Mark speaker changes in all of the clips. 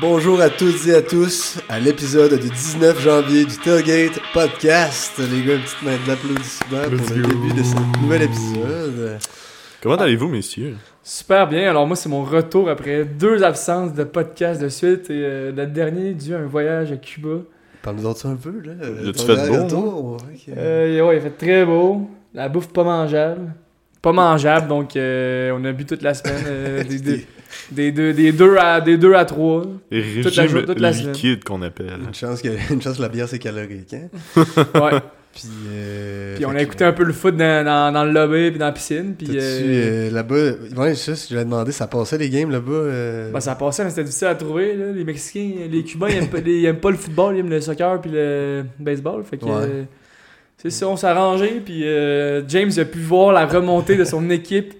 Speaker 1: Bonjour à toutes et à tous à l'épisode du 19 janvier du Tailgate Podcast. Les gars, une petite main d'applaudissement
Speaker 2: Let's
Speaker 1: pour le
Speaker 2: go.
Speaker 1: début de ce nouvel épisode.
Speaker 2: Comment allez-vous, messieurs?
Speaker 3: Super bien. Alors moi, c'est mon retour après deux absences de podcast de suite et euh, le dernier dû à un voyage à Cuba.
Speaker 1: Parle-nous en un peu, là.
Speaker 2: L'as-tu
Speaker 1: Ton
Speaker 2: fait
Speaker 1: dernier
Speaker 2: beau,
Speaker 1: retour, ok.
Speaker 3: Euh, et ouais, il fait très beau. La bouffe pas mangeable. Pas mangeable, donc euh, on a bu toute la semaine. euh, des, des, des deux, des, deux à, des deux à trois.
Speaker 2: Et
Speaker 3: Toute la jour-
Speaker 2: régime
Speaker 3: toute la semaine.
Speaker 2: liquide qu'on appelle.
Speaker 1: Une chance, que, une chance que la bière c'est calorique, hein?
Speaker 3: Ouais.
Speaker 1: Puis, euh,
Speaker 3: puis on
Speaker 1: fait
Speaker 3: a
Speaker 1: que-
Speaker 3: écouté un peu le foot dans, dans, dans le lobby puis dans la piscine. Puis
Speaker 1: T'as-tu,
Speaker 3: euh,
Speaker 1: euh, là-bas, ouais, ça, si je l'ai demandé, ça passait les games là-bas. euh,
Speaker 3: ben, ça passait, mais c'était difficile à trouver. là. Les Mexicains, les Cubains, ils aiment, pas, ils aiment pas le football, ils aiment le soccer puis le baseball. Fait que.
Speaker 1: Ouais.
Speaker 3: euh, C'est ça, on s'est arrangé, puis euh, James a pu voir la remontée de son équipe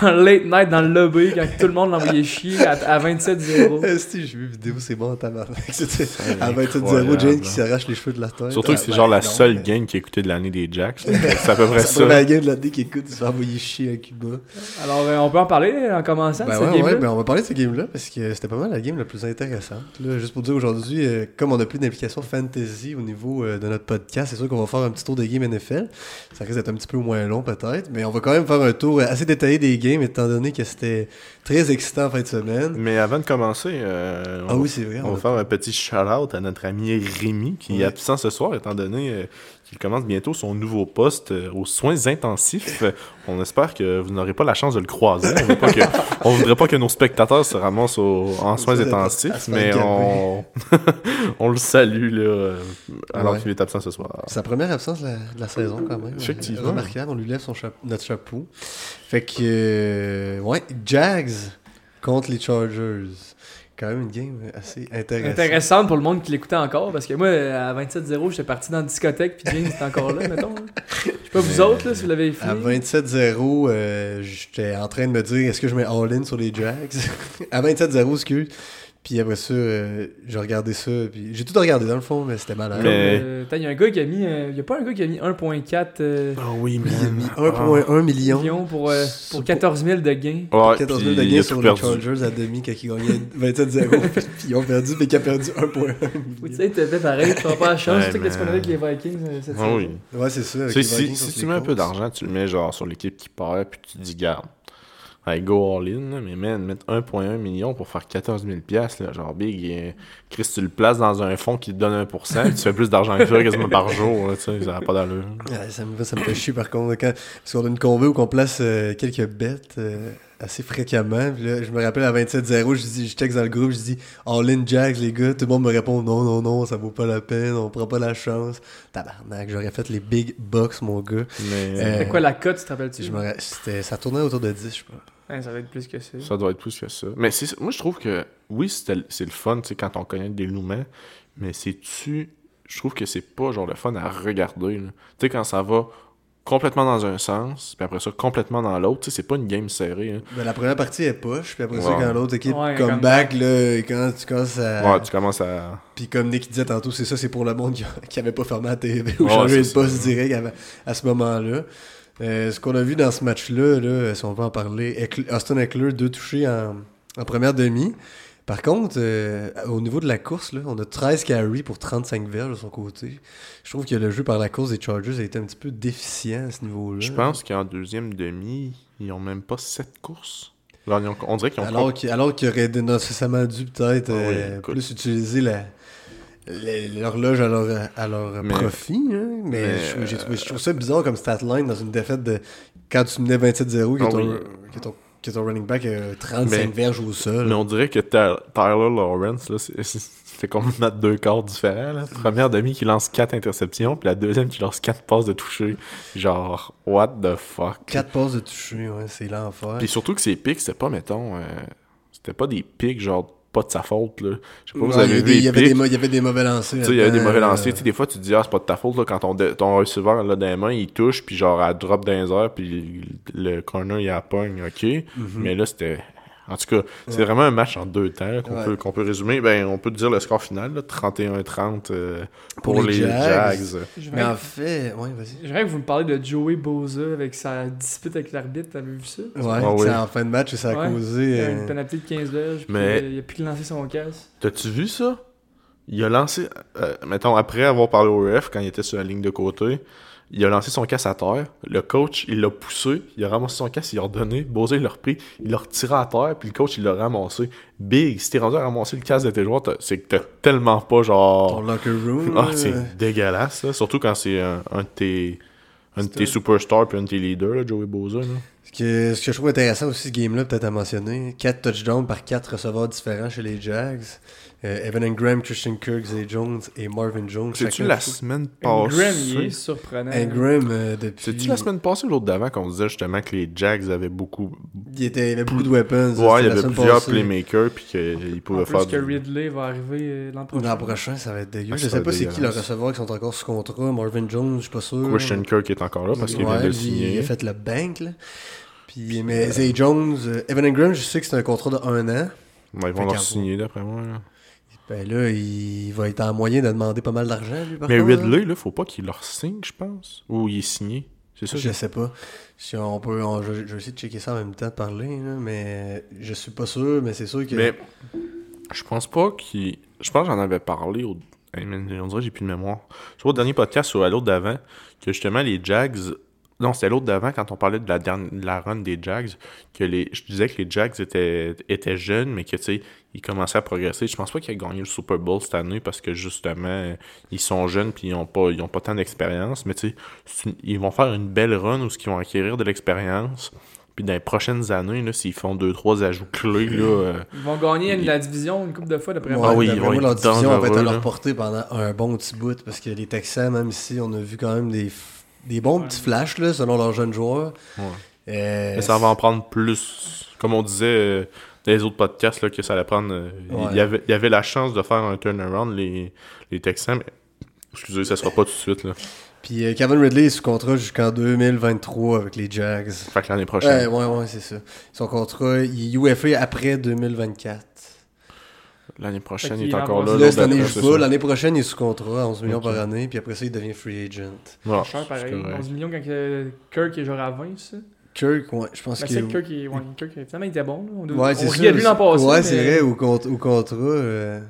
Speaker 3: en late night dans le lobby quand tout le monde l'envoyait chier à, à 27-0.
Speaker 1: euh, si, j'ai vu une vidéo, c'est bon en tabarnak. C'était à
Speaker 2: incroyable. hein.
Speaker 1: 27-0, Jane qui s'arrache les cheveux de la tête. Ah,
Speaker 2: Surtout que c'est genre la seule game qui a écouté de l'année des Jacks. là. C'est à peu près
Speaker 1: C'est
Speaker 2: ça.
Speaker 1: la game de l'année qui écoute, il se fait envoyer chier à Cuba.
Speaker 3: Alors, euh, on peut en parler en commençant de
Speaker 1: Ben
Speaker 3: cette
Speaker 1: ouais, ouais,
Speaker 3: game-là?
Speaker 1: ben on va parler de ce game-là parce que c'était pas mal la game la plus intéressante. là. Juste pour dire aujourd'hui, euh, comme on a plus d'implication fantasy au niveau euh, de notre podcast, c'est sûr qu'on va faire un petit tour des games NFL. Ça risque d'être un petit peu moins long peut-être, mais on va quand même faire un tour euh, assez détaillé des games étant donné que c'était très excitant en fin de semaine.
Speaker 2: Mais avant de commencer, euh, on,
Speaker 1: Ah oui, c'est vrai.
Speaker 2: on
Speaker 1: on
Speaker 2: va
Speaker 1: a-
Speaker 2: faire un petit shout-out à notre ami Rémi qui
Speaker 1: Ouais.
Speaker 2: est absent ce soir étant donné euh, qu'il commence bientôt son nouveau poste euh, aux soins intensifs. Euh, on espère que vous n'aurez pas la chance de le croiser. On veut pas que- on voudrait pas que nos spectateurs se ramassent au- en soins
Speaker 1: soins intensifs, à
Speaker 2: intensifs,
Speaker 1: se
Speaker 2: mais
Speaker 1: faire
Speaker 2: on, on le salue là, euh, alors
Speaker 1: Ouais.
Speaker 2: qu'il est absent ce soir.
Speaker 1: Sa première absence de la, de la saison, quand même.
Speaker 2: Effectivement.
Speaker 1: Remarquable, on lui lève son chape- notre chapeau. Fait que. euh, ouais, Jags contre les Chargers. Quand même une game assez intéressante.
Speaker 3: Intéressante pour le monde qui l'écoutait encore, parce que moi, à 27-0, j'étais parti dans la discothèque, puis James était encore là, mettons. là. Je sais pas vous autres, là, si vous l'avez
Speaker 1: À
Speaker 3: fini.
Speaker 1: 27-0, euh, j'étais en train de me dire est-ce que je mets all-in sur les Jags À 27-0, excuse. Puis après ça, euh, j'ai regardé ça. Puis j'ai tout regardé dans le fond, mais c'était malade.
Speaker 2: Mais-
Speaker 3: Euh, attends, Il y a un gars qui a mis... euh, Il y a pas un gars qui a mis 1.4 euh,
Speaker 2: Ah oui,
Speaker 1: Puis il a mis 1,1 million.
Speaker 3: millions pour, euh,
Speaker 1: C'est
Speaker 3: pour
Speaker 1: pour-
Speaker 3: 14 000 de gains.
Speaker 1: 14
Speaker 2: Ouais, puis
Speaker 1: 000 de
Speaker 2: il a
Speaker 1: gains
Speaker 2: tout
Speaker 1: sur les
Speaker 2: perdu.
Speaker 1: Chargers à demi quand ils gagnaient 27-0. puis ils ont perdu, mais qu'ils ont perdu 1,1
Speaker 3: Oui, tu
Speaker 1: million.
Speaker 3: sais, t'as fait pareil, tu n'as pas la chance,
Speaker 2: Ouais,
Speaker 3: tu sais, qu'est-ce qu'on
Speaker 2: mais-
Speaker 3: avait avec les Vikings euh, cette
Speaker 2: Ah
Speaker 3: saison.
Speaker 2: oui.
Speaker 1: Ouais, c'est ça. avec
Speaker 2: Tu sais,
Speaker 1: les
Speaker 2: si
Speaker 1: Vikings
Speaker 2: si
Speaker 1: contre
Speaker 2: tu
Speaker 1: les
Speaker 2: mets un peu
Speaker 1: Colts.
Speaker 2: d'argent, tu le mets genre sur l'équipe qui perd, puis tu te dis, garde, allez, go all in, là, mais man, mettre 1,1 million pour faire 14 000 piastres, là, genre big, et, Chris, tu le places dans un fonds qui te donne 1%, puis tu fais plus d'argent que ça quasiment par jour, là, tu sais, ça n'a pas d'allure.
Speaker 1: Ouais, ça, me, ça me fait chier par contre. Quand, parce qu'on a une convée où qu'on place euh, quelques bêtes euh, assez fréquemment. Puis là, je me rappelle à 27-0, je, dis- je texte dans le groupe, je dis All in Jags, les gars. Tout le monde me répond Non, non, non, ça vaut pas la peine, on prend pas la chance. Tabarnak, j'aurais fait les big bucks, mon gars. Euh,
Speaker 2: Mais
Speaker 3: C'était quoi la cote, tu te rappelles-tu?
Speaker 1: Je me ra- c'était- ça tournait autour de 10, je crois.
Speaker 3: Hein, ça va être plus que ça.
Speaker 2: ça doit être plus que ça. Mais c'est- moi, je trouve que, oui, c'était le- c'est le fun, tu sais, quand on connaît le dénouement, mais c'est-tu. Je trouve que c'est pas genre le fun à regarder, là. Tu sais, quand ça va complètement dans un sens, puis après ça, complètement dans l'autre, tu sais, c'est pas une game serrée, hein.
Speaker 1: Ben, la première partie est poche, puis après ça,
Speaker 2: Ouais.
Speaker 1: quand l'autre équipe
Speaker 3: Ouais,
Speaker 1: come
Speaker 3: comme-
Speaker 1: back, là, et quand tu commences à.
Speaker 2: Ouais, tu commences à.
Speaker 1: Puis comme Nick disait tantôt, c'est ça, c'est pour le monde qui, qui avait pas fermé la TV ou
Speaker 2: Ouais,
Speaker 1: changé de
Speaker 2: c'est
Speaker 1: poste direct avant- à, ce moment-là. Euh, ce qu'on a vu dans ce match-là, là, si on peut en parler, Eckl- Austin Eckler, deux touchés en, en première demi. Par contre, euh, au niveau de la course, là, on a 13 carries pour 35 verges de son côté. Je trouve que le jeu par la course des Chargers a été un petit peu déficient à ce niveau-là.
Speaker 2: Je pense qu'en deuxième demi, ils ont même pas sept courses. Genre, ils ont- on dirait qu'ils ont.
Speaker 1: Alors qu'il alors qu'il aurait nécessairement dû peut-être
Speaker 2: Ah oui,
Speaker 1: euh,
Speaker 2: écoute.
Speaker 1: plus utiliser la- la- l'horloge à leur, à leur
Speaker 2: Mais-
Speaker 1: profit. hein. Mais,
Speaker 2: mais, euh,
Speaker 1: je, trouve- j'ai trouvé- je trouve ça bizarre comme statline dans une défaite de quand tu menais 27-0 que,
Speaker 2: Ah
Speaker 1: ton-
Speaker 2: oui.
Speaker 1: que ton, que ton running back a 35
Speaker 2: Mais-
Speaker 1: verges au sol.
Speaker 2: Mais on dirait que Ta- Tyler Lawrence, là, c'est- c'est c'est complètement deux corps différents. Là. Première demi qui lance quatre interceptions, puis la deuxième qui lance quatre passes de toucher. Genre, what the fuck?
Speaker 1: 4 passes de toucher, ouais, c'est l'enfer.
Speaker 2: Puis surtout que ses pics, c'était pas, mettons, euh, c'était pas des pics, genre, pas de sa faute. Là. Je sais pas, vous
Speaker 1: Ouais, il, y
Speaker 2: avez
Speaker 1: avait
Speaker 2: vu
Speaker 1: des, il y
Speaker 2: les
Speaker 1: avait des
Speaker 2: pics.
Speaker 1: mo- il y avait des mauvais lancers.
Speaker 2: Tu sais, il y a eu des
Speaker 1: là-dedans, euh,
Speaker 2: mauvais
Speaker 1: là.
Speaker 2: lancers. Tu sais, des fois, tu te dis, ah, c'est pas de ta faute, là, quand ton, de- ton receveur, là, dans les mains, il touche, Mhm. puis genre, elle drop dans les airs, puis le corner, il la pogne, ok. Mais là, c'était En tout cas, c'est
Speaker 1: Ouais.
Speaker 2: vraiment un match en deux temps là, qu'on
Speaker 1: Ouais.
Speaker 2: peut, qu'on peut résumer. Ben, on peut dire le score final, là, 31-30 euh, pour, les, Jags.
Speaker 1: Mais en fait, ouais, vas-y.
Speaker 3: J'aimerais que vous me parlez de Joey Boza avec sa dispute avec l'arbitre, t'avais vu ça?
Speaker 1: Ouais,
Speaker 2: Ah oui.
Speaker 1: c'est en fin de match et ça a
Speaker 3: Ouais.
Speaker 1: causé. euh,
Speaker 3: Une pénalité de 15 verges, puis
Speaker 2: Mais-
Speaker 3: euh, il a plus de lancer son casse.
Speaker 2: T'as-tu vu ça? Il a lancé, euh, mettons, après avoir parlé au ref, quand il était sur la ligne de côté, il a lancé son casse à terre. Le coach, il l'a poussé, il a ramassé son casse, il l'a redonné. Bosé, il l'a repris, il l'a retiré à terre, puis le coach, il l'a ramassé. Big, si t'es rendu à ramasser le casse de tes joueurs, t'as- c'est que t'as tellement pas
Speaker 1: Ton
Speaker 2: genre.
Speaker 1: locker room.
Speaker 2: Ah,
Speaker 1: là.
Speaker 3: euh.
Speaker 2: c'est dégueulasse, là. Surtout quand c'est un, un de tes. Un de tes
Speaker 1: Stud.
Speaker 2: superstars puis un de tes leaders, là, Joey Bosa. là.
Speaker 1: Ce que, ce que je trouve intéressant aussi, ce game-là, peut-être à mentionner, 4 touchdowns par 4 receveurs différents chez les Jags. Euh, Evan Ingram, Christian Kirk, Zay Jones et Marvin Jones.
Speaker 2: C'est-tu
Speaker 1: chacun
Speaker 2: la
Speaker 1: fout-
Speaker 2: semaine
Speaker 3: Ingram, il est
Speaker 2: passée?
Speaker 3: surprenant.
Speaker 1: Ingram, euh, depuis.
Speaker 2: C'est-tu la semaine passée ou l'autre d'avant qu'on disait justement que les Jags avaient beaucoup
Speaker 1: Il, était, il avait beaucoup de weapons.
Speaker 2: Ouais, il y
Speaker 1: C'était la
Speaker 2: avait
Speaker 1: semaine
Speaker 2: plusieurs
Speaker 1: passée.
Speaker 2: playmakers puis qu'ils pouvaient
Speaker 3: En
Speaker 2: faire
Speaker 3: plus que
Speaker 2: du...
Speaker 3: Ridley va arriver euh, l'an prochain.
Speaker 1: L'an prochain, ça va être dégueu.
Speaker 2: Ah,
Speaker 1: je
Speaker 2: ça
Speaker 1: sais
Speaker 2: va
Speaker 1: pas
Speaker 2: être
Speaker 1: c'est qui le
Speaker 2: dégueulasse.
Speaker 1: receveur qui sont encore sous contrat. Marvin Jones, je suis pas sûr.
Speaker 2: Christian Kirk est encore là parce qu'il
Speaker 1: Ouais,
Speaker 2: vient de le
Speaker 1: lui, Il a
Speaker 2: signer.
Speaker 1: fait le bank, là. Puis, mais Zay Jones, euh, Evan Ingram, je sais que c'est un contrat de 1 an.
Speaker 2: Ouais, ils
Speaker 1: fait
Speaker 2: vont leur
Speaker 1: qu'à
Speaker 2: signer d'après moi. là.
Speaker 1: Ben là, il va être en moyen de demander pas mal d'argent, lui, par
Speaker 2: Mais
Speaker 1: contre, là.
Speaker 2: Ridley, là, faut pas qu'il leur signe, je pense. Ou il est signé. C'est ça.
Speaker 1: Je sais pas. Si on peut. on- je, je vais essayer de checker ça en même temps de parler, là, mais je suis pas sûr, mais c'est sûr que.
Speaker 2: Mais je pense pas qu'il. Je pense que j'en avais parlé au. Hey, man, on dirait que j'ai plus de mémoire. Je crois au dernier podcast ou à l'autre d'avant que justement les Jags. Non, c'était l'autre d'avant quand on parlait de la, dernière, de la run des Jags. que les, Je disais que les Jags étaient, étaient jeunes, mais que tu sais, ils commençaient à progresser. Je pense pas qu'ils aient gagné le Super Bowl cette année parce que justement, ils sont jeunes puis ils ont pas, ils ont pas tant d'expérience. Mais tu sais, c'est une- ils vont faire une belle run où ils vont acquérir de l'expérience. Puis dans les prochaines années, là, s'ils font deux, trois ajouts clés, là. euh,
Speaker 3: Ils vont gagner
Speaker 2: Il-
Speaker 3: la division une coupe de fois d'après
Speaker 1: Ouais,
Speaker 3: moi.
Speaker 2: Ah oui,
Speaker 1: d'après
Speaker 2: ils vont
Speaker 1: moi,
Speaker 2: être
Speaker 1: leur division va être à
Speaker 2: dangereux, là.
Speaker 1: leur portée pendant un bon petit bout, parce que les Texans, même si on a vu quand même des, f- des bons
Speaker 3: Ouais.
Speaker 1: petits flashs, là, selon leurs jeunes joueurs.
Speaker 2: Ouais.
Speaker 1: euh,
Speaker 2: Mais ça va en prendre plus. Comme on disait euh, dans les autres podcasts, là, que ça allait prendre. euh,
Speaker 1: Ouais.
Speaker 2: il, y avait, il y avait la chance de faire un turnaround, les, les Texans, mais. Excusez, ça sera pas tout de suite. Là.
Speaker 1: Puis euh, Kevin Ridley est sous contrat jusqu'en 2023 avec les Jags.
Speaker 2: Fait que l'année
Speaker 1: Ouais,
Speaker 2: prochaine.
Speaker 1: ouais, ouais, c'est ça. Son contrat, il est UFA après 2024.
Speaker 2: L'année prochaine,
Speaker 3: Fait
Speaker 2: il est
Speaker 3: qu'il en
Speaker 2: encore là.
Speaker 3: va-
Speaker 1: Puis
Speaker 3: l'autre
Speaker 1: là, cette année, il
Speaker 2: d'après,
Speaker 1: joue
Speaker 2: c'est
Speaker 1: pas.
Speaker 2: ça.
Speaker 1: L'année prochaine, il est sous contrat à 11 millions
Speaker 2: Ok.
Speaker 1: par année, puis après ça, il devient free agent.
Speaker 2: Ouais,
Speaker 3: cher pareil.
Speaker 2: c'est correct.
Speaker 3: 11 millions quand que Kirk est genre à 20, ça.
Speaker 1: Kirk, ouais, je pense
Speaker 3: Ben,
Speaker 1: que.
Speaker 3: c'est que Kirk, il... ouais, Kirk, finalement, il était bon. Là. On, devait-
Speaker 1: Ouais,
Speaker 3: on
Speaker 1: c'est
Speaker 3: riait de lui l'an passé.
Speaker 1: Ouais,
Speaker 3: mais-
Speaker 1: c'est vrai, au, cont- au contrat, euh,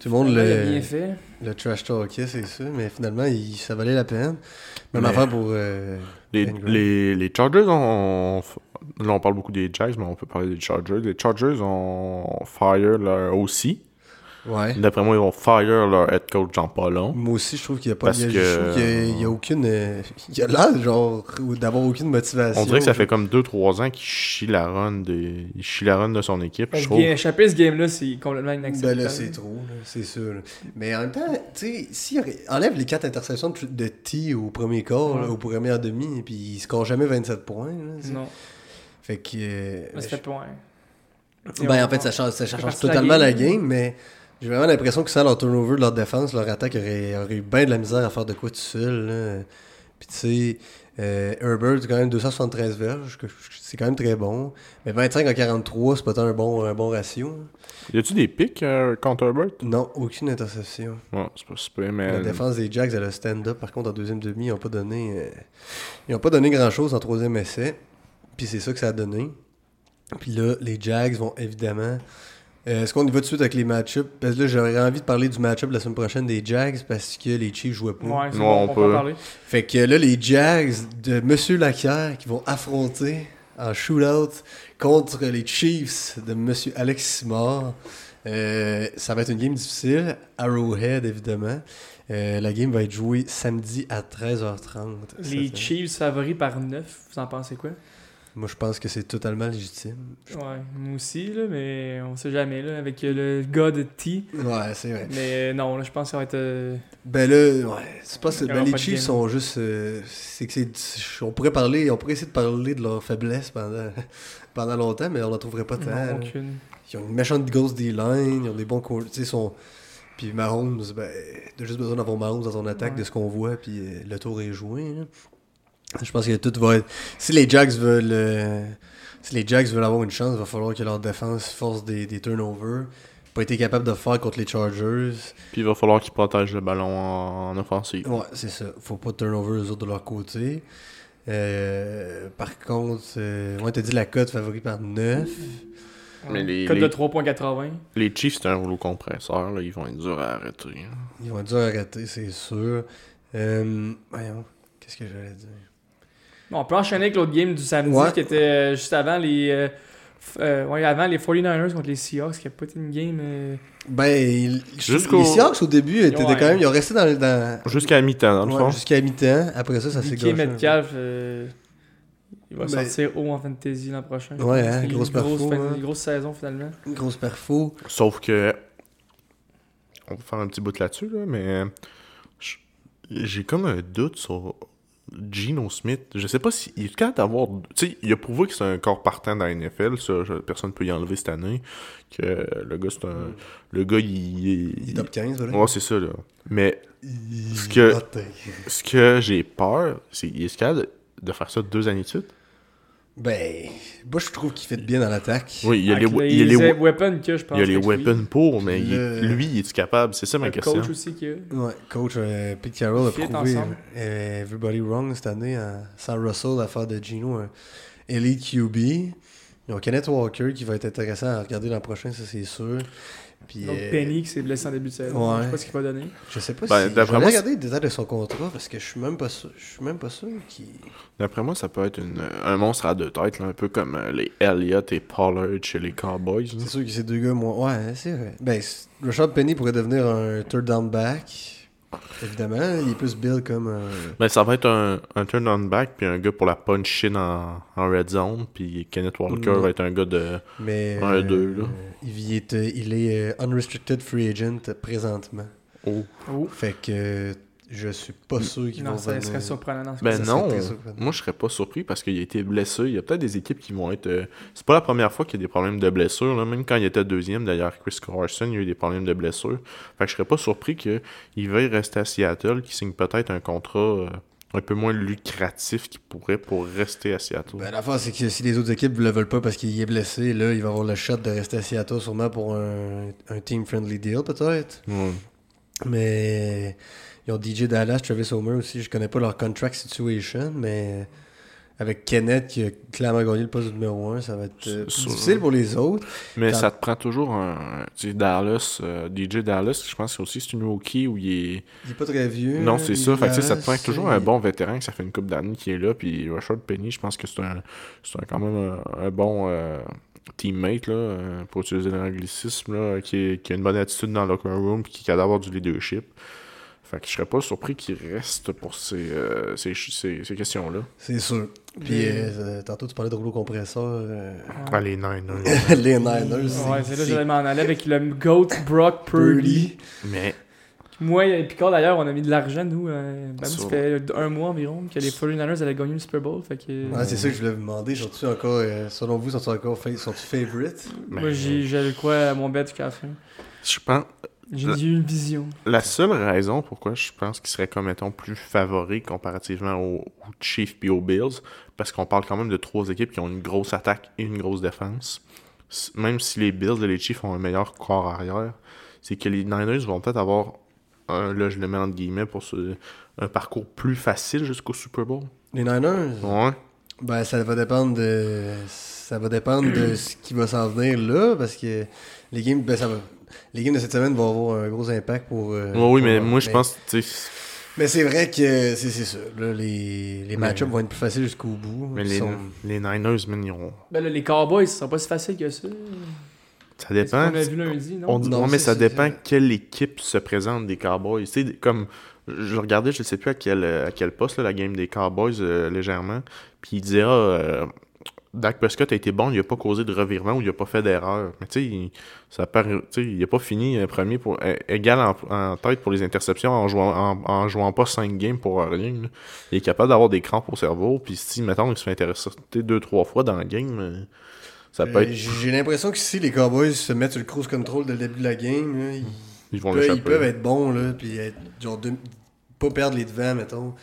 Speaker 1: tout le monde
Speaker 3: Il a
Speaker 1: le,
Speaker 3: bien fait.
Speaker 1: le trash talkait, c'est ça, mais finalement, il- ça valait la peine. Même
Speaker 2: Mais-
Speaker 1: affaire pour. euh,
Speaker 2: Les,
Speaker 1: Ingram.
Speaker 2: les, les Chargers ont. Là, on parle beaucoup des Jags, mais on peut parler des Chargers. Les Chargers ont fire leur aussi.
Speaker 1: Ouais.
Speaker 2: D'après moi, ils vont fire leur head coach en pas long.
Speaker 1: Moi aussi, je trouve qu'il n'y a pas
Speaker 2: Parce
Speaker 1: de.
Speaker 2: que-
Speaker 1: Je trouve qu'il y a- il n'y a, aucune. euh, Il y a l'air, genre, ou d'avoir aucune motivation.
Speaker 2: On dirait que ça fait comme 2-3 ans qu'il chie la run des... il chie la run de son équipe, je trouve.
Speaker 3: Échapper ce game-là, c'est complètement
Speaker 1: Ben
Speaker 3: inacceptable.
Speaker 1: là, c'est trop, là, c'est sûr. là. Mais en même temps, tu sais, si enlève les 4 interceptions de- de T au premier quart, là,
Speaker 3: Ouais.
Speaker 1: au premier demi, puis il score jamais 27 points. là, tu sais.
Speaker 3: Non,
Speaker 1: Fait que. euh,
Speaker 3: mais c'était pas. hein.
Speaker 1: Ben, en fait, ça change, ça
Speaker 3: fait
Speaker 1: change
Speaker 3: partie de la
Speaker 1: totalement la
Speaker 3: game.
Speaker 1: game, mais j'ai vraiment l'impression que sans leur turnover, leur défense, leur attaque aurait, aurait eu bien de la misère à faire de quoi tout seul. là. Puis tu sais, euh, Herbert, quand même 273 verges, que- c'est quand même très bon. Mais 25 à 43, c'est pas tant un bon, un bon ratio.
Speaker 2: Y a-tu des pics euh, contre Herbert
Speaker 1: Non, aucune interception.
Speaker 2: Ouais, c'est pas super, mais.
Speaker 1: La défense des Jacks, elle a stand-up. Par contre, en deuxième demi, ils n'ont pas donné, euh, ils ont pas donné grand-chose en troisième essai. Puis c'est ça que ça a donné. Puis là, les Jags vont évidemment. Euh, Est-ce qu'on y va tout de suite avec les match-ups Parce que là, j'aurais envie de parler du match-up de la semaine prochaine des Jags parce que les Chiefs jouaient pas.
Speaker 3: Ouais, c'est
Speaker 2: Ouais,
Speaker 3: bon, on,
Speaker 2: on
Speaker 3: peut en
Speaker 2: peut.
Speaker 3: parler.
Speaker 1: Fait que là, les Jags de Monsieur Lacquière qui vont affronter en shootout contre les Chiefs de Monsieur Alex Simard. Euh, ça va être une game difficile. Arrowhead, évidemment. Euh, la game va être jouée samedi à 13h30.
Speaker 3: Les
Speaker 1: Ça, ça-
Speaker 3: Chiefs favoris par 9, vous en pensez quoi
Speaker 1: Moi, je pense que c'est totalement légitime.
Speaker 3: Ouais, moi aussi, là, mais on sait jamais, là, avec euh, le gars de T.
Speaker 1: Ouais, c'est vrai.
Speaker 3: Mais euh, non, là, je pense que ça va être. euh,
Speaker 1: Ben là, ouais, c'est pas
Speaker 3: Il y
Speaker 1: ben
Speaker 3: aura
Speaker 1: les
Speaker 3: pas de
Speaker 1: Chiefs
Speaker 3: game.
Speaker 1: sont juste euh, c'est que c'est on pourrait parler, on pourrait essayer de parler de leur faiblesse pendant pendant longtemps, mais on la trouverait pas tant.
Speaker 3: non,
Speaker 1: là.
Speaker 3: aucune.
Speaker 1: Ils ont une méchante grosse D-line, ils ont des bons coachs. Tu sais, ils sont... Puis Mahomes, ben, t'as juste besoin d'avoir Mahomes dans ton attaque
Speaker 3: Ouais.
Speaker 1: de ce qu'on voit, puis euh, le tour est joué. là. Je pense que tout va être. Si les Jags veulent euh, si les Jacks veulent avoir une chance, il va falloir que leur défense force des, des turnovers. Pas été capable de faire contre les Chargers.
Speaker 2: Puis il va falloir qu'ils protègent le ballon en, en offensive.
Speaker 1: Ouais, c'est ça. Faut pas de turnover eux autres de leur côté. Euh, par contre, euh, ouais, t'as dit la cote favori par 9.
Speaker 2: Mais les-
Speaker 3: Code
Speaker 2: les-
Speaker 3: de 3.80.
Speaker 2: Les Chiefs, c'est un rouleau compresseur. Là. Ils vont être durs à arrêter. hein.
Speaker 1: Ils vont être durs à arrêter, c'est sûr. Euh, voyons, qu'est-ce que j'allais dire?
Speaker 3: Bon, on peut enchaîner avec l'autre game du samedi
Speaker 1: Ouais.
Speaker 3: qui était euh, juste avant les. euh, f- euh, ouais, avant les 49ers contre les Seahawks, qui a pas été une game. euh,
Speaker 1: Ben, il- je-
Speaker 2: Jusqu'au-
Speaker 1: les Seahawks, au début, étaient
Speaker 3: Ouais.
Speaker 1: quand même, ils ont resté dans, dans,
Speaker 2: Jusqu'à mi-temps, dans le
Speaker 1: ouais,
Speaker 2: fond.
Speaker 1: jusqu'à mi-temps. Après ça, hein. ça s'est
Speaker 3: DK
Speaker 1: gâché. un
Speaker 3: Metcalf, euh, il va
Speaker 1: Ben-
Speaker 3: sortir haut en fantasy l'an prochain.
Speaker 1: Ouais, hein,
Speaker 3: C'est une
Speaker 1: grosse perfo,
Speaker 3: fin-
Speaker 1: hein.
Speaker 3: une grosse saison finalement.
Speaker 1: peu. Une grosse perfo.
Speaker 2: Sauf que. On va faire un petit bout là-dessus, là, mais. je- J'ai comme un doute sur Gino Smith. Je sais pas si. Il est capable d'avoir. Tu sais, il a prouvé que c'est un corps partant dans la NFL. Ça, je- personne ne peut y enlever cette année. Que le gars, c'est un. Le gars, il.
Speaker 1: Mm. Il est top 15, voilà.
Speaker 2: Ouais, c'est ça, là. Mais
Speaker 1: Il-
Speaker 2: Ce que-
Speaker 1: Ah, t'es-
Speaker 2: ce que j'ai peur, c'est qu'il est capable de faire ça deux années de suite.
Speaker 1: Ben, moi, je trouve qu'il fait bien dans l'attaque.
Speaker 2: Oui, il y a les,
Speaker 3: Avec
Speaker 2: il y a les,
Speaker 3: les weapons que je pense.
Speaker 2: il y a les
Speaker 3: que lui,
Speaker 2: weapons pour, mais il-
Speaker 1: Le-
Speaker 2: lui, il est capable. C'est ça ma
Speaker 3: Le
Speaker 2: question.
Speaker 3: coach aussi qui a.
Speaker 1: Ouais, coach euh, Pete Carroll a
Speaker 3: Fit
Speaker 1: prouvé
Speaker 3: ensemble.
Speaker 1: euh, Everybody Wrong cette année en- sans Russell à faire de Gino un Elite QB. Ils ont Kenneth Walker qui va être intéressant à regarder l'an prochain, ça c'est sûr. Puis,
Speaker 3: Donc
Speaker 1: euh,
Speaker 3: Penny qui s'est blessé en début de saison.
Speaker 1: Ouais.
Speaker 3: Je sais pas ce qu'il va donner.
Speaker 1: je sais pas
Speaker 2: Ben,
Speaker 1: si. Je vais
Speaker 2: d'après moi,
Speaker 1: regarder les détails de son contrat parce que je suis même pas sûr. Je suis même pas sûr qu'il.
Speaker 2: D'après moi, ça peut être une- un monstre à deux têtes, là, un peu comme euh, les Elliott et Pollard chez les Cowboys. là.
Speaker 1: C'est sûr que ces deux gars, moi. Ouais, c'est vrai. Ben, c- Rashad Penny pourrait devenir un third down back. Évidemment, il est plus build comme un.
Speaker 2: Mais Ben, ça va être un, un turn on back, puis un gars pour la punch in en, en red zone, puis Kenneth Walker
Speaker 1: Mm.
Speaker 2: va être un gars de.
Speaker 1: Mais.
Speaker 2: Un, deux, là.
Speaker 1: Il est, euh, il est euh, unrestricted free agent euh, présentement.
Speaker 2: Oh.
Speaker 3: Oh.
Speaker 1: Fait que euh, je suis pas sûr qu'ils vont
Speaker 3: Mm. Non, ça
Speaker 1: venir.
Speaker 3: serait surprenant dans ce
Speaker 2: Ben
Speaker 1: Ça serait
Speaker 2: non,
Speaker 1: très surprenant.
Speaker 2: moi je serais pas surpris parce qu'il a été blessé. Il y a peut-être des équipes qui vont être. euh, C'est pas la première fois qu'il y a des problèmes de blessure. là. Même quand il était deuxième, d'ailleurs, Chris Carson, il y a eu des problèmes de blessure. Fait que je serais pas surpris qu'il veuille rester à Seattle, qu'il signe peut-être un contrat euh, un peu moins lucratif qu'il pourrait pour rester à Seattle.
Speaker 1: Ben, la fois, c'est que si les autres équipes le veulent pas parce qu'il est blessé, là, il va avoir le shot de rester à Seattle sûrement pour un, un team-friendly deal, peut-être.
Speaker 2: Ouais.
Speaker 1: Mais ils ont DJ Dallas, Travis Homer aussi. Je connais pas leur contract situation, mais avec Kenneth qui a clairement gagné le poste de numéro 1, ça va être euh,
Speaker 2: C'est
Speaker 1: plus
Speaker 2: sûr.
Speaker 1: difficile pour les autres.
Speaker 2: Mais
Speaker 1: Quand-
Speaker 2: ça te prend toujours un. Tu sais, Dallas, euh, DJ Dallas, je pense que aussi c'est une rookie où il est.
Speaker 1: Il est pas très vieux.
Speaker 2: Non, c'est ça. Fait que, tu sais, ça te prend
Speaker 1: Dallas,
Speaker 2: toujours
Speaker 1: euh,
Speaker 2: un bon vétéran que ça fait une coupe d'années qui est là. Puis Rashard Penny, je pense que c'est un, c'est un- quand même un, un bon euh, teammate, là, euh, pour utiliser l'anglicisme, là, qui, est- qui a une bonne attitude dans le locker room puis qui est d'avoir du leadership. Fait que je serais pas surpris qu'il reste pour ces, euh, ces, ch- ces- ces questions-là.
Speaker 1: C'est sûr. Puis
Speaker 3: Les-
Speaker 1: euh, tantôt, tu parlais de rouleau compresseur. euh,
Speaker 2: Ah, les Niners.
Speaker 1: les Niners.
Speaker 3: Ouais, c'est là que j'allais m'en aller avec le GOAT Brock Purdy.
Speaker 2: Mais
Speaker 3: Moi et Picard d'ailleurs, on a mis de l'argent, nous. euh, ben,
Speaker 2: Sur-
Speaker 3: ça fait un mois environ que les 49ers allaient gagner le Super Bowl. Fait que,
Speaker 1: Ouais, c'est ça que je voulais vous demander. Sont-tu encore, euh, selon vous, sont-tu encore fa- sont-tu favorite?
Speaker 3: moi, j'ai- j'avais quoi à mon bet jusqu'à la fin.
Speaker 2: je pense.
Speaker 3: J'ai
Speaker 2: La-
Speaker 3: eu une vision.
Speaker 2: La seule raison pourquoi je pense qu'il serait comme étant plus favori comparativement aux, aux Chiefs et aux Bills, parce qu'on parle quand même de trois équipes qui ont une grosse attaque et une grosse défense. S- Même si les Bills et les Chiefs ont un meilleur corps arrière, c'est que les Niners vont peut-être avoir un, là je le mets entre guillemets pour ce- un parcours plus facile jusqu'au Super Bowl.
Speaker 1: Les Niners?
Speaker 2: Ouais.
Speaker 1: Ben, ça va dépendre de. Ça va dépendre de ce qui va s'en venir là, parce que les games, ben, ça va- les games de cette semaine vont avoir un gros impact pour. euh,
Speaker 2: Ouais, oui, mais
Speaker 1: pour-
Speaker 2: moi je pense, tu sais,
Speaker 1: Mais c'est vrai que c'est c'est ça. là, les les match-ups vont être plus faciles jusqu'au bout.
Speaker 2: mais
Speaker 1: Ils
Speaker 2: les,
Speaker 1: sont-
Speaker 2: les Niners, man, ils ont-
Speaker 3: Ben là, les Cowboys, ce sera pas si facile que ça.
Speaker 2: ça
Speaker 3: C'est ce qu'on
Speaker 2: dépend.
Speaker 3: a vu lundi, non?
Speaker 2: On dit,
Speaker 1: Non,
Speaker 2: ouais, mais
Speaker 1: c'est-
Speaker 2: ça
Speaker 1: c'est-
Speaker 2: dépend
Speaker 1: c'est-
Speaker 2: quelle équipe se présente des Cowboys. Tu sais, des- comme je regardais, je ne sais plus à quel, à quel poste là, la game des Cowboys euh, légèrement, puis il disait ah, euh, Dak Prescott a été bon, il n'a pas causé de revirement ou il n'a pas fait d'erreur. Mais tu sais, il- ça par- tu sais, il n'a pas fini euh, premier pour euh, égal en, en tête pour les interceptions en jouant en, en jouant pas 5 games pour rien. là. Il est capable d'avoir des crampes au cerveau, puis si mettons il se fait intéresser deux trois fois dans la game, euh, ça peut
Speaker 1: Euh,
Speaker 2: être
Speaker 1: J'ai l'impression que si les Cowboys se mettent sur le cruise control dès le début de la game, là, ils-
Speaker 2: ils
Speaker 1: Ils
Speaker 2: vont
Speaker 1: peuvent-
Speaker 2: l'échapper.
Speaker 1: ils peuvent être bons, là, puis être, genre, deux- pas perdre les devants, mettons.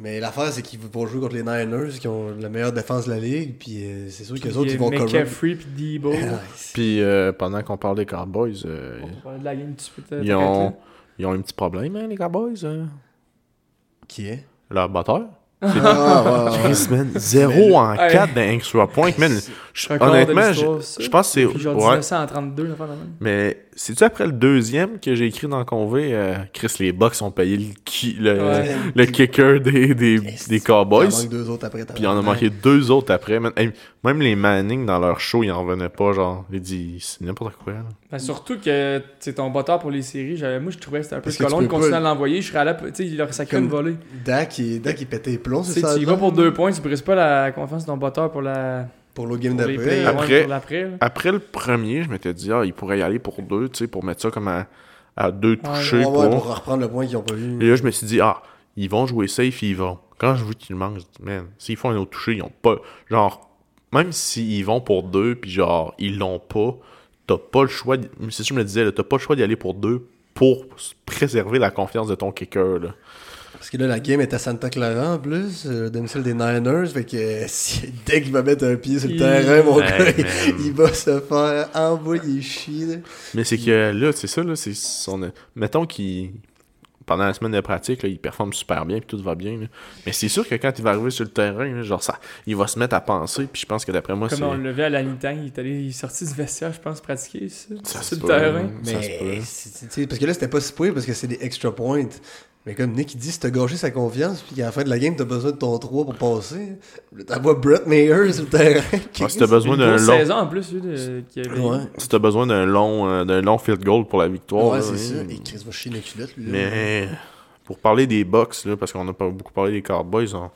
Speaker 1: Mais l'affaire, c'est qu'ils vont jouer contre les Niners qui ont la meilleure défense de la ligue. Puis euh, c'est sûr que les autres, ils vont cover.
Speaker 3: McCaffrey puis Debo.
Speaker 1: Nice.
Speaker 2: Puis euh, pendant qu'on parle des Cowboys, euh,
Speaker 3: On va parler de la game tout de suite, euh,
Speaker 2: ils, ont,
Speaker 3: t'inquiète,
Speaker 2: ils ont un petit problème, hein, les Cowboys. hein.
Speaker 1: Qui est
Speaker 2: Leur batteur.
Speaker 1: Ah, ouais, ouais, ouais.
Speaker 2: Chris, man, 0
Speaker 1: Mais-
Speaker 2: en
Speaker 3: Hey.
Speaker 2: 4 d'un extra point, man. Je-
Speaker 3: record de
Speaker 2: Honnêtement,
Speaker 3: l'histoire,
Speaker 2: je-
Speaker 3: ça.
Speaker 2: je pense que c'est.
Speaker 3: là. Puis genre
Speaker 2: ouais.
Speaker 3: 1932, une affaire de même.
Speaker 2: Mais c'est-tu après le deuxième que j'ai écrit dans Convé euh, Chris, les Bucks ont payé le, ki- le,
Speaker 3: Ouais.
Speaker 2: le kicker des, des, des Cowboys.
Speaker 1: Il en manque deux autres après.
Speaker 2: Puis il en a manqué deux autres après. man. Hey, Même les Manning dans leur show, ils en revenaient pas. Genre, ils disent c'est n'importe quoi. là.
Speaker 3: Ben, surtout que c'est ton batteur pour les séries. j'avais- Moi, je trouvais que c'était un peu
Speaker 1: Parce que tu
Speaker 3: colon de
Speaker 1: peux pas-
Speaker 3: continuer à l'envoyer. Je serais allé. Tu sais, il leur sacré
Speaker 1: Comme-
Speaker 3: une volée.
Speaker 1: Dak, il, Dak, il pétait les plombs,
Speaker 3: Tu
Speaker 1: c'est
Speaker 3: sais,
Speaker 1: ça?
Speaker 3: tu y vas
Speaker 1: Adam?
Speaker 3: pour deux points, tu brises pas la confiance de ton batteur pour la.
Speaker 1: Pour l'autre game
Speaker 3: Pour les
Speaker 1: d'après.
Speaker 3: plays,
Speaker 1: Après,
Speaker 2: Après-
Speaker 3: ouais, pour l'après. là.
Speaker 2: Après le premier, je m'étais dit, ah, il pourrait y aller pour deux, tu sais, pour mettre ça comme à, à deux touchés.
Speaker 1: ouais, ouais,
Speaker 2: pour-
Speaker 1: pour reprendre le point qu'ils ont pas vu.
Speaker 2: Et là, je me suis dit, ah, ils vont jouer safe, ils vont. Quand je vois qu'ils manquent, je dis, man, s'ils font un autre toucher, ils ont pas. Genre, même s'ils vont pour deux, puis genre, ils l'ont pas, t'as pas le choix. d- C'est ce que je me disais, là, t'as pas le choix d'y aller pour deux pour s- préserver la confiance de ton kicker, là.
Speaker 1: Parce que là, la game est à Santa Clara en plus, euh, domicile des Niners. Fait que euh, si, dès qu'il va mettre un pied sur le
Speaker 3: Il-
Speaker 1: terrain, mon
Speaker 2: Hey,
Speaker 1: gars, il-
Speaker 2: man.
Speaker 1: il va se faire envoyer chier. là.
Speaker 2: Mais c'est que là, c'est ça, là, c'est son. Mettons qu'il. Pendant la semaine de pratique, là, il performe super bien, puis tout va bien. là. Mais c'est sûr que quand il va arriver sur le terrain, là, genre ça, il va se mettre à penser, puis je pense que d'après moi, c'est.
Speaker 3: Comme on le levait à la mi-temps, il est allé, il est sorti du vestiaire, je pense, pratiquer ça,
Speaker 2: Ça se
Speaker 3: sur le
Speaker 2: peut,
Speaker 3: terrain.
Speaker 2: hein, ça se peut.
Speaker 1: Mais, c'est- c'est- c'est- parce que là, c'était pas si pire parce que c'est des extra points. Mais comme Nick, il dit, si t'as gâché sa confiance, puis qu'à la fin de la game, t'as besoin de ton 3 pour passer, là, t'as vois Brett Mayer sur le terrain.
Speaker 2: Ah, si t'as besoin
Speaker 3: Une
Speaker 2: d'un
Speaker 3: grosse
Speaker 2: long
Speaker 3: saison en plus, lui, de- qui avait.
Speaker 1: Ouais,
Speaker 2: Si t'as besoin d'un long, euh, d'un long field goal pour la victoire.
Speaker 1: ouais
Speaker 2: là,
Speaker 1: c'est
Speaker 2: oui.
Speaker 1: ça. Et Chris va chier une culotte, lui. là.
Speaker 2: Mais pour parler des Bucks, là, parce qu'on n'a pas beaucoup parlé des Cowboys, on-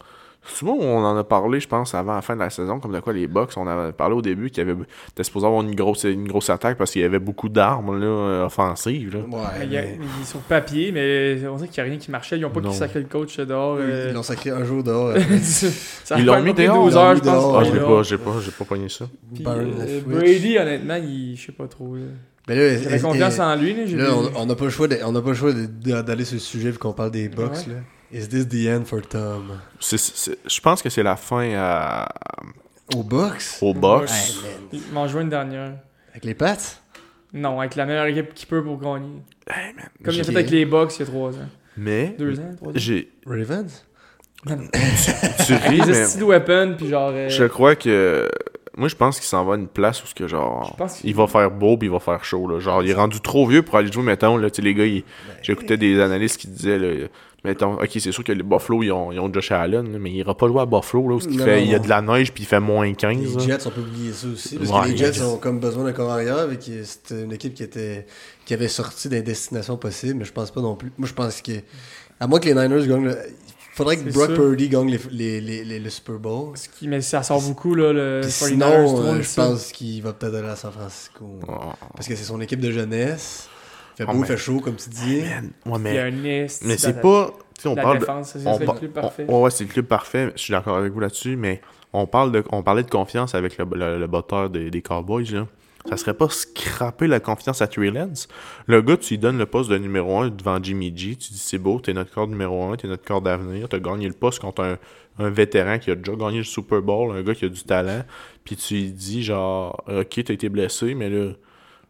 Speaker 2: souvent on en a parlé, je pense, avant la fin de la saison, comme de quoi les Bucks, on avait parlé au début qu'il y avait t'es supposé avoir une grosse, une grosse attaque parce qu'il y avait beaucoup d'armes là, euh, offensives. là.
Speaker 1: Ouais,
Speaker 3: Mais il, y a-
Speaker 1: mais-
Speaker 3: il est sur papier, mais on dirait qu'il n'y a rien qui marchait. Ils n'ont pas
Speaker 2: Non.
Speaker 3: qui sacré le coach dehors. euh,
Speaker 1: Ils l'ont sacré un jour dehors. euh,
Speaker 3: ça
Speaker 2: Ils
Speaker 3: a
Speaker 2: l'ont
Speaker 3: pas
Speaker 2: mis
Speaker 3: pris
Speaker 2: dehors.
Speaker 3: 12
Speaker 1: Ils l'ont
Speaker 3: heures,
Speaker 1: mis
Speaker 3: je pense.
Speaker 1: dehors.
Speaker 2: Ah,
Speaker 1: Ouais,
Speaker 2: je l'ai
Speaker 3: dehors.
Speaker 2: pas, j'ai pas, j'ai pas pogné ça.
Speaker 3: Puis,
Speaker 1: Burn
Speaker 3: euh,
Speaker 1: la switch.
Speaker 3: Brady, honnêtement, il, je sais pas trop. là.
Speaker 1: Mais là,
Speaker 3: J'avais
Speaker 1: est-
Speaker 3: confiance
Speaker 1: est-
Speaker 3: en lui. Là, j'ai
Speaker 1: là,
Speaker 3: dit-
Speaker 1: on- on n'a pas le choix de- on n'a pas le choix de- de- d'aller sur le sujet vu qu'on parle des box.
Speaker 3: Ouais.
Speaker 1: Là. Is this the end for Tom?
Speaker 2: C'est- c'est- Je pense que c'est la fin à,
Speaker 1: Au box?
Speaker 2: aux Bucks.
Speaker 1: Hey, man.
Speaker 3: Il m'en joue une dernière.
Speaker 1: Avec les pattes?
Speaker 3: Non, avec la meilleure équipe qu'il peut pour gagner. Comme il a
Speaker 1: Ok.
Speaker 3: fait avec les Bucks il y a 3 ans.
Speaker 2: Mais
Speaker 3: 2 ans, 3 ans.
Speaker 2: j'ai.
Speaker 1: Ravens?
Speaker 2: Tu ris,
Speaker 3: Les
Speaker 2: mais
Speaker 3: hosties de weapon, puis genre. euh,
Speaker 2: Je crois que. Moi, je pense qu'il s'en va à une place où ce que genre.
Speaker 3: Je pense qu'il-
Speaker 2: Il va faire beau puis il va faire chaud. Là. Genre, il est rendu trop vieux pour aller jouer, mettons. Là, tu sais, les gars, ils- j'écoutais des analystes qui disaient, là, mettons, ok, c'est sûr que les Buffalo, ils ont, ils ont Josh Allen, là, mais il ira pas jouer à Buffalo, là, où ce qu'il
Speaker 1: Non,
Speaker 2: fait,
Speaker 1: non,
Speaker 2: il y a
Speaker 1: non.
Speaker 2: de la neige puis il fait moins
Speaker 1: Les
Speaker 2: 15. là.
Speaker 1: Jets, on peut oublier ça aussi. Parce
Speaker 2: Ouais,
Speaker 1: que les
Speaker 2: les
Speaker 1: Jets ont comme besoin d'un corps arrière. Vu que c'était une équipe qui, était, qui avait sorti des destinations possibles, mais je pense pas non plus. Moi, je pense que. À moins que les Niners gagnent. le- Il faudrait que
Speaker 3: C'est
Speaker 1: Brock
Speaker 3: sûr.
Speaker 1: Purdy gagne les- les- les- les- le Super Bowl.
Speaker 3: ce qui- mais ça sort beaucoup, là, le
Speaker 1: Puis sinon,
Speaker 3: 49ers, trop,
Speaker 1: euh,
Speaker 3: mais
Speaker 1: je
Speaker 3: ça.
Speaker 1: pense qu'il va peut-être aller à San Francisco.
Speaker 2: Oh,
Speaker 1: Parce que c'est son équipe de jeunesse. Fait
Speaker 2: Oh,
Speaker 1: beau,
Speaker 2: mais- Ah,
Speaker 1: fait chaud, comme tu dis.
Speaker 2: man. Ouais,
Speaker 3: Il y a
Speaker 2: mais,
Speaker 3: un nest.
Speaker 2: mais c'est pas. tu sais, on
Speaker 3: la
Speaker 2: parle de-
Speaker 3: défense, ça,
Speaker 2: on
Speaker 3: c'est le
Speaker 2: par-
Speaker 3: club parfait.
Speaker 2: on- ouais, ouais, c'est le club parfait. Je suis d'accord avec vous là-dessus, mais on, parle de, on parlait de confiance avec le, le, le botteur des, des Cowboys. Là. Ça serait pas scraper la confiance à Trey Lance. Le gars, tu lui donnes le poste de numéro 1 devant Jimmy G. Tu dis c'est beau, t'es notre corps numéro 1, t'es notre corps d'avenir. T'as gagné le poste contre un, un vétéran qui a déjà gagné le Super Bowl, un gars qui a du talent. Puis tu lui dis genre, ok, t'as été blessé, mais là,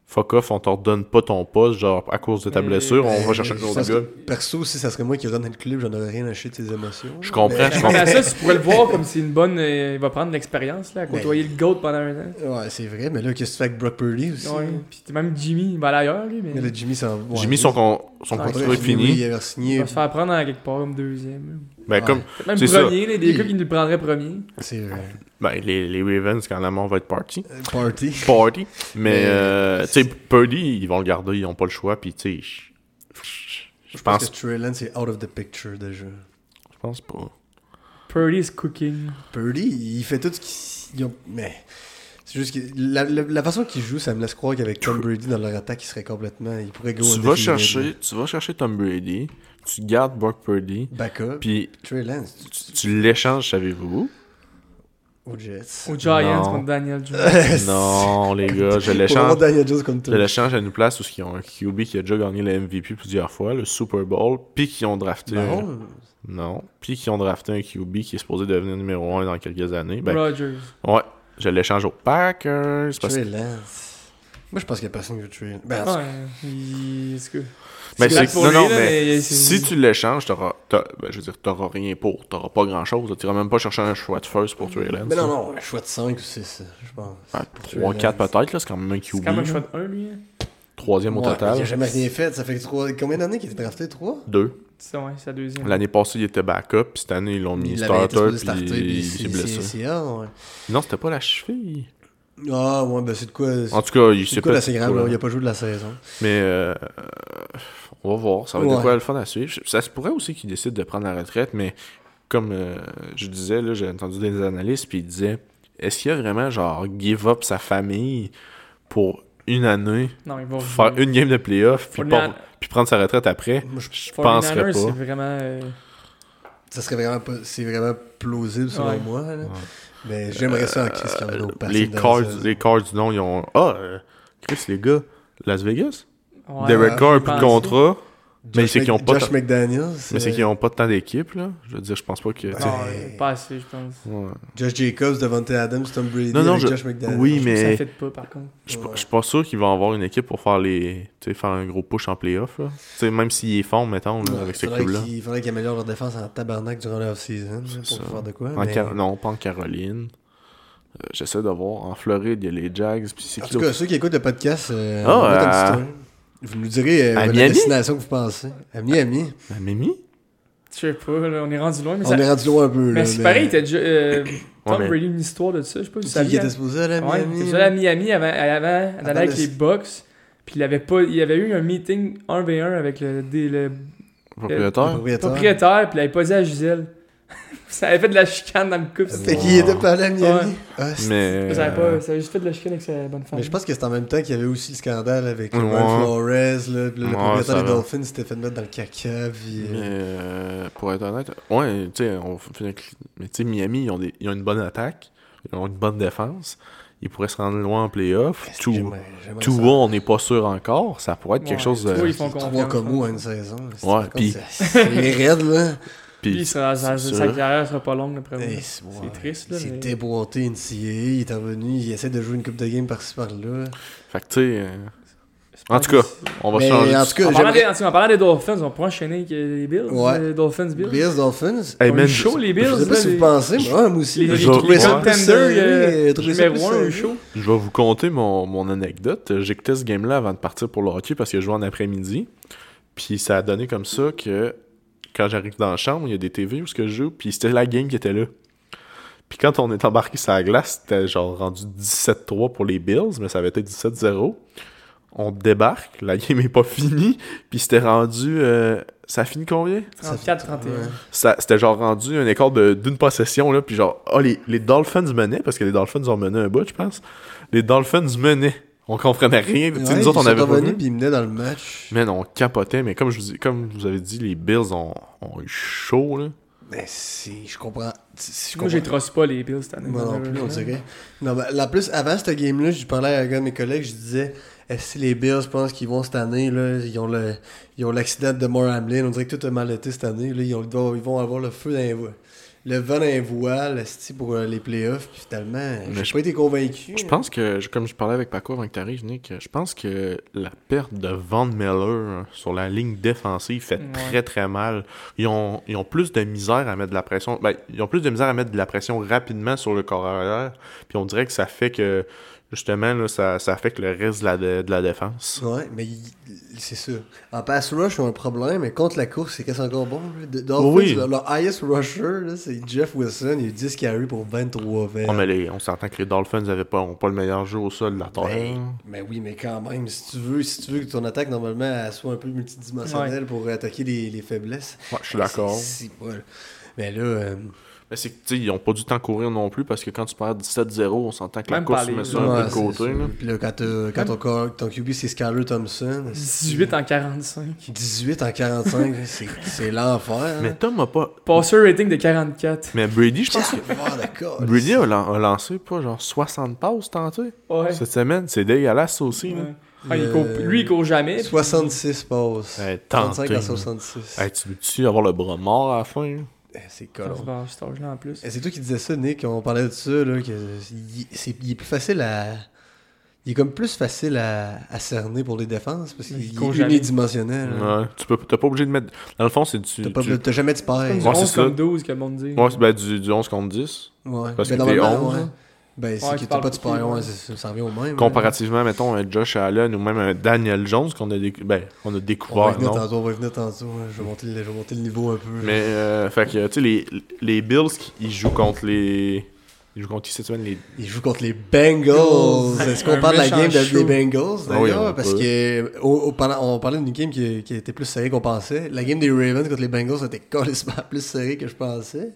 Speaker 2: fuck off, on t'en redonne pas ton poste, genre à cause de ta
Speaker 3: Mais- ben,
Speaker 2: blessure, on
Speaker 1: Mais
Speaker 2: va chercher un
Speaker 1: je
Speaker 2: autre
Speaker 1: pense
Speaker 2: gars.
Speaker 1: que Perso, si ça serait moi qui rentre le club, j'en aurais rien à chier de ses émotions.
Speaker 2: Je comprends, je
Speaker 3: Mais
Speaker 2: comprends.
Speaker 3: à ça, tu pourrais le voir comme c'est une bonne. euh, il va prendre de l'expérience, là, à
Speaker 1: Mais-
Speaker 3: côtoyer le GOAT pendant un an.
Speaker 1: Ouais, c'est vrai, mais là, qu'est-ce que tu fais avec Brock Purdy aussi?
Speaker 3: Ouais. Puis t'es même Jimmy, il va aller ailleurs, lui, mais.
Speaker 1: Mais là, Jimmy s'en va.
Speaker 2: Jimmy, son, con- son
Speaker 3: Ouais,
Speaker 1: contrat
Speaker 2: contrat est
Speaker 1: est oui,
Speaker 2: fini.
Speaker 1: Il avait
Speaker 3: Il
Speaker 1: signé.
Speaker 3: va se faire prendre à quelque part comme deuxième.
Speaker 2: Ben,
Speaker 1: Ouais.
Speaker 2: comme
Speaker 3: Peut-être Même
Speaker 2: C'est ça.
Speaker 3: premier, là, des gars qui nous le prendraient premier.
Speaker 1: C'est vrai.
Speaker 2: ben, les, les Ravens, quand l'amour va être parti.
Speaker 1: Party.
Speaker 2: Party. Mais,
Speaker 1: Mais,
Speaker 2: euh, tu sais, Purdy, ils vont le garder, ils n'ont pas le choix. Puis, tu sais, je- je
Speaker 1: Je pense
Speaker 2: pense,
Speaker 1: que Trey Lance est out of the picture déjà.
Speaker 2: je pense pas.
Speaker 3: Purdy is cooking.
Speaker 1: Purdy, il fait tout ce qu'il. il a- Mais. C'est juste que la, la- la façon qu'il joue, ça me laisse croire qu'avec Tom Brady dans leur attaque, il serait complètement. Il pourrait go
Speaker 2: Tu vas,
Speaker 1: undefeated.
Speaker 2: chercher, tu vas chercher Tom Brady, tu gardes Brock Purdy,
Speaker 1: Backup.
Speaker 2: puis
Speaker 1: Trey Lance
Speaker 2: tu, tu l'échanges, savez-vous?
Speaker 1: aux Jets.
Speaker 3: Aux Giants
Speaker 2: Non.
Speaker 3: contre Daniel Jones.
Speaker 2: Non, les gars, je
Speaker 1: Pour avoir
Speaker 2: l'échange.
Speaker 1: Daniel Jones comme
Speaker 2: Je
Speaker 1: tout.
Speaker 2: l'échange à une place où ils ont un QB qui a déjà gagné le MVP plusieurs fois, le Super Bowl, puis qui ont drafté. un-
Speaker 1: Mahomes.
Speaker 2: Non. Puis qui ont drafté un QB qui est supposé devenir numéro 1 dans quelques années. Ben,
Speaker 3: Rodgers.
Speaker 2: ouais, je l'échange aux Packers. Parce que
Speaker 1: Trey Lance. Moi, je pense qu'il n'y a personne qui veut Trey Lance. Ben, en tout cas,
Speaker 3: Ouais, il- est-ce que-
Speaker 2: Mais
Speaker 3: C'est
Speaker 2: Ben, c'est
Speaker 3: pour
Speaker 2: non,
Speaker 3: lui,
Speaker 2: non,
Speaker 3: là,
Speaker 2: mais
Speaker 3: mais c'est-
Speaker 2: si tu l'échanges, t'auras, t'as- ben, je veux dire, t'auras rien pour, t'auras pas grand chose. T'iras même pas chercher un choix de first pour Trey Lance.
Speaker 1: Mais non, non, un choix de 5 ou 6, je pense. Trey
Speaker 2: 3, 4
Speaker 1: Lance.
Speaker 2: peut-être, là, c'est quand même un
Speaker 3: C'est
Speaker 2: QB.
Speaker 3: quand même un
Speaker 2: là.
Speaker 3: choix de 1, lui. hein.
Speaker 2: Troisième au
Speaker 1: Ouais, mais Il
Speaker 2: total.
Speaker 1: n'a jamais rien fait. Ça fait que trois- combien d'années qu'il était drafté 3
Speaker 2: Deux.
Speaker 3: C'est ouais, c'est la deuxième.
Speaker 2: L'année passée, il était backup, puis cette année, ils l'ont mis
Speaker 1: Il avait été
Speaker 2: starter,
Speaker 1: supposé
Speaker 2: puis
Speaker 1: starter, puis
Speaker 2: il s'est
Speaker 1: c'est
Speaker 2: blessé.
Speaker 1: c'est- ah, ouais.
Speaker 2: Non, c'était pas la cheville.
Speaker 1: Ah, ouais, ben c'est de quoi.
Speaker 2: En tout cas, il
Speaker 1: C'est
Speaker 2: s'est
Speaker 1: de quoi
Speaker 2: pas-
Speaker 1: d'assez grave, là, il n'a pas joué de la saison.
Speaker 2: Mais euh, on va voir, ça va être
Speaker 1: Ouais.
Speaker 2: de quoi le fun à suivre. Ça se pourrait aussi qu'ils décident de prendre la retraite, mais comme euh, je disais, là, j'ai entendu des analystes, puis ils disaient est-ce qu'il y a vraiment, genre, give up sa famille pour une année,
Speaker 3: Non, ils vont
Speaker 2: pour faire une game de playoff, puis,
Speaker 3: Fortnite-
Speaker 2: pas- puis prendre sa retraite après
Speaker 1: Moi, je-
Speaker 2: Je
Speaker 3: 49ers,
Speaker 2: penserais
Speaker 3: c'est
Speaker 2: pas.
Speaker 3: vraiment. euh,
Speaker 1: Ça serait vraiment, pas- c'est vraiment plausible selon
Speaker 3: Ouais.
Speaker 1: moi. là. Mais j'aimerais ça en crise qu'il y en a d'autres
Speaker 2: Euh, Les
Speaker 1: personnes Euh, dans
Speaker 2: cards,
Speaker 1: la saison.
Speaker 2: les cards, non, ils ont. Ah, euh, Chris, les gars, Las Vegas
Speaker 3: ouais,
Speaker 2: Derek Carr,
Speaker 3: j'y
Speaker 2: plus de
Speaker 3: pensais.
Speaker 2: contrat.
Speaker 1: Josh
Speaker 2: mais c'est
Speaker 1: Mc-
Speaker 2: qu'ils ont pas
Speaker 1: Josh
Speaker 2: tant-
Speaker 1: McDaniels.
Speaker 2: Mais c'est
Speaker 1: euh,
Speaker 2: qu'ils n'ont pas tant d'équipe, là. Je veux dire, je pense pas que. tu sais,
Speaker 3: Non, euh,
Speaker 1: Ouais.
Speaker 3: pas assez, je pense.
Speaker 2: ouais.
Speaker 1: Josh Jacobs, Devante Adams, Tom Brady,
Speaker 2: Non, non,
Speaker 1: avec
Speaker 2: je-
Speaker 1: Josh McDaniels.
Speaker 2: Oui,
Speaker 3: Je trouve que
Speaker 2: mais.
Speaker 3: Ça fait pas, par contre.
Speaker 2: Je suis
Speaker 1: Ouais.
Speaker 2: pas- je suis pas sûr qu'ils vont avoir une équipe pour faire les. Tu sais, faire un gros push en playoff, là. Tu sais, même s'ils est fort, mettons, là,
Speaker 1: Ouais,
Speaker 2: avec ce
Speaker 1: faudrait
Speaker 2: club-là.
Speaker 1: qu'ils- faudrait qu'ils améliorent leur défense en tabarnak durant leur season là,
Speaker 2: C'est
Speaker 1: pour
Speaker 2: ça.
Speaker 1: faire de quoi.
Speaker 2: En
Speaker 1: mais-
Speaker 2: Car- Non, pas en Caroline. Euh, J'essaie de voir. En Floride, il y a les Jags, puis c'est
Speaker 1: En
Speaker 2: qui
Speaker 1: tout
Speaker 2: d'autre?
Speaker 1: cas, ceux qui écoutent le podcast, euh,
Speaker 2: Ah,
Speaker 1: mettez une
Speaker 2: euh,
Speaker 1: petite story. vous nous direz euh,
Speaker 2: à
Speaker 1: la
Speaker 2: Miami?
Speaker 1: destination que vous pensez. À Miami,
Speaker 2: La Ben,
Speaker 1: euh,
Speaker 2: Mimi
Speaker 3: Je sais pas, là, on est rendu loin, mais
Speaker 1: on
Speaker 3: ça.
Speaker 1: est rendu loin un peu.
Speaker 3: Mais
Speaker 1: là,
Speaker 3: c'est pareil, il était déjà. euh, Tom
Speaker 2: mais-
Speaker 3: Brady, une histoire de ça, je sais
Speaker 1: Tu
Speaker 3: pas si vous
Speaker 1: sais, il
Speaker 3: saviez.
Speaker 1: était supposé aller à
Speaker 3: Ouais, il
Speaker 1: Miami.
Speaker 3: était déjà allé à Miami avant, avant d'aller avec
Speaker 1: le-
Speaker 3: les Bucks. Puis il avait, pas, il avait eu un meeting 1v1 avec le, dé- le
Speaker 1: Le
Speaker 2: propriétaire.
Speaker 1: propriétaire.
Speaker 3: propriétaire, puis il avait pas dit à Gisèle. ça avait fait de la chicane dans le couple.
Speaker 1: Fait
Speaker 3: ça.
Speaker 2: C'était-
Speaker 1: qu'il était pas allé à Miami.
Speaker 3: Ouais.
Speaker 1: Ah, c'est-
Speaker 2: Mais.
Speaker 3: Ça avait,
Speaker 2: euh,
Speaker 3: pas, ça avait juste fait de la chicane avec sa bonne femme.
Speaker 1: Mais je pense que c'est en même temps qu'il y avait aussi le scandale avec le
Speaker 2: Ouais.
Speaker 1: Brian Flores, là, puis le,
Speaker 2: Ouais,
Speaker 1: propriétaire
Speaker 2: ça
Speaker 1: des
Speaker 2: va.
Speaker 1: Dolphins s'était fait mettre dans le caca. Puis, euh,
Speaker 2: Mais euh, pour être honnête, ouais, tu sais, on finit avec- Mais tu sais, Miami, ils ont, des- ils ont une bonne attaque, ils ont une bonne défense, ils pourraient se rendre loin en playoff.
Speaker 1: est-ce que
Speaker 2: Tout,
Speaker 1: j'aimerais- j'aimerais
Speaker 2: tout
Speaker 1: ça.
Speaker 2: haut, on n'est pas sûr encore, ça pourrait être quelque
Speaker 3: Ouais,
Speaker 2: chose de.
Speaker 3: tout haut, ils font
Speaker 1: Euh, Trois
Speaker 3: confiance,
Speaker 1: comme à
Speaker 3: hein.
Speaker 1: une saison. là, c'est-
Speaker 2: Ouais,
Speaker 1: c'est-
Speaker 2: puis-
Speaker 1: C'est raide, là.
Speaker 2: Puis-
Speaker 3: Puis ça- ça-
Speaker 2: c'est
Speaker 3: sa
Speaker 2: sûr.
Speaker 3: carrière sera pas longue après.
Speaker 1: Eh,
Speaker 3: moi.
Speaker 1: C'est
Speaker 3: C'est triste, là.
Speaker 1: C'est
Speaker 3: mais-
Speaker 1: déboîté, NCA, il est revenu, il essaie de jouer une coupe de game par-ci par-là.
Speaker 2: Fait que tu sais. euh,
Speaker 3: c'est
Speaker 2: En
Speaker 3: pas
Speaker 2: tout
Speaker 3: que-
Speaker 2: cas, on va
Speaker 1: Mais
Speaker 2: changer.
Speaker 1: en
Speaker 2: du-
Speaker 1: tout cas,
Speaker 3: En parlant,
Speaker 1: j'aimerais-
Speaker 3: des, en tout cas, en parlant des Dolphins, on peut enchaîner avec euh, les Bills.
Speaker 1: Ouais.
Speaker 3: Les Dolphins Bills.
Speaker 1: Bills Dolphins.
Speaker 2: Hey,
Speaker 3: Ils ont eu
Speaker 2: man,
Speaker 3: chaud, les Bills.
Speaker 1: je sais
Speaker 3: là,
Speaker 1: pas si
Speaker 3: les-
Speaker 1: vous pensez, mais ouais, moi aussi.
Speaker 3: Les,
Speaker 1: là,
Speaker 3: les,
Speaker 2: Je
Speaker 1: j'ai
Speaker 2: vais-
Speaker 1: trouvé ça
Speaker 2: ouais.
Speaker 1: plus
Speaker 3: contenders
Speaker 1: serré,
Speaker 3: euh,
Speaker 1: j'ai trouvé ça plus
Speaker 3: numéro 1
Speaker 1: serré.
Speaker 3: au show.
Speaker 2: Je vais vous conter mon, mon anecdote. J'écoutais ce game-là avant de partir pour le hockey parce que je jouais en après-midi. Puis ça a donné comme ça que quand j'arrive dans la chambre, il y a des TV où ce que je joue. Puis c'était la game qui était là. Puis quand on est embarqué sur la glace, c'était genre rendu 17-3 pour les Bills, mais ça avait été 17-0. On débarque, la game est pas finie. Puis c'était rendu. euh, ça finit combien
Speaker 3: 34-31.
Speaker 2: Ça- c'était genre rendu un écart de- d'une possession là puis genre ah les, les Dolphins menaient parce que les Dolphins ont mené un bout je pense les Dolphins menaient on comprenait rien tu sais,
Speaker 1: Ouais,
Speaker 2: nous autres
Speaker 1: ils
Speaker 2: on
Speaker 1: sont
Speaker 2: avait pas
Speaker 1: revenus,
Speaker 2: vu
Speaker 1: puis ils menaient dans le match.
Speaker 2: mais on capotait mais comme je vous dis- comme vous avez dit les Bills ont, ont eu chaud là
Speaker 1: Mais si, je comprends. si- je
Speaker 3: Moi, j'ai
Speaker 1: comprends.
Speaker 3: trosse pas les Bills cette année.
Speaker 1: Moi non plus, on
Speaker 3: malheureusement.
Speaker 1: dirait. Non, mais la plus, avant cette game-là, je parlais à un gars de mes collègues, je disais, est-ce que les Bills pensent qu'ils vont cette année, là, ils ont le, ils ont l'accident de Demar Hamlin, on dirait que tout a mal été cette année, là, ils, ont- ils vont, ils vont avoir le feu dans les voies. Le vent dans les voiles, esti, pour euh, les playoffs, puis finalement,
Speaker 2: Mais
Speaker 1: j'ai
Speaker 2: je-
Speaker 1: pas été convaincu.
Speaker 3: Mm.
Speaker 2: je pense que je- comme je parlais avec Paco avant que t'arrives Nick je pense que la perte de Van Miller sur la ligne défensive fait
Speaker 3: Ouais.
Speaker 2: très très mal ils ont, ils ont plus de misère à mettre de la pression. Ben, ils ont plus de misère à mettre de la pression rapidement sur le corps arrière. Puis on dirait que ça fait que, justement, là, ça, ça affecte le reste de la, de, de la défense.
Speaker 1: Ouais, mais il- il- c'est ça. En pass rush, ils ont un problème, mais contre la course, c'est qu'est-ce encore bon? là. De- Dolphins,
Speaker 2: Oui.
Speaker 1: leur, leur highest rusher, là, c'est Jeff Wilson, il a eu 10 carries pour 23 verts.
Speaker 2: On, mais les- on s'entend que les Dolphins n'avaient pas, ont pas le meilleur jeu au sol de la terre.
Speaker 1: Ben, mais oui, mais quand même, si tu veux, si tu veux que ton attaque normalement elle soit un peu multidimensionnelle pour attaquer les, les faiblesses.
Speaker 2: Ouais, je suis d'accord.
Speaker 1: C'est- c'est pas- Mais là, euh,
Speaker 2: Mais c'est que, tu sais, ils n'ont pas du temps courir non plus parce que quand tu perds 17-0, on s'entend que la
Speaker 3: Même
Speaker 2: course
Speaker 3: pas les-
Speaker 2: met ça un peu
Speaker 1: ouais,
Speaker 2: de
Speaker 1: c'est
Speaker 2: côté.
Speaker 1: ça.
Speaker 2: là.
Speaker 1: Puis là, quand, t'as- quand ton, corps- ton QB c'est Skyler Thompson,
Speaker 3: 18 en 45.
Speaker 1: 18 en 45, c'est- c'est l'enfer. hein.
Speaker 2: Mais Tom a pas.
Speaker 3: Passer rating de 44.
Speaker 2: Mais Brady, je pense que.
Speaker 1: Oh, d'accord.
Speaker 2: Brady a, lan- a lancé pas genre 60 passes tentées
Speaker 3: Ouais.
Speaker 2: cette semaine. C'est hein. dégueulasse ça aussi. là.
Speaker 3: Ouais. Ah, il court-
Speaker 1: Euh,
Speaker 3: lui, il court jamais. puis-
Speaker 1: 66 passes.
Speaker 2: Eh,
Speaker 1: 35
Speaker 2: tenté.
Speaker 1: à 66.
Speaker 2: Hey, tu veux-tu avoir le bras mort à la fin? là?
Speaker 1: Eh, C'est
Speaker 3: Ah,
Speaker 1: colon.
Speaker 3: c'est cet âge-là en plus.
Speaker 1: Eh, C'est toi qui disais ça, Nick. On parlait de ça, là, que c'est- il c'est- il est plus facile à. Il est comme plus facile à, à cerner pour les défenses parce
Speaker 3: Il
Speaker 1: qu'il
Speaker 3: court
Speaker 1: est
Speaker 3: jamais.
Speaker 1: unidimensionnel. là.
Speaker 2: Ouais. Tu peux, t'es pas obligé de mettre. Dans le fond, c'est du.
Speaker 1: T'as pas-
Speaker 2: du-
Speaker 1: T'as jamais de pair.
Speaker 3: Comme du
Speaker 2: Ouais, c'est
Speaker 3: 11 comme
Speaker 2: ça.
Speaker 3: 12 que le monde dit.
Speaker 2: Ouais, c'est ben, du, du 11 contre 10.
Speaker 1: Ouais.
Speaker 2: Parce
Speaker 1: Ben,
Speaker 2: que t'es
Speaker 1: normalement,
Speaker 2: 11,
Speaker 1: ouais.
Speaker 2: hein.
Speaker 1: Ben, c'est
Speaker 3: Ouais,
Speaker 1: que
Speaker 3: tu
Speaker 1: t'as
Speaker 3: parles
Speaker 1: pas de
Speaker 3: beaucoup,
Speaker 1: pair, ouais,
Speaker 3: ouais.
Speaker 1: c'est- ça revient au même. hein.
Speaker 2: Comparativement, mettons, un Josh Allen ou même un Daniel Jones qu'on a, déc- ben, qu'on a
Speaker 1: hein. On va
Speaker 2: découvert.
Speaker 1: venir
Speaker 2: non?
Speaker 1: tantôt, on va venir tantôt. hein. Je vais monter le, je vais monter le niveau un peu.
Speaker 2: Mais, euh, fait que, tu sais, les, les Bills, qui- ils jouent contre les. Ils jouent contre qui cette semaine les...
Speaker 1: Il joue contre les Bengals. Est-ce qu'on
Speaker 3: Un
Speaker 1: parle de la
Speaker 3: méchant
Speaker 1: game de-
Speaker 3: show.
Speaker 1: des Bengals
Speaker 2: Ah oui,
Speaker 1: d'ailleurs?
Speaker 2: on
Speaker 1: Parce
Speaker 2: peut.
Speaker 1: que au- au- pendant- on parlait d'une game qui, qui était plus serrée qu'on pensait. La game des Ravens contre les Bengals était carrément plus serrée que je pensais.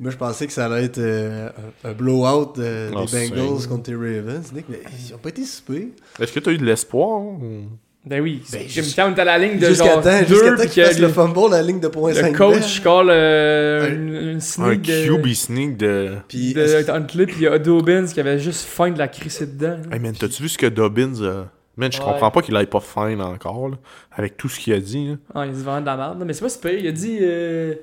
Speaker 1: Moi, je pensais que ça allait être euh, un un blowout de-
Speaker 2: Ah,
Speaker 1: des
Speaker 2: c'est-
Speaker 1: Bengals contre les Ravens. Nick, mais ils ont pas été soupés.
Speaker 2: Est-ce que t'as eu de l'espoir hein, ou-
Speaker 3: Ben oui,
Speaker 1: Ben,
Speaker 3: c'est-
Speaker 1: juste-
Speaker 3: quand t'es à la ligne de
Speaker 1: Jusqu'à
Speaker 3: genre
Speaker 1: temps, jusqu'à
Speaker 3: 2
Speaker 1: temps
Speaker 3: puis
Speaker 1: qu'ils fassent
Speaker 3: que
Speaker 1: le
Speaker 3: le,
Speaker 1: fumble à la ligne de point
Speaker 3: le
Speaker 1: 5.
Speaker 3: coach call euh,
Speaker 1: Un-
Speaker 3: une, une
Speaker 2: Un
Speaker 3: sneak de,
Speaker 2: QB sneak de.
Speaker 1: Puis,
Speaker 3: de Huntley puis il y a Dobbins qui avait juste faim de la crisser dedans. là.
Speaker 2: Hey man, t'as-tu vu ce que Dobbins a. Man, je
Speaker 3: Ouais.
Speaker 2: comprends pas qu'il aille pas fine encore, là, avec tout ce qu'il a dit. là.
Speaker 3: Ah, il se vend de la merde. là. Mais c'est pas super. Il a dit. euh,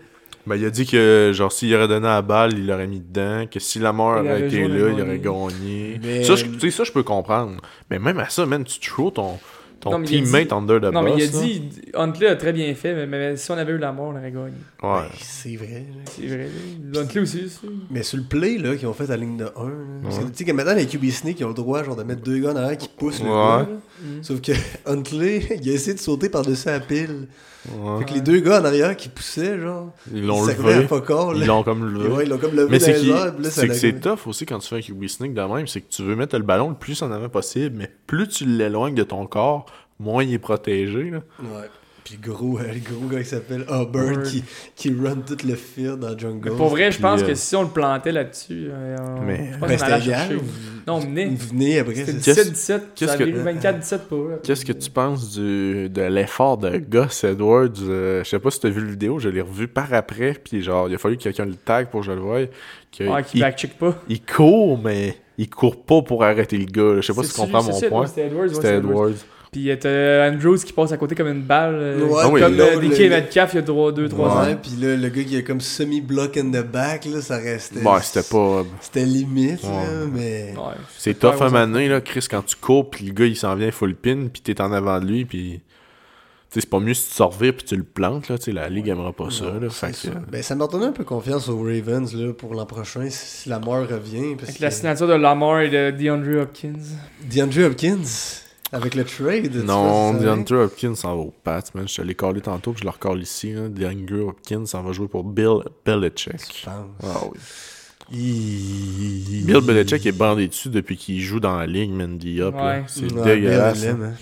Speaker 2: Ben, il a dit que, genre, s'il aurait donné la balle, il l'aurait mis dedans, que si la mort
Speaker 3: Il aurait
Speaker 2: avait été
Speaker 3: joué,
Speaker 2: là, il aurait
Speaker 3: il aurait
Speaker 2: gagné.
Speaker 1: Mais-
Speaker 2: Ça, je- tu sais, ça, je peux comprendre. Mais même à ça, man, tu throws ton, ton
Speaker 3: Non, mais il a
Speaker 2: teammate
Speaker 3: dit-
Speaker 2: under the
Speaker 3: Non, mais il a
Speaker 2: bus, là.
Speaker 3: dit. Huntley a très bien fait, mais, mais si on avait eu la mort, on aurait gagné.
Speaker 2: Ouais.
Speaker 1: Ben, c'est vrai. là.
Speaker 3: C'est vrai. là. Huntley aussi. c'est-
Speaker 1: Mais sur le play là, qu'ils ont fait à la ligne de 1, là, parce que
Speaker 2: Ouais.
Speaker 1: tu sais que maintenant les QB Sneak ils ont le droit genre de mettre deux gars en arrière qui poussent le
Speaker 2: Ouais.
Speaker 1: gars. là.
Speaker 3: Mm.
Speaker 1: Sauf que Huntley, il a essayé de sauter par-dessus la pile.
Speaker 2: Ouais.
Speaker 1: Fait que les deux gars en arrière qui poussaient, genre,
Speaker 2: Ils l'ont
Speaker 1: ça servait à
Speaker 2: levé.
Speaker 1: pas corps,
Speaker 2: Ils
Speaker 1: là.
Speaker 2: l'ont comme
Speaker 1: Et
Speaker 2: levé.
Speaker 1: ouais, ils l'ont comme levé
Speaker 2: Mais
Speaker 1: dans
Speaker 2: c'est
Speaker 1: les
Speaker 2: qui-
Speaker 1: airs, puis là, ça
Speaker 2: c'est que
Speaker 1: l'a-
Speaker 2: c'est tough aussi quand tu fais un QB sneak de même, c'est que tu veux mettre le ballon le plus en avant possible, mais plus tu l'éloignes de ton corps, moins il est protégé. Là.
Speaker 1: Ouais. Puis le gros, euh, le gros gars qui s'appelle Hubbard
Speaker 3: Hubbard.
Speaker 1: qui, qui run tout le field dans Jungle.
Speaker 3: Mais pour vrai, je
Speaker 2: puis,
Speaker 3: pense
Speaker 2: euh,
Speaker 3: que si on le plantait là-dessus, euh, on-
Speaker 2: Mais-
Speaker 1: ben,
Speaker 3: je pense qu'on allait
Speaker 1: c'était égal.
Speaker 3: chercher. Non, on menait.
Speaker 1: Venez après,
Speaker 3: C'était
Speaker 1: c'est
Speaker 2: Qu'est-ce-
Speaker 3: 17-17.
Speaker 2: qu'est-ce
Speaker 3: ça avait
Speaker 2: que-
Speaker 3: eu 24-17 pour eux.
Speaker 2: Qu'est-ce que tu penses du, de l'effort de Gus Edwards euh, Je sais pas si t'as vu la vidéo, je l'ai revu par après, puis genre, il a fallu que quelqu'un le tag pour que je le voie. que
Speaker 3: Ah, qui
Speaker 2: il,
Speaker 3: backcheck pas.
Speaker 2: il court, mais il court pas pour arrêter le gars. là. Je sais pas si tu comprends mon point.
Speaker 3: C'était Edwards. ouais,
Speaker 2: C'était Edwards.
Speaker 3: Puis euh, t'as Andrews qui passe à côté comme une balle. euh,
Speaker 1: Ouais,
Speaker 2: Ah oui,
Speaker 3: comme
Speaker 1: l'autre,
Speaker 3: euh, DK
Speaker 1: le-
Speaker 3: Metcalf il y a 2-3 ans.
Speaker 1: Ouais, puis là, le gars qui a comme semi-block in the back, là, ça restait.
Speaker 2: Ouais, Bah, c'était pas.
Speaker 1: C'était limite, là,
Speaker 2: Ouais.
Speaker 1: mais.
Speaker 3: Ouais.
Speaker 2: C'est tough
Speaker 3: Ouais,
Speaker 2: un
Speaker 3: ouais.
Speaker 2: mané, là, Chris, quand tu cours, puis le gars, il s'en vient full pin, puis t'es en avant de lui, puis... Tu sais, c'est pas mieux si tu sors vire, puis tu le plantes, là, tu sais, la Ligue aimera pas ça, là, fait
Speaker 1: C'est
Speaker 2: que-
Speaker 1: ça. Ben, ça m'a donné un peu confiance aux Ravens là, pour l'an prochain si, si la mort revient. Parce
Speaker 3: Avec la
Speaker 1: que
Speaker 3: signature de Lamar et de DeAndre Hopkins.
Speaker 1: DeAndre Hopkins, avec le trade. tu
Speaker 2: Non,
Speaker 1: vois, c'est ça, hein?
Speaker 2: DeAndre Hopkins s'en va au Pats, man. Je te l'ai collé tantôt, puis je le recolle ici, là. DeAndre Hopkins s'en va jouer pour Bill
Speaker 1: Je
Speaker 2: Belichick.
Speaker 1: pense.
Speaker 2: Ah oui.
Speaker 1: Il-
Speaker 2: Bill Belichick est bandé dessus depuis qu'il joue dans la Ligue, man, D. Hop, là.
Speaker 3: Ouais.
Speaker 2: C'est
Speaker 1: Ouais,
Speaker 2: dégueulasse.
Speaker 1: Bill
Speaker 2: là.
Speaker 1: l'aime, hein.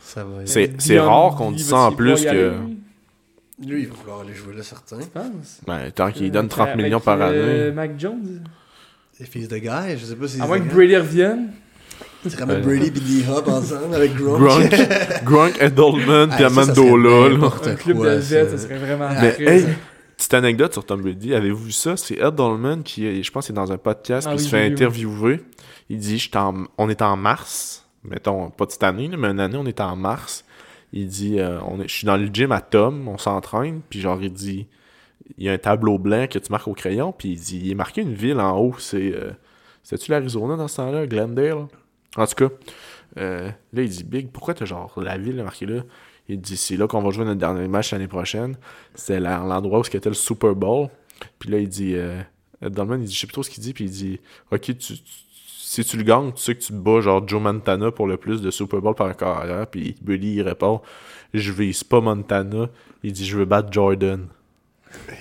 Speaker 1: Ça va être-
Speaker 2: C'est- c'est
Speaker 3: Dion-
Speaker 2: rare qu'on
Speaker 3: il
Speaker 2: dise
Speaker 3: va
Speaker 2: ça en
Speaker 3: s'y
Speaker 2: plus
Speaker 3: pouvoir y
Speaker 2: que-
Speaker 3: aller, lui,
Speaker 1: Lui, il va vouloir aller jouer là, certain.
Speaker 3: je pense.
Speaker 2: Ben, tant qu'il
Speaker 3: Euh,
Speaker 2: donne 30
Speaker 3: avec,
Speaker 2: millions par
Speaker 3: euh,
Speaker 2: année...
Speaker 3: Mac Jones.
Speaker 1: Et fils de guy, je sais pas si.
Speaker 3: À moins que Brady revienne.
Speaker 1: Tu ramènes Brady et D-Hop ensemble avec Gronk.
Speaker 2: Gronk, Gronk, Edelman,
Speaker 1: Ah,
Speaker 2: puis
Speaker 1: ça, ça serait
Speaker 2: Amendola, là.
Speaker 1: n'importe
Speaker 3: Un club
Speaker 1: quoi,
Speaker 3: de Z,
Speaker 1: ça.
Speaker 3: ça serait vraiment
Speaker 2: Mais
Speaker 3: sacré,
Speaker 2: hey,
Speaker 3: ça.
Speaker 2: petite anecdote sur Tom Brady, avez-vous vu ça? C'est Ed Dolman qui, est- je pense, c'est dans un podcast,
Speaker 3: Ah
Speaker 2: puis il se
Speaker 3: oui,
Speaker 2: fait
Speaker 3: j'ai vu, oui.
Speaker 2: interviewer. Il dit, je suis en- on est en mars, mettons, pas de cette année, là, mais une année, on est en mars. Il dit, euh, on est- je suis dans le gym à Tom, on s'entraîne, puis genre, il dit, il y a un tableau blanc que tu marques au crayon, puis il dit, il est marqué une ville en haut, c'est... euh, C'était-tu l'Arizona dans ce temps-là, Glendale? En tout cas, euh, là, il dit Big, pourquoi t'as genre la ville marquée là Il dit C'est là qu'on va jouer notre dernier match l'année prochaine. C'est la- l'endroit où était le Super Bowl. Puis là, il dit euh, Dolman, il dit Je sais plus trop ce qu'il dit. Puis il dit Ok, tu- tu- si tu le gagnes, tu sais que tu bats genre Joe Montana pour le plus de Super Bowl par carrière. Puis Billy, il répond Je vise pas Montana. Il dit Je veux battre Jordan.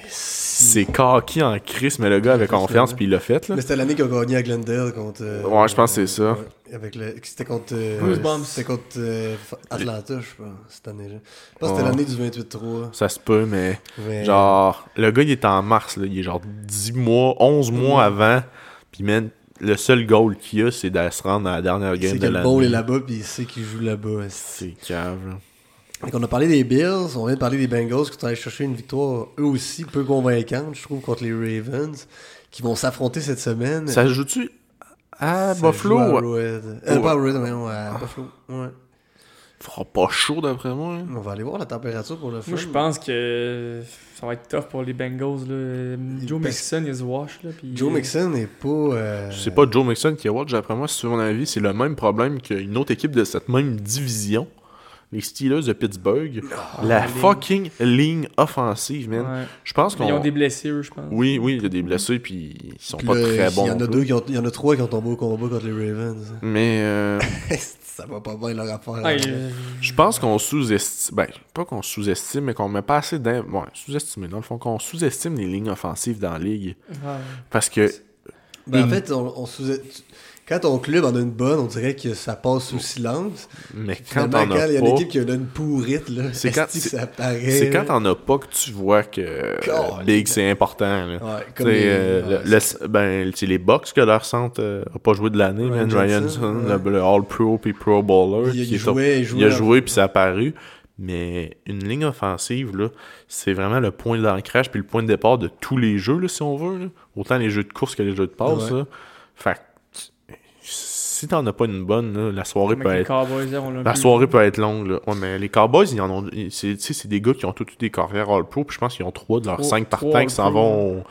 Speaker 2: C'est cocky en crise, mais le gars avait confiance, puis il l'a fait. Là.
Speaker 1: Mais c'était l'année qu'ils ont gagné à Glendale contre. euh,
Speaker 2: Ouais, je pense que c'est ça.
Speaker 1: ouais, avec le... C'était contre. euh,
Speaker 3: Goosebumps.
Speaker 1: C'était contre euh, Atlanta, je pense, cette année-là. Je pense que
Speaker 2: Ouais.
Speaker 1: c'était l'année du 28-3.
Speaker 2: Ça se peut, mais.
Speaker 1: mais-
Speaker 2: Genre, le gars, il est en mars, là. Il est genre 10 mois, 11 mois
Speaker 1: Mm.
Speaker 2: avant. Puis, man, le seul goal qu'il a, c'est de se rendre à la dernière
Speaker 1: Il
Speaker 2: game
Speaker 1: sait
Speaker 2: de
Speaker 1: que le ball est
Speaker 2: l'année.
Speaker 1: là-bas, puis il sait qu'il joue là-bas. esti.
Speaker 2: C'est cave, là.
Speaker 1: Fait qu'on a parlé des Bills, on vient de parler des Bengals qui sont allés chercher une victoire, eux aussi, peu convaincante, je trouve, contre les Ravens, qui vont s'affronter cette semaine.
Speaker 2: Ça se joue-tu à
Speaker 1: Ça
Speaker 2: Buffalo?
Speaker 1: joue à
Speaker 2: ouais?
Speaker 1: Arrowhead. Euh,
Speaker 2: Oh, Ouais. Ah.
Speaker 1: Pas à Arrowhead, mais non, à Buffalo. Ouais.
Speaker 2: fera pas chaud d'après moi. hein.
Speaker 1: On va aller voir la température pour le fun.
Speaker 3: Moi, je pense que ça va être tough pour les Bengals. Là. Joe
Speaker 1: Parce-
Speaker 3: Mixon, il se wash. Là, puis-
Speaker 1: Joe Mixon n'est pas. euh,
Speaker 2: C'est pas Joe Mixon qui est watch, d'après moi, sur mon avis, c'est le même problème qu'une autre équipe de cette même division, les Steelers de Pittsburgh.
Speaker 3: Ah,
Speaker 2: la
Speaker 3: les-
Speaker 2: fucking ligne offensive, man.
Speaker 3: Ouais.
Speaker 2: Je pense
Speaker 3: Ils ont
Speaker 2: qu'on.
Speaker 3: des blessés, eux, je pense.
Speaker 2: Oui, oui, il y a des blessés, puis ils sont
Speaker 1: Puis
Speaker 2: pas
Speaker 1: là,
Speaker 2: très bons.
Speaker 1: Il y en a
Speaker 2: non
Speaker 1: deux,
Speaker 2: plus.
Speaker 1: qui ont- il y en a trois qui ont tombé au combat contre les Ravens.
Speaker 2: Mais euh,
Speaker 1: ça va pas bien leur affaire. là.
Speaker 3: Ah, il- euh,
Speaker 2: je pense qu'on sous-estime. Ben, pas qu'on sous-estime, mais qu'on met pas assez d'im... Bon, sous-estimer, dans le fond, qu'on sous-estime les lignes offensives dans la ligue.
Speaker 3: ah,
Speaker 2: Parce que.
Speaker 1: Ben, en
Speaker 2: Une-
Speaker 1: fait, on, on sous- quand ton club en a une bonne, on dirait que ça passe sous silence.
Speaker 2: Mais quand
Speaker 1: Finalement,
Speaker 2: t'en
Speaker 1: quand
Speaker 2: as
Speaker 1: il y a une
Speaker 2: pas.
Speaker 1: équipe qui en a une pourrite, là,
Speaker 2: C'est
Speaker 1: c'est
Speaker 2: quand-
Speaker 1: quand que ça paraît.
Speaker 2: C'est quand t'en as pas que tu vois que euh,
Speaker 1: Caliste.
Speaker 2: Big c'est important. Là.
Speaker 1: Ouais,
Speaker 2: T'sais,
Speaker 1: Ah, comme les-
Speaker 2: euh,
Speaker 1: ouais,
Speaker 2: le- le- ben, c'est les Bucks que leur centre euh, a pas joué de l'année,
Speaker 1: Ryan
Speaker 2: man. Ryan
Speaker 1: Johnson,
Speaker 2: Johnson,
Speaker 1: ouais.
Speaker 2: le, le All-Pro puis Pro Bowler.
Speaker 1: il, il
Speaker 2: qui est top-
Speaker 1: jouait, il jouait.
Speaker 2: il a joué puis ça a apparu. Mais une ligne offensive, là, c'est vraiment le point d'ancrage puis le point de départ de tous les jeux, là, si on veut. là. Autant les jeux de course que les jeux de passe.
Speaker 1: Ouais.
Speaker 2: là. Fait que, si t'en as pas une bonne, là, la soirée
Speaker 3: mais
Speaker 2: peut
Speaker 3: les
Speaker 2: être
Speaker 3: Cowboys, là, on l'a un
Speaker 2: la
Speaker 3: peu-
Speaker 2: soirée peut être longue, là. Ouais, mais les Cowboys, ils en ont. ils- c'est- Tu sais, c'est des gars qui ont tous eu des carrières All-Pro, puis je pense qu'ils ont trois de leurs
Speaker 3: Trois-
Speaker 2: cinq
Speaker 3: trois
Speaker 2: partants qui s'en
Speaker 3: All-Pro.
Speaker 2: vont au,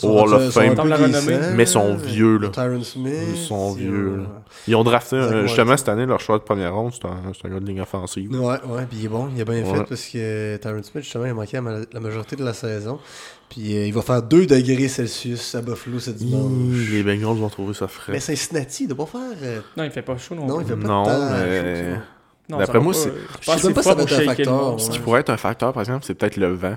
Speaker 1: Son-
Speaker 2: au Hall
Speaker 1: son-
Speaker 2: of
Speaker 1: son
Speaker 2: Fame.
Speaker 1: un peu
Speaker 3: Semble la
Speaker 1: glissant,
Speaker 3: renommée.
Speaker 2: Mais ils sont
Speaker 1: là.
Speaker 2: vieux, là.
Speaker 1: Tyron Smith.
Speaker 2: Ils sont
Speaker 1: c'est-
Speaker 2: vieux, là. Ils ont drafté,
Speaker 1: Zach
Speaker 2: euh,
Speaker 1: Wilson.
Speaker 2: justement, cette année, leur choix de première ronde. C'est un, c'est un gars de ligne offensive.
Speaker 1: Ouais, ouais, puis il est bon, il a bien
Speaker 2: Ouais.
Speaker 1: fait parce que Tyron Smith, justement, il a manqué la, ma- la majorité de la saison. Puis euh, il va faire 2 degrés Celsius à Buffalo ce dimanche.
Speaker 2: Ih, les Bengals vont trouver ça frais.
Speaker 1: Mais Cincinnati, il doit pas faire. euh,
Speaker 3: Non, il fait pas chaud non,
Speaker 1: Non, il
Speaker 3: plus.
Speaker 1: fait pas
Speaker 2: Non,
Speaker 1: de temps.
Speaker 2: mais-
Speaker 3: Non,
Speaker 2: D'après
Speaker 3: ça va
Speaker 2: moi,
Speaker 3: pas,
Speaker 2: c'est-
Speaker 3: euh, Je
Speaker 1: sais
Speaker 3: pense que
Speaker 1: pas
Speaker 3: c'est
Speaker 1: si
Speaker 3: pas
Speaker 1: ça va
Speaker 3: pour
Speaker 1: être un
Speaker 3: shaker le
Speaker 1: facteur,
Speaker 3: monde.
Speaker 1: ouais.
Speaker 2: Ce qui pourrait être un facteur, par exemple, c'est peut-être le vent.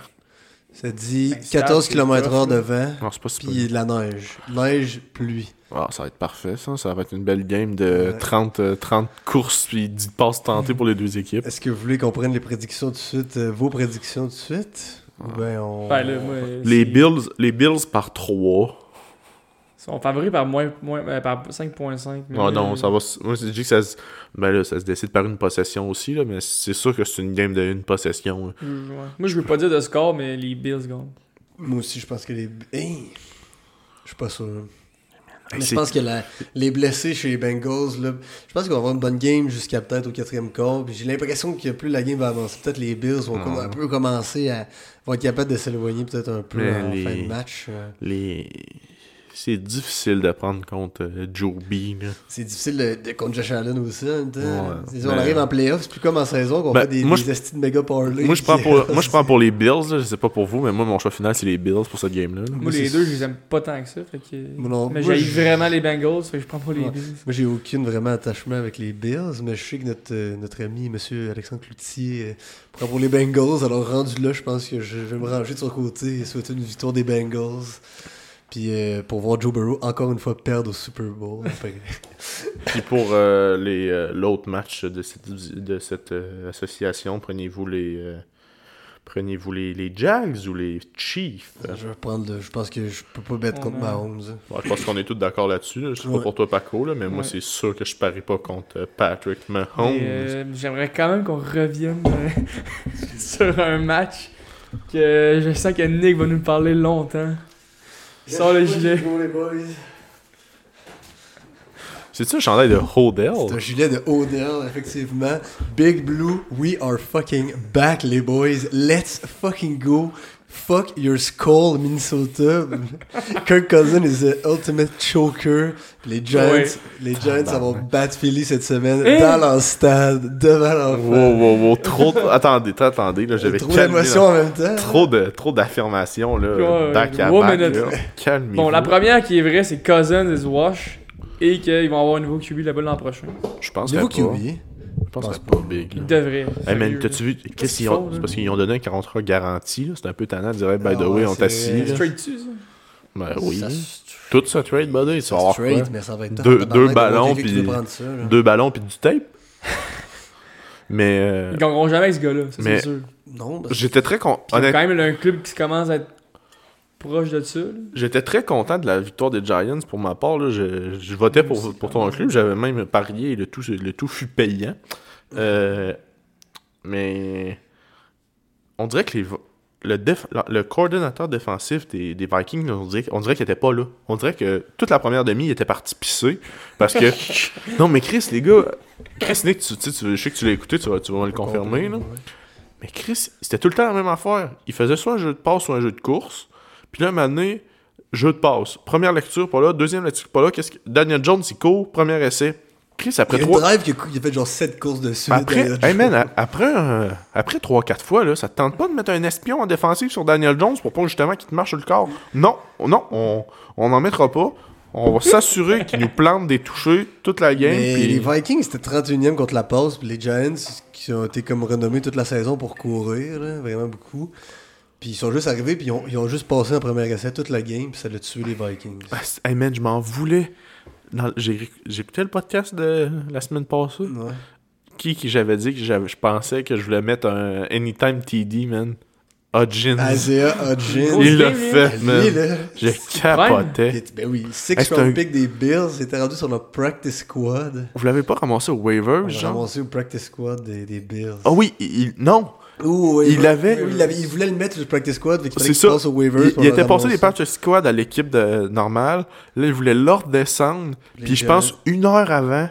Speaker 1: Ça dit
Speaker 3: Ben, c'est
Speaker 1: 14
Speaker 3: assez
Speaker 1: km/h
Speaker 3: tough, là.
Speaker 1: de vent,
Speaker 2: Non, c'est pas si peu.
Speaker 1: puis de la neige. Neige, pluie.
Speaker 2: Ah, ça va être parfait, ça. Ça va être une belle game de
Speaker 1: Ouais.
Speaker 2: 30, euh, 30 courses puis 10 passes tentées pour les deux équipes.
Speaker 1: Est-ce que vous voulez qu'on prenne les prédictions tout de suite, euh, vos prédictions tout de suite Ou ben on.
Speaker 3: Ben, là, moi,
Speaker 2: Les
Speaker 3: c'est-
Speaker 2: Bills, les Bills par 3.
Speaker 3: Ils sont favoris par, moins, moins, euh, par 5.5. mais-
Speaker 2: Ah non, ça va. s- Moi, je dis que ça se... Ben là, ça se décide par une possession aussi, là, mais c'est sûr que c'est une game de une possession. là.
Speaker 3: Je- ouais. Moi, je veux pas dire de score, mais les Bills gagnent.
Speaker 1: Moi aussi, je pense que les. Hey! Je suis pas sûr. Mais
Speaker 2: c'est-
Speaker 1: je pense que la- les blessés chez les Bengals, là, je pense qu'on va avoir une bonne game jusqu'à peut-être au quatrième quart. Puis j'ai l'impression que plus la game va avancer, peut-être les Bills vont comme- un peu commencer à vont être capables de s'éloigner peut-être un peu
Speaker 2: Mais
Speaker 1: en
Speaker 2: les-
Speaker 1: fin de match. euh.
Speaker 2: Les... C'est difficile de prendre contre euh, Joe B. là.
Speaker 1: C'est difficile de, de contre Josh Allen aussi en même temps. hein.
Speaker 2: Ouais,
Speaker 1: C'est sûr, On
Speaker 2: mais-
Speaker 1: arrive en playoff, c'est plus comme en saison qu'on
Speaker 2: Ben,
Speaker 1: fait des,
Speaker 2: moi,
Speaker 1: des
Speaker 2: je-
Speaker 1: estis de méga parlay.
Speaker 2: Moi je, prends
Speaker 1: qui-
Speaker 2: pour... moi, je prends pour les Bills, là, je sais pas pour vous, mais moi, mon choix final, c'est les Bills pour cette game-là. là.
Speaker 3: Moi, les deux, je les aime pas tant que ça. Fait que...
Speaker 1: Moi non,
Speaker 3: mais
Speaker 1: moi,
Speaker 3: j'aille
Speaker 1: je-
Speaker 3: vraiment les Bengals, fait que je prends pas les
Speaker 1: Ouais.
Speaker 3: Bills.
Speaker 1: Moi, j'ai aucune vraiment attachement avec les Bills, mais je sais que notre, euh, notre ami, monsieur Alexandre Cloutier, euh, prend pour les Bengals. Alors, rendu là, je pense que je, je vais me ranger de son côté et souhaiter une victoire des Bengals. Puis euh, pour voir Joe Burrow encore une fois perdre au Super Bowl. Fait que-
Speaker 2: Puis pour euh, les, euh, l'autre match de cette, de cette euh, association, prenez-vous les. euh, Prenez-vous les, les Jags ou les Chiefs?
Speaker 1: euh, je vais prendre le- Je pense que je peux pas mettre contre
Speaker 3: Ouais.
Speaker 1: Mahomes.
Speaker 2: Bon, je pense qu'on est tous d'accord là-dessus. là. Je sais pas
Speaker 1: Ouais.
Speaker 2: pour toi, Paco, là, mais moi,
Speaker 3: Ouais.
Speaker 2: c'est sûr que je parie pas contre euh, Patrick Mahomes.
Speaker 3: Mais, euh, J'aimerais quand même qu'on revienne euh, sur un match que je sens que Nick va nous parler longtemps. Il sort le gilet.
Speaker 2: C'est-tu un chandail de
Speaker 1: C'est un
Speaker 2: Hodel?
Speaker 1: gilet de Odell, effectivement. Big Blue, we are fucking back, les boys. Let's fucking go. Fuck your skull, Minnesota. Kirk Cousins is the ultimate choker. Les Giants,
Speaker 3: Ouais.
Speaker 1: les Giants,
Speaker 2: Ah,
Speaker 1: ça va
Speaker 2: bah,
Speaker 1: battre Philly cette semaine
Speaker 3: Hein?
Speaker 1: dans leur stade, devant leur
Speaker 2: Wow, wow, wow. Trop de- Attendez, t- attendez. Là, j'avais
Speaker 1: Trop
Speaker 2: calmé
Speaker 1: d'émotions
Speaker 2: là.
Speaker 1: en même temps.
Speaker 2: Trop de Trop d'affirmations, là.
Speaker 3: Ouais,
Speaker 2: back à
Speaker 3: wow,
Speaker 2: back,
Speaker 3: mais notre-
Speaker 2: là. Calmez-vous.
Speaker 3: Bon, la première qui est vraie, c'est Cousins is Wash et qu'ils vont avoir un nouveau QB là-bas l'an prochain.
Speaker 2: Je pense
Speaker 1: Niveau
Speaker 2: qu'il y a pas.
Speaker 1: QB.
Speaker 2: Je pense
Speaker 1: pense
Speaker 2: qu'il y a pas big. là.
Speaker 3: Ils devraient.
Speaker 2: Hey man,
Speaker 3: sérieux,
Speaker 2: t'as-tu vu? Qu'est-ce qu'ils
Speaker 3: qu'ils
Speaker 2: ont?
Speaker 3: font,
Speaker 2: C'est
Speaker 3: là?
Speaker 2: parce qu'ils ont donné un contrat garanti, là. C'est un peu tannant de dire, hey, by the
Speaker 1: Ah
Speaker 2: way,
Speaker 1: ouais,
Speaker 2: on
Speaker 1: c'est
Speaker 2: t'assit.
Speaker 1: vrai.
Speaker 2: là.
Speaker 3: Straight dessus, ça.
Speaker 2: Ben oui.
Speaker 1: Ça se-
Speaker 2: Tout ça trade, buddy,
Speaker 1: ça
Speaker 2: tu vas
Speaker 1: se
Speaker 2: avoir quoi?
Speaker 1: trade, mais ça va être
Speaker 2: Deux-
Speaker 1: top.
Speaker 2: deux
Speaker 1: Tabarnak,
Speaker 2: ballons,
Speaker 1: il y a quelqu'un qui
Speaker 2: puis-
Speaker 1: veut prendre ça, là.
Speaker 2: Deux ballons puis du tape? Mais. euh,
Speaker 3: Ils gagneront jamais avec ce gars-là, ça,
Speaker 2: Mais-
Speaker 3: c'est sûr.
Speaker 1: Non, parce que
Speaker 2: J'étais très con-
Speaker 3: Puis
Speaker 2: honnêtement,
Speaker 3: quand même, il y a un club qui commence à être proche de ça. là.
Speaker 2: J'étais très content de la victoire des Giants pour ma part. là. Je, je votais pour, pour ton club. J'avais même parié et le tout, le tout fut payant. Euh, mais on dirait que les, le, déf- la- le coordonnateur défensif des, des Vikings, on dirait, on dirait qu'il était pas là. On dirait que toute la première demi, il était parti pisser. Parce que. non, mais Chris, les gars. Chris Nick, tu, tu sais, tu- je sais que tu l'as écouté, tu vas, tu vas me le confirmer. Là. Mais Chris, c'était tout le temps la même affaire. Il faisait soit un jeu de passe, soit un jeu de course. Puis là, un moment donné, jeu de passe. Première lecture, pas là. Deuxième lecture, pas là. Qu'est-ce que... Daniel Jones, il court. Premier essai. Chris,
Speaker 1: Il
Speaker 2: après
Speaker 1: y a une
Speaker 2: trois.
Speaker 1: drive qui a, cou- il a fait genre 7 courses dessus.
Speaker 2: Mais Après,
Speaker 1: Daniel
Speaker 2: hey man,
Speaker 1: Jones.
Speaker 2: a- après, un- après 3-4 fois, là, ça te tente pas de mettre un espion en défensive sur Daniel Jones pour pas justement qu'il te marche sur le corps. Non, non, on on n'en mettra pas. On va s'assurer qu'il nous plante des touchés toute la game.
Speaker 1: Mais
Speaker 2: puis-
Speaker 1: les Vikings, c'était 31e contre la passe. Puis les Giants, qui ont été comme renommés toute la saison pour courir, là, vraiment beaucoup. Puis ils sont juste arrivés, puis ils ont, ils ont juste passé en premier essai toute la game, puis ça l'a tué les Vikings.
Speaker 2: Ah, c'est- hey man, je m'en voulais. Dans- J'ai ré- j'ai écouté le podcast de la semaine passée.
Speaker 1: Ouais.
Speaker 2: Qui, qui j'avais dit que j'avais- je pensais que je voulais mettre un Anytime TD, man. Hodgins.
Speaker 1: Isaiah Hodgins.
Speaker 2: Il l'a
Speaker 3: Lui,
Speaker 2: fait,
Speaker 1: Lui,
Speaker 2: man.
Speaker 1: là.
Speaker 2: Je
Speaker 1: il
Speaker 2: capotais.
Speaker 1: est- Ben oui, six
Speaker 2: Hey, c'est
Speaker 1: round
Speaker 2: un-
Speaker 1: pick des Bills, il était rendu sur le practice squad.
Speaker 2: Vous l'avez pas ramassé au waiver,
Speaker 1: On l'a
Speaker 2: genre?
Speaker 1: ramassé au practice squad des, des Bills.
Speaker 2: Ah oui, il- il- non!
Speaker 1: Ouh,
Speaker 2: il l'avait-
Speaker 1: oui, il l'avait- il voulait le mettre sur le practice squad, fait qu'il fallait
Speaker 2: C'est
Speaker 1: qu'il
Speaker 2: ça.
Speaker 1: passe au waiver.
Speaker 2: Il, il était passé des patch squad à l'équipe de normale. Là, ils voulaient leur descendre.
Speaker 1: Les
Speaker 2: Puis je
Speaker 1: gars.
Speaker 2: pense une heure avant,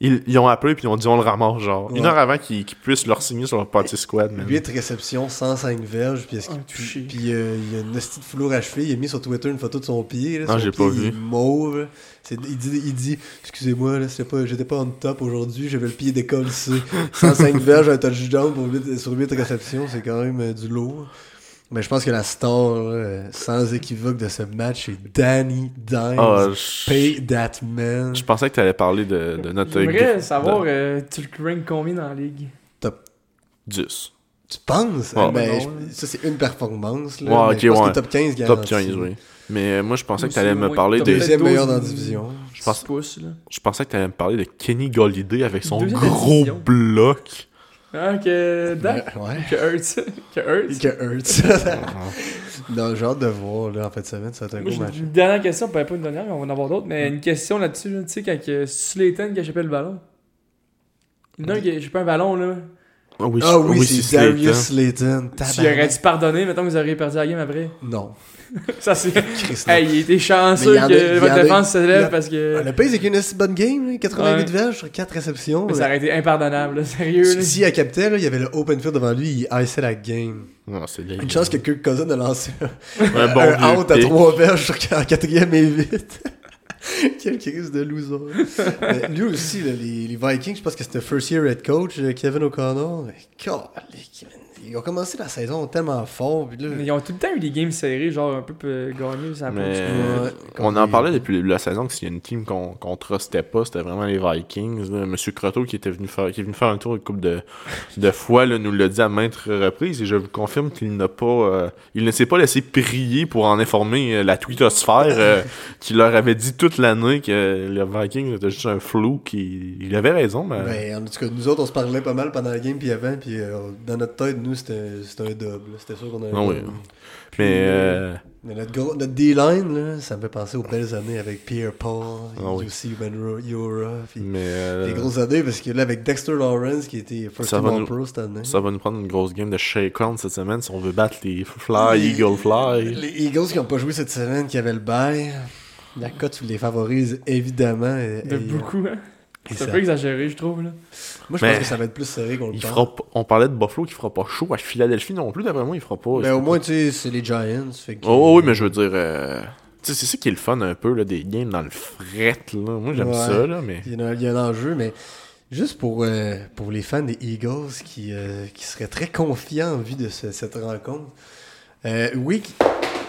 Speaker 2: ils, ils ont appelé puis ils ont dit on le ramasse genre. Une
Speaker 1: Ouais.
Speaker 2: heure avant qu'ils qu'ils puissent leur signer sur leur patch squad. man.
Speaker 1: 8 réceptions, 105 verges, puis est-ce qu'il-
Speaker 3: Un touché.
Speaker 1: puis, euh, il y a une hostie de fouloir à cheville, il a mis sur Twitter une photo de son pied, là,
Speaker 2: Ah,
Speaker 1: son
Speaker 2: j'ai
Speaker 1: pied,
Speaker 2: pas
Speaker 1: il
Speaker 2: vu.
Speaker 1: est mauve. C'est- il dit, il dit excusez-moi, là, c'était pas- j'étais pas on top aujourd'hui, j'avais le pied décollé. 105 verges, un touchdown pour huit- sur 8 réceptions, c'est quand même euh, du lourd. Mais je pense que la star, euh, sans équivoque de ce match, c'est Danny Dimes.
Speaker 2: Ah, je,
Speaker 1: Pay that man.
Speaker 2: je pensais que t'allais parler de, de notre
Speaker 3: J'aimerais
Speaker 2: gr-
Speaker 3: savoir,
Speaker 2: de-
Speaker 3: euh, tu le rank combien dans la ligue?
Speaker 2: 10.
Speaker 1: Tu penses?
Speaker 2: Ouais.
Speaker 1: Ben,
Speaker 3: Non,
Speaker 1: je-
Speaker 3: là.
Speaker 1: ça, c'est une performance. Là,
Speaker 2: Ouais,
Speaker 1: mais
Speaker 2: ok,
Speaker 1: je pense
Speaker 2: ouais.
Speaker 1: que top 15
Speaker 2: Top
Speaker 1: garanti.
Speaker 2: 15, oui. Mais euh, moi, je pensais que
Speaker 3: Ou
Speaker 2: t'allais
Speaker 3: sinon,
Speaker 2: me
Speaker 3: oui,
Speaker 2: parler
Speaker 3: top
Speaker 2: des.
Speaker 3: dix.
Speaker 1: Deuxième meilleur dans la
Speaker 3: 12.
Speaker 1: division.
Speaker 2: Je pense-
Speaker 3: pouces, là.
Speaker 2: Je pensais que t'allais me parler de Kenny Golliday avec son
Speaker 3: Deuxième
Speaker 2: gros
Speaker 3: division.
Speaker 2: bloc.
Speaker 3: Ah, que Dak,
Speaker 1: Ben, ouais.
Speaker 3: que Hurts, que Hurts.
Speaker 1: Que Hurts. non, j'ai hâte de voir là, en fin de semaine, ça va être un
Speaker 3: Moi,
Speaker 1: gros
Speaker 3: j'ai
Speaker 1: match.
Speaker 3: une dernière question, peut-être pas une dernière, mais on va en avoir d'autres, mais une question là-dessus, là, tu sais, quand que Slayton qui a chopé le ballon. Il y en a un qui a chopé un ballon, là.
Speaker 2: Ah oui,
Speaker 1: Ah oui,
Speaker 2: c'est
Speaker 1: c'est Darius Slayton.
Speaker 2: Slayton.
Speaker 3: Tu aurais
Speaker 1: Tabarnak.
Speaker 3: dû pardonner, mettons que vous auriez perdu la game après.
Speaker 1: Non.
Speaker 3: Ça, c'est.
Speaker 1: Chris, non.
Speaker 3: hey, il était
Speaker 1: Mais
Speaker 3: chanceux
Speaker 1: il y en a- il y
Speaker 3: que
Speaker 1: en
Speaker 3: votre
Speaker 1: a-
Speaker 3: défense se
Speaker 1: il y
Speaker 3: lève
Speaker 1: en-
Speaker 3: parce que.
Speaker 1: Le pays, c'est qu'une assez bonne game. là, 88
Speaker 3: Ouais.
Speaker 1: verges sur 4 réceptions.
Speaker 3: Mais Ça
Speaker 1: là.
Speaker 3: aurait été impardonnable, là, sérieux. là.
Speaker 1: Si elle captait, là, il y avait le open field devant lui, il iceait la game.
Speaker 2: Non, c'est dégueu.
Speaker 1: Une chance que Kirk Cousin a lancé un
Speaker 2: Un bon
Speaker 1: Euh, un
Speaker 2: vieux
Speaker 1: out à
Speaker 2: pic.
Speaker 1: trois verges sur qu- en quatrième et vite. Quel crise de loser. Mais lui aussi, là, les, les Vikings, je pense que c'était first year head coach, euh, Kevin O'Connor. Mais, calique, man, ils ont commencé la saison tellement fort. Puis là,
Speaker 3: Mais Ils ont tout le temps eu des games serrées, genre un peu euh, gagnées, ça a pas
Speaker 2: Mais
Speaker 3: du tout.
Speaker 1: Ouais,
Speaker 2: Euh, on
Speaker 1: quand
Speaker 2: en
Speaker 1: il-
Speaker 2: parlait depuis le début de la saison que s'il y a une team qu'on qu'on trustait pas, c'était vraiment les Vikings. là. Monsieur Croteau qui était venu faire qui est venu faire un tour une couple de, de fois là, nous l'a dit à maintes reprises et je vous confirme qu'il n'a pas euh, il ne s'est pas laissé prier pour en informer euh, la twittosphère euh, qui leur avait dit toute l'année que les Vikings étaient juste un flou qui il avait raison mais
Speaker 1: Ben, en tout cas, nous autres, on se parlait pas mal pendant la game, puis avant, puis euh, dans notre tête, nous, c'était c'était un double. C'était sûr qu'on avait.
Speaker 2: Ah oui.
Speaker 1: Puis,
Speaker 2: mais
Speaker 1: euh,
Speaker 2: euh,
Speaker 1: mais notre, gros- notre D-line, là, ça me fait penser aux belles années avec Pierre Paul,
Speaker 2: Ah oui.
Speaker 1: aussi Ben Yora, puis
Speaker 2: mais, euh,
Speaker 1: Des grosses années parce que là, avec Dexter Lawrence qui était first
Speaker 2: Ça
Speaker 1: team
Speaker 2: va
Speaker 1: All
Speaker 2: nous-
Speaker 1: Pro cette année.
Speaker 2: ça va nous prendre une grosse game de shake-on cette semaine si on veut battre les Fly Eagle Fly.
Speaker 1: Les Eagles qui n'ont pas joué cette semaine, qui avaient le bail, la cote les favorise évidemment. et-
Speaker 3: De
Speaker 1: et- euh,
Speaker 3: beaucoup, hein.
Speaker 1: et
Speaker 3: C'est un
Speaker 1: ça-
Speaker 3: peu exagéré, je trouve, là.
Speaker 1: Moi, je
Speaker 2: Mais-
Speaker 1: pense que ça va être plus serré qu'on le
Speaker 2: Il
Speaker 1: pense.
Speaker 2: fera p- on parlait de Buffalo qui fera pas chaud à Philadelphie non plus, d'après moi, il fera pas. il
Speaker 1: Mais
Speaker 2: fera
Speaker 1: au
Speaker 2: pas-
Speaker 1: moins, tu sais, c'est les Giants. fait que-
Speaker 2: Oh, oui, mais je veux dire. euh, tu sais, c'est ça qui est le fun un peu, là, des games dans le fret. Là. Moi, j'aime
Speaker 1: Ouais.
Speaker 2: ça, là, mais.
Speaker 1: Il y, en a, il y a un enjeu, mais juste pour, euh, pour les fans des Eagles qui, euh, qui seraient très confiants en vue de ce- cette rencontre. Euh, week.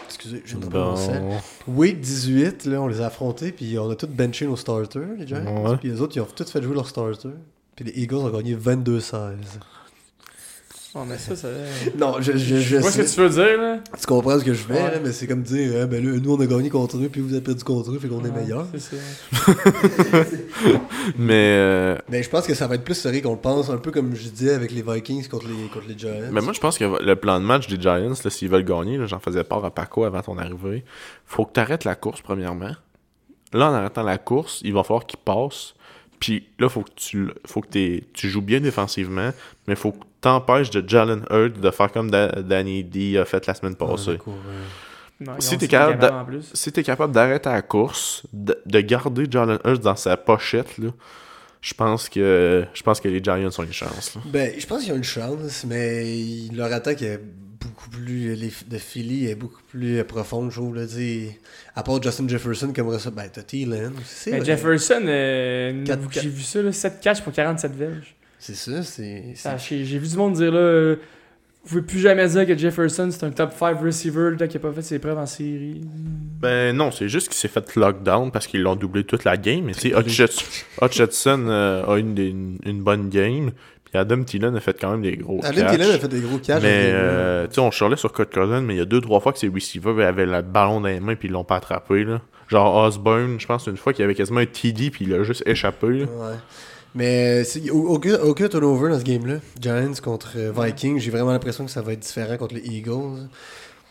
Speaker 1: Excusez, je ne pas mon sang.
Speaker 2: Bon.
Speaker 1: Week 18, là, on les a affrontés, puis on a tous benché nos starters, les Giants.
Speaker 2: Ouais.
Speaker 1: Puis les autres, ils ont tous fait jouer leurs starters. Puis les Eagles ont gagné 22-16.
Speaker 3: Oh, mais ça, ça.
Speaker 1: Non, je, je, je
Speaker 3: Je vois ce
Speaker 1: sais.
Speaker 3: que tu veux dire, là.
Speaker 1: Tu comprends ce que je veux,
Speaker 3: Ouais.
Speaker 1: là, mais c'est comme dire, Ah, ben là, nous on a gagné contre eux, puis vous avez perdu contre eux, fait qu'on est
Speaker 3: Ouais,
Speaker 1: meilleur.
Speaker 3: c'est ça.
Speaker 2: Mais, euh,
Speaker 1: Mais je pense que ça va être plus serré qu'on le pense, un peu comme je disais avec les Vikings contre les, contre les Giants.
Speaker 2: mais moi, je pense que le plan de match des Giants, là, s'ils veulent gagner, là, j'en faisais part à Paco avant ton arrivée, faut que tu arrêtes la course, premièrement. Là, en arrêtant la course, il va falloir qu'ils passent. Puis là, faut que tu le- faut que t'aies- tu joues bien défensivement, mais faut que t'empêches de Jalen Hurd de faire comme Da- Danny D a fait la semaine passée.
Speaker 3: Non,
Speaker 2: Si
Speaker 3: ils ont
Speaker 2: t'es
Speaker 3: six
Speaker 2: capable
Speaker 3: gamins
Speaker 2: d'a-
Speaker 3: en plus.
Speaker 2: si t'es capable d'arrêter la course, de, de garder Jalen Hurts dans sa pochette, là, je pense que je pense que les Giants ont une chance. là.
Speaker 1: Ben, je pense qu'ils ont une chance, mais ils- leur attaque est beaucoup plus. Les, de Philly est beaucoup plus profonde, je trouve. Là, tu sais. à part Justin Jefferson, comme ça, ben, t'as Thielen. C'est
Speaker 3: Mais
Speaker 1: vrai.
Speaker 3: Jefferson, euh,
Speaker 1: Quatre-
Speaker 3: j'ai vu ça, là, 7 catchs pour 47 verges.
Speaker 1: C'est ça, c'est. c'est-
Speaker 3: Ça, J'ai j'ai vu du monde dire là, euh, vous pouvez plus jamais dire que Jefferson c'est un top 5 receiver là, qui a pas fait ses preuves en série.
Speaker 2: Ben non, c'est juste qu'il s'est fait lockdown parce qu'ils l'ont doublé toute la game. Mais tu sais, Hutchets- Hutchetson euh, a une, des- une, une bonne game. Puis Adam Thielen a fait quand même des gros
Speaker 1: Adam
Speaker 2: catchs.
Speaker 1: Thielen a fait des gros catchs.
Speaker 2: mais
Speaker 1: au début.
Speaker 2: euh, tu sais, on charlait sur Code Cousin, mais il y a deux trois fois que ses receivers avaient le ballon dans les mains puis ils l'ont pas attrapé. Là. Genre Osborne, je pense une fois qu'il avait quasiment un TD puis il a juste échappé. là.
Speaker 1: Ouais. Mais euh, c'est- au- aucun, aucun turnover dans ce game-là. Giants contre euh, Vikings, j'ai vraiment l'impression que ça va être différent contre les Eagles.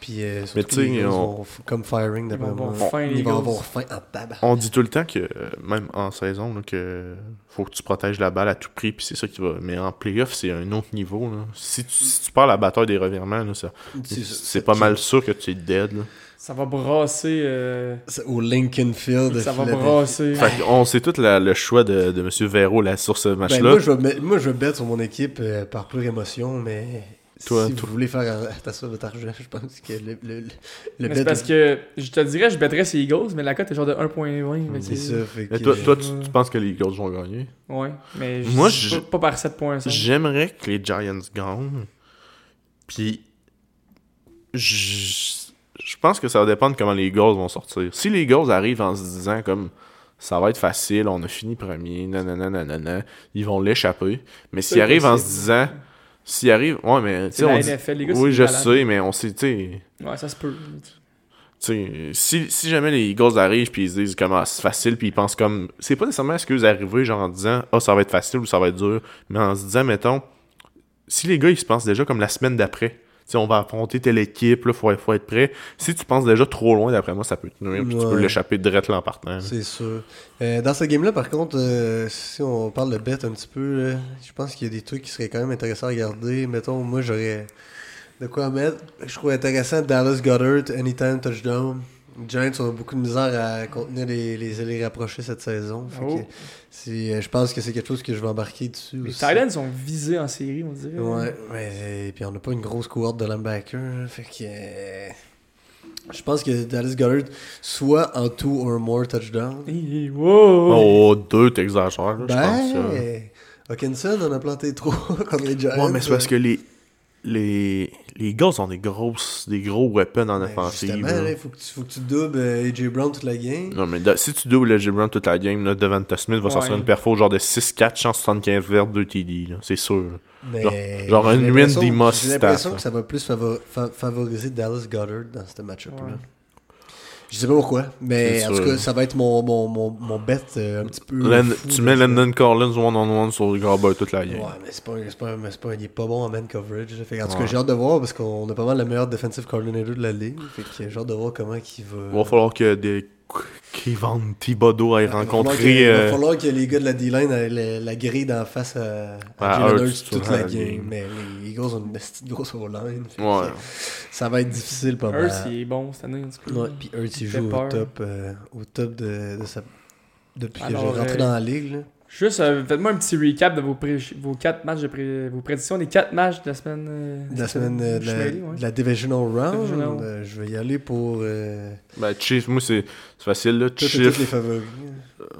Speaker 1: Puis euh, surtout
Speaker 2: Mais tu sais,
Speaker 1: les Eagles
Speaker 2: on-
Speaker 1: vont f- comme firing d'après
Speaker 3: Ils vont
Speaker 1: moi.
Speaker 3: avoir faim, les
Speaker 1: Ils vont
Speaker 3: Eagles.
Speaker 1: avoir faim en tabac.
Speaker 2: On dit tout le temps que, euh, même en saison, là, que faut que tu protèges la balle à tout prix, puis c'est ça qui va. Mais en playoff, c'est un autre niveau. là. Si, tu, si tu perds la bataille des revirements, là, ça-
Speaker 1: C'est-
Speaker 2: c'est pas mal sûr que tu es dead. là.
Speaker 3: Ça va brasser. euh,
Speaker 1: c'est Au Lincoln Field. de
Speaker 3: ça va
Speaker 1: Philadelphie.
Speaker 3: brasser.
Speaker 2: Fait qu'on sait tout la- le choix de, de M. Véro là, sur ce
Speaker 1: Ben,
Speaker 2: match-là.
Speaker 1: moi, je vais me- moi, je vais bet sur mon équipe euh, par pure émotion, mais
Speaker 2: Toi,
Speaker 1: si
Speaker 2: toi.
Speaker 1: vous voulez faire un- attention à votre argent, je pense que le, le, le, le
Speaker 3: Mais
Speaker 1: bet
Speaker 3: c'est parce que je te dirais, je battrais ces Eagles, mais la cote est genre de 1.20. fait que-
Speaker 1: Mm, C'est ça. Fait
Speaker 2: Mais
Speaker 1: que-
Speaker 2: toi, toi, tu, tu penses que les Eagles vont gagner
Speaker 3: Ouais, mais je-
Speaker 2: Moi, je-
Speaker 3: pas, pas par 7.5.
Speaker 2: J'aimerais que les Giants gagnent. Puis, je je pense que ça va dépendre comment les Eagles vont sortir. Si les Eagles arrivent en se disant comme ça va être facile, on a fini premier, nanana, nanana, ils vont l'échapper. Mais s'ils arrivent en se disant, s'ils arrivent, ouais, mais tu
Speaker 3: C'est
Speaker 2: sais,
Speaker 3: la
Speaker 2: on dit-
Speaker 3: NFL, les gars.
Speaker 2: oui,
Speaker 3: c'est
Speaker 2: je
Speaker 3: malade.
Speaker 2: sais, mais on sait, tu sais.
Speaker 3: Ouais, ça se peut.
Speaker 2: Tu sais, si, si jamais les Eagles arrivent puis ils se disent comment c'est facile puis ils pensent comme c'est pas nécessairement ce que vous arrivez genre en disant ah ça va être facile ou ça va être dur mais en se disant mettons si les gars ils se pensent déjà comme la semaine d'après tu sais, on va affronter telle équipe là faut, faut être prêt si tu penses déjà trop loin d'après moi ça peut te nuire puis tu peux
Speaker 1: Ouais.
Speaker 2: l'échapper direct là en partant là.
Speaker 1: C'est sûr. Euh, dans ce game-là, par contre, euh, si on parle de bet un petit peu, là, je pense qu'il y a des trucs qui seraient quand même intéressants à regarder. Mettons, moi, j'aurais de quoi mettre. Je trouve intéressant Dallas Goddard, Anytime Touchdown. Les Giants ont beaucoup de misère à contenir les, les allées rapprochées cette saison. Fait que
Speaker 3: Oh.
Speaker 1: c'est- euh, je pense que c'est quelque chose que je vais embarquer dessus
Speaker 3: Les
Speaker 1: aussi.
Speaker 3: Titans sont visés en série, on dirait.
Speaker 1: Ouais, mais puis on n'a pas une grosse cohorte de linebackers. là, Fait que. euh, Je pense que Dallas Goddard, soit en two or more touchdown.
Speaker 3: Hi, hi, wow.
Speaker 2: oh deux t'exagères là, je pense
Speaker 1: Ben,
Speaker 2: euh.
Speaker 1: Hawkinson en a planté trop contre les Giants.
Speaker 2: ouais mais c'est parce que les les les Eagles ont des grosses des gros weapons en
Speaker 1: Ben,
Speaker 2: offensive
Speaker 1: Justement,
Speaker 2: là.
Speaker 1: il faut, que tu- faut que tu doubles euh, AJ Brown toute la game.
Speaker 2: Non, mais da- si tu doubles le Brown toute la game, là, Devante Smith va
Speaker 3: Ouais.
Speaker 2: sortir une perfo genre de 6-4, 175 verts, 2 TD, là, c'est sûr. là.
Speaker 1: Mais
Speaker 2: genre un
Speaker 1: j'ai
Speaker 2: win
Speaker 1: l'impression-
Speaker 2: des must
Speaker 1: J'ai l'impression
Speaker 2: stats,
Speaker 1: que ça va plus favor- fa- favoriser Dallas Goddard dans ce match-up.
Speaker 3: Ouais.
Speaker 1: là Je sais pas pourquoi, mais
Speaker 2: C'est
Speaker 1: en tout
Speaker 2: sûr.
Speaker 1: cas, ça va être mon, mon, mon, mon bet euh, un petit peu.
Speaker 2: Len-
Speaker 1: fou,
Speaker 2: tu
Speaker 1: là,
Speaker 2: mets Landon Collins one-on-one sur le Garber toute la game.
Speaker 1: Ouais, mais c'est pas, c'est pas, mais c'est pas, il est pas bon en man coverage. là. Fait que, en tout cas,
Speaker 2: Ouais.
Speaker 1: j'ai hâte de voir parce qu'on a pas mal le meilleur defensive coordinator de la ligue. Fait que j'ai hâte de voir comment il va.
Speaker 2: Il va falloir que des... Kevin Thibodeau aille
Speaker 1: Ah, Il
Speaker 2: rencontrer...
Speaker 1: va falloir que-
Speaker 2: euh,
Speaker 1: il va falloir que les gars de la D-line aient la, la grille d'en face à, à
Speaker 2: À
Speaker 1: Jalen
Speaker 2: Hurts
Speaker 1: Hurts toute
Speaker 2: toute
Speaker 1: la
Speaker 2: la
Speaker 1: game.
Speaker 2: game.
Speaker 1: Mais les Eagles ont une petite grosse O-line. fait que
Speaker 2: Ouais.
Speaker 1: Ça va être difficile pas mal.
Speaker 3: Earth, il est bon cette année, en tout cas.
Speaker 1: Oh, ben. Ouais, puis Hurts, il
Speaker 3: il fait
Speaker 1: joue au
Speaker 3: peur.
Speaker 1: top, euh, au top de, de sa... depuis que
Speaker 3: Alors,
Speaker 1: j'ai rentré
Speaker 3: euh,
Speaker 1: dans la ligue. Là.
Speaker 3: Juste, euh, faites-moi un petit recap de vos, pré- vos quatre matchs de pré- vos prédictions des quatre matchs de la semaine. euh,
Speaker 1: De la semaine euh, de
Speaker 3: Je suis
Speaker 1: la,
Speaker 3: mêlé, ouais.
Speaker 1: de la Divisional Round,
Speaker 3: Divisional.
Speaker 1: euh, je vais y aller pour euh,
Speaker 2: Ben, Chief, moi, c'est c'est facile, là.
Speaker 1: toutes et tous les
Speaker 2: Chief,
Speaker 1: favoris.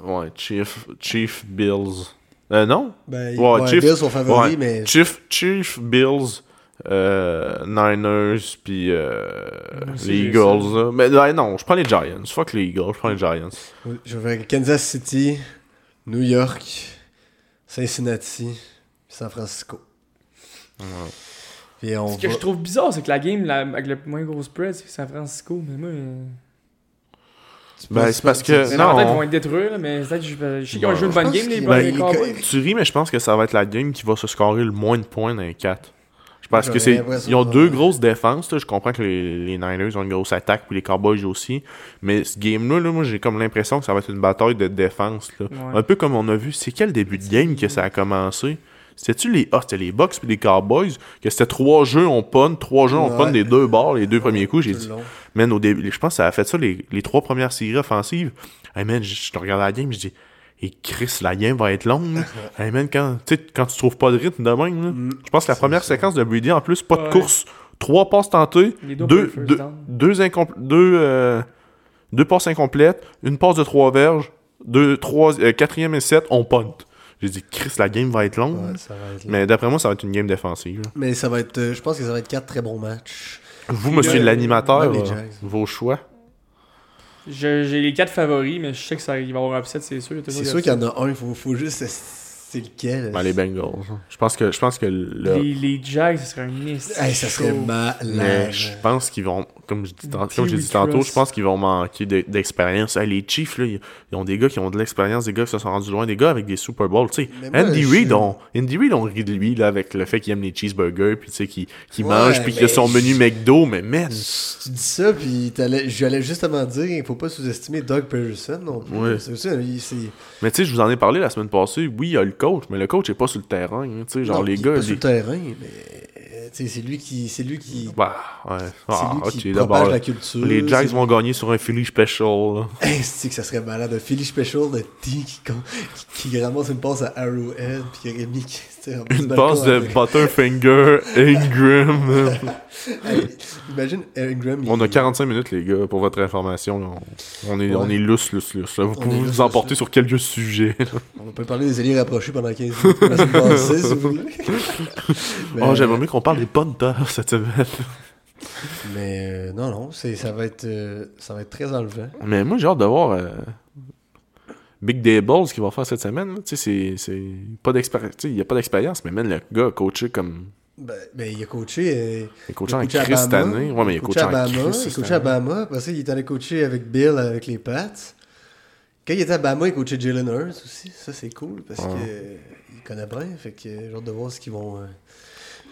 Speaker 2: ouais, Chief, Chief Bills. Euh, non?
Speaker 1: Ben,
Speaker 2: Ouais,
Speaker 1: ouais,
Speaker 2: Chiefs-
Speaker 1: Bills sont favoris,
Speaker 2: ouais.
Speaker 1: mais
Speaker 2: Chief, Chief Bills, euh, Niners, puis euh,
Speaker 3: Moi aussi,
Speaker 2: les
Speaker 3: j'ai
Speaker 2: Eagles. là. Mais ben, non, je prends les Giants. Fuck les Eagles, je prends les Giants.
Speaker 1: je vais avec Kansas City, New York, Cincinnati, San Francisco. Puis on
Speaker 3: Ce que
Speaker 1: va-
Speaker 3: je trouve bizarre, c'est que la game la- avec le moins gros spread, c'est San Francisco. Mais moi. euh,
Speaker 2: Ben, c'est parce que-
Speaker 3: mais
Speaker 2: Non.
Speaker 3: non, peut-être qu'ils vont être détruits, là, mais peut-être que je je sais qu'ils ont
Speaker 2: Ouais.
Speaker 3: joué une bonne
Speaker 1: Je pense
Speaker 3: game, les
Speaker 1: qu'ils-
Speaker 3: Buccaneers
Speaker 1: Ben, ils-
Speaker 3: Cowboys.
Speaker 2: Tu ris, mais je pense que ça va être la game qui va se scorer le moins de points dans les 4. Je Parce que
Speaker 1: J'aurais
Speaker 2: c'est.
Speaker 1: l'impression
Speaker 2: Ils ont
Speaker 1: de-
Speaker 2: deux grosses défenses. là. Je comprends que les, les Niners ont une grosse attaque, puis les Cowboys aussi. Mais ce game-là, là, moi, j'ai comme l'impression que ça va être une bataille de défense. là.
Speaker 3: Ouais.
Speaker 2: Un peu comme on a vu. C'est quel début de game que ça a commencé C'était-tu les. Ah, c'était les Bucks puis les Cowboys. Que c'était trois jeux, on punne. Trois jeux, on
Speaker 1: Ouais.
Speaker 2: punne des deux bords, les deux premiers coups. J'ai
Speaker 1: Tout
Speaker 2: dit,
Speaker 1: le long.
Speaker 2: Man, au début, je pense que ça a fait ça les, les trois premières séries offensives. Hey man, je, je te regardais la game, je dis, et Chris, la game va être longue. là. hey man, quand, tu sais, quand tu trouves pas de rythme de même, là,
Speaker 1: Mm.
Speaker 2: je pense que la première séquence de Brady, en plus, pas de
Speaker 3: Ouais.
Speaker 2: course, trois passes tentées,
Speaker 3: Les
Speaker 2: deux,
Speaker 3: deux
Speaker 2: deux,
Speaker 3: first
Speaker 2: deux,
Speaker 3: down.
Speaker 2: incompl- deux, euh, deux passes incomplètes, une passe de trois verges, deux, trois, euh, quatrième et sept, on punt. J'ai dit, Chris, la game va être longue.
Speaker 1: Ouais, ça va être là.
Speaker 2: Mais d'après moi, ça va être une game défensive. là.
Speaker 1: Mais ça va être. euh, je pense que ça va être quatre très bons matchs.
Speaker 2: Vous,
Speaker 3: Puis
Speaker 2: monsieur
Speaker 3: là,
Speaker 2: l'animateur,
Speaker 1: ouais, les
Speaker 2: euh,
Speaker 1: Jags.
Speaker 2: vos choix.
Speaker 3: Je- J'ai les quatre favoris, mais je sais que ça il va y avoir un upset, c'est sûr. il y a toujours
Speaker 1: C'est
Speaker 3: des
Speaker 1: sûr qu'il y
Speaker 3: upsets.
Speaker 1: en a un, faut, faut juste. C'est lequel
Speaker 2: Ben, les Bengals. Je pense que, je pense que le,
Speaker 3: Les, les Jags, ce serait un esti
Speaker 1: Hey, ça serait
Speaker 3: show.
Speaker 1: malade.
Speaker 2: Mais je pense qu'ils vont, comme je dis, tant-
Speaker 3: Petit
Speaker 2: comme j'ai dit
Speaker 3: Wheat
Speaker 2: tantôt,
Speaker 3: Crust.
Speaker 2: je pense qu'ils vont manquer de- d'expérience. Hey, les Chiefs, là, ils ils ont des gars qui ont de l'expérience, des gars qui se sont rendus loin, des gars avec des Super Bowls. tu sais.
Speaker 1: Mais moi,
Speaker 2: Andy
Speaker 1: je-
Speaker 2: Reid, on, Andy Reid, on rit de lui là, avec le fait qu'il aime les cheeseburgers, puis tu sais, qu'il qu'il
Speaker 1: Ouais,
Speaker 2: mange, puis qu'il a son
Speaker 1: mais-
Speaker 2: menu McDo, mais man,
Speaker 1: Tu dis ça, puis t'allais- j'allais justement dire, il faut pas sous-estimer Doug Pearson non plus.
Speaker 2: Ouais.
Speaker 1: C'est aussi, un- il- c'est-
Speaker 2: mais tu sais, je vous en ai parlé la semaine passée. Oui, il y a le coach, mais le coach est pas sur le terrain. hein, tu sais, genre
Speaker 1: non,
Speaker 2: les
Speaker 1: il est
Speaker 2: gars,
Speaker 1: Pas sur
Speaker 2: les-
Speaker 1: le terrain, mais euh, tu sais, c'est lui qui. C'est lui qui.
Speaker 2: Bah, ouais.
Speaker 1: c'est
Speaker 2: Ah,
Speaker 1: lui qui
Speaker 2: ok,
Speaker 1: propage
Speaker 2: d'abord.
Speaker 1: la culture.
Speaker 2: Les Jags
Speaker 1: c'est-
Speaker 2: vont gagner sur un Philly Special. là.
Speaker 1: Hey, c'est que ça serait malade. Un Philly Special de T qui, con- qui, qui ramasse une passe à Arrowhead puis qui aurait mis qui- tu sais, en bas du
Speaker 2: Une
Speaker 1: balcon
Speaker 2: passe de
Speaker 1: avec-
Speaker 2: Butterfinger Ingram.
Speaker 1: Hey, imagine Ingram. il-
Speaker 2: On a 45 minutes, les gars, pour votre information. là. On, on est,
Speaker 1: Ouais.
Speaker 2: on est lousse, lousse, lousse. là. Vous
Speaker 1: On est
Speaker 2: pouvez
Speaker 1: lousse,
Speaker 2: vous
Speaker 1: lousse,
Speaker 2: emporter
Speaker 1: lousse.
Speaker 2: sur quelques sujets. là.
Speaker 1: On peut parler des alliés rapprochés pendant 15 minutes. la semaine passée, si vous voulez. Mais-
Speaker 2: Oh, J'aimerais mieux qu'on parle des punters cette semaine.
Speaker 1: Mais euh, non, non, c'est, ça, va être, euh, ça va être très enlevant.
Speaker 2: Mais moi, j'ai hâte de voir euh, Big Day Balls qu'il va faire cette semaine. là. Tu sais, c'est- c'est pas d'expérience. tu sais, Il n'y a pas d'expérience, mais même le gars a coaché comme.
Speaker 1: Ben, ben, il a coaché. euh,
Speaker 2: Il a
Speaker 1: il
Speaker 2: coaché
Speaker 1: a
Speaker 2: en
Speaker 1: coaché à
Speaker 2: crise cette
Speaker 1: Bama,
Speaker 2: année. Ouais, mais il a coaché
Speaker 1: à
Speaker 2: en
Speaker 1: Bama,
Speaker 2: crise
Speaker 1: Il a
Speaker 2: cette
Speaker 1: coaché à
Speaker 2: année.
Speaker 1: Bama. Parce qu'il est allé coacher avec Bill, avec les Pats. Quand il était à Bama, il coachait Jalen Hurts aussi. Ça, c'est cool parce
Speaker 2: Ouais.
Speaker 1: que euh, il connaît bien. Fait que euh, j'ai hâte de voir ce qu'ils vont. euh,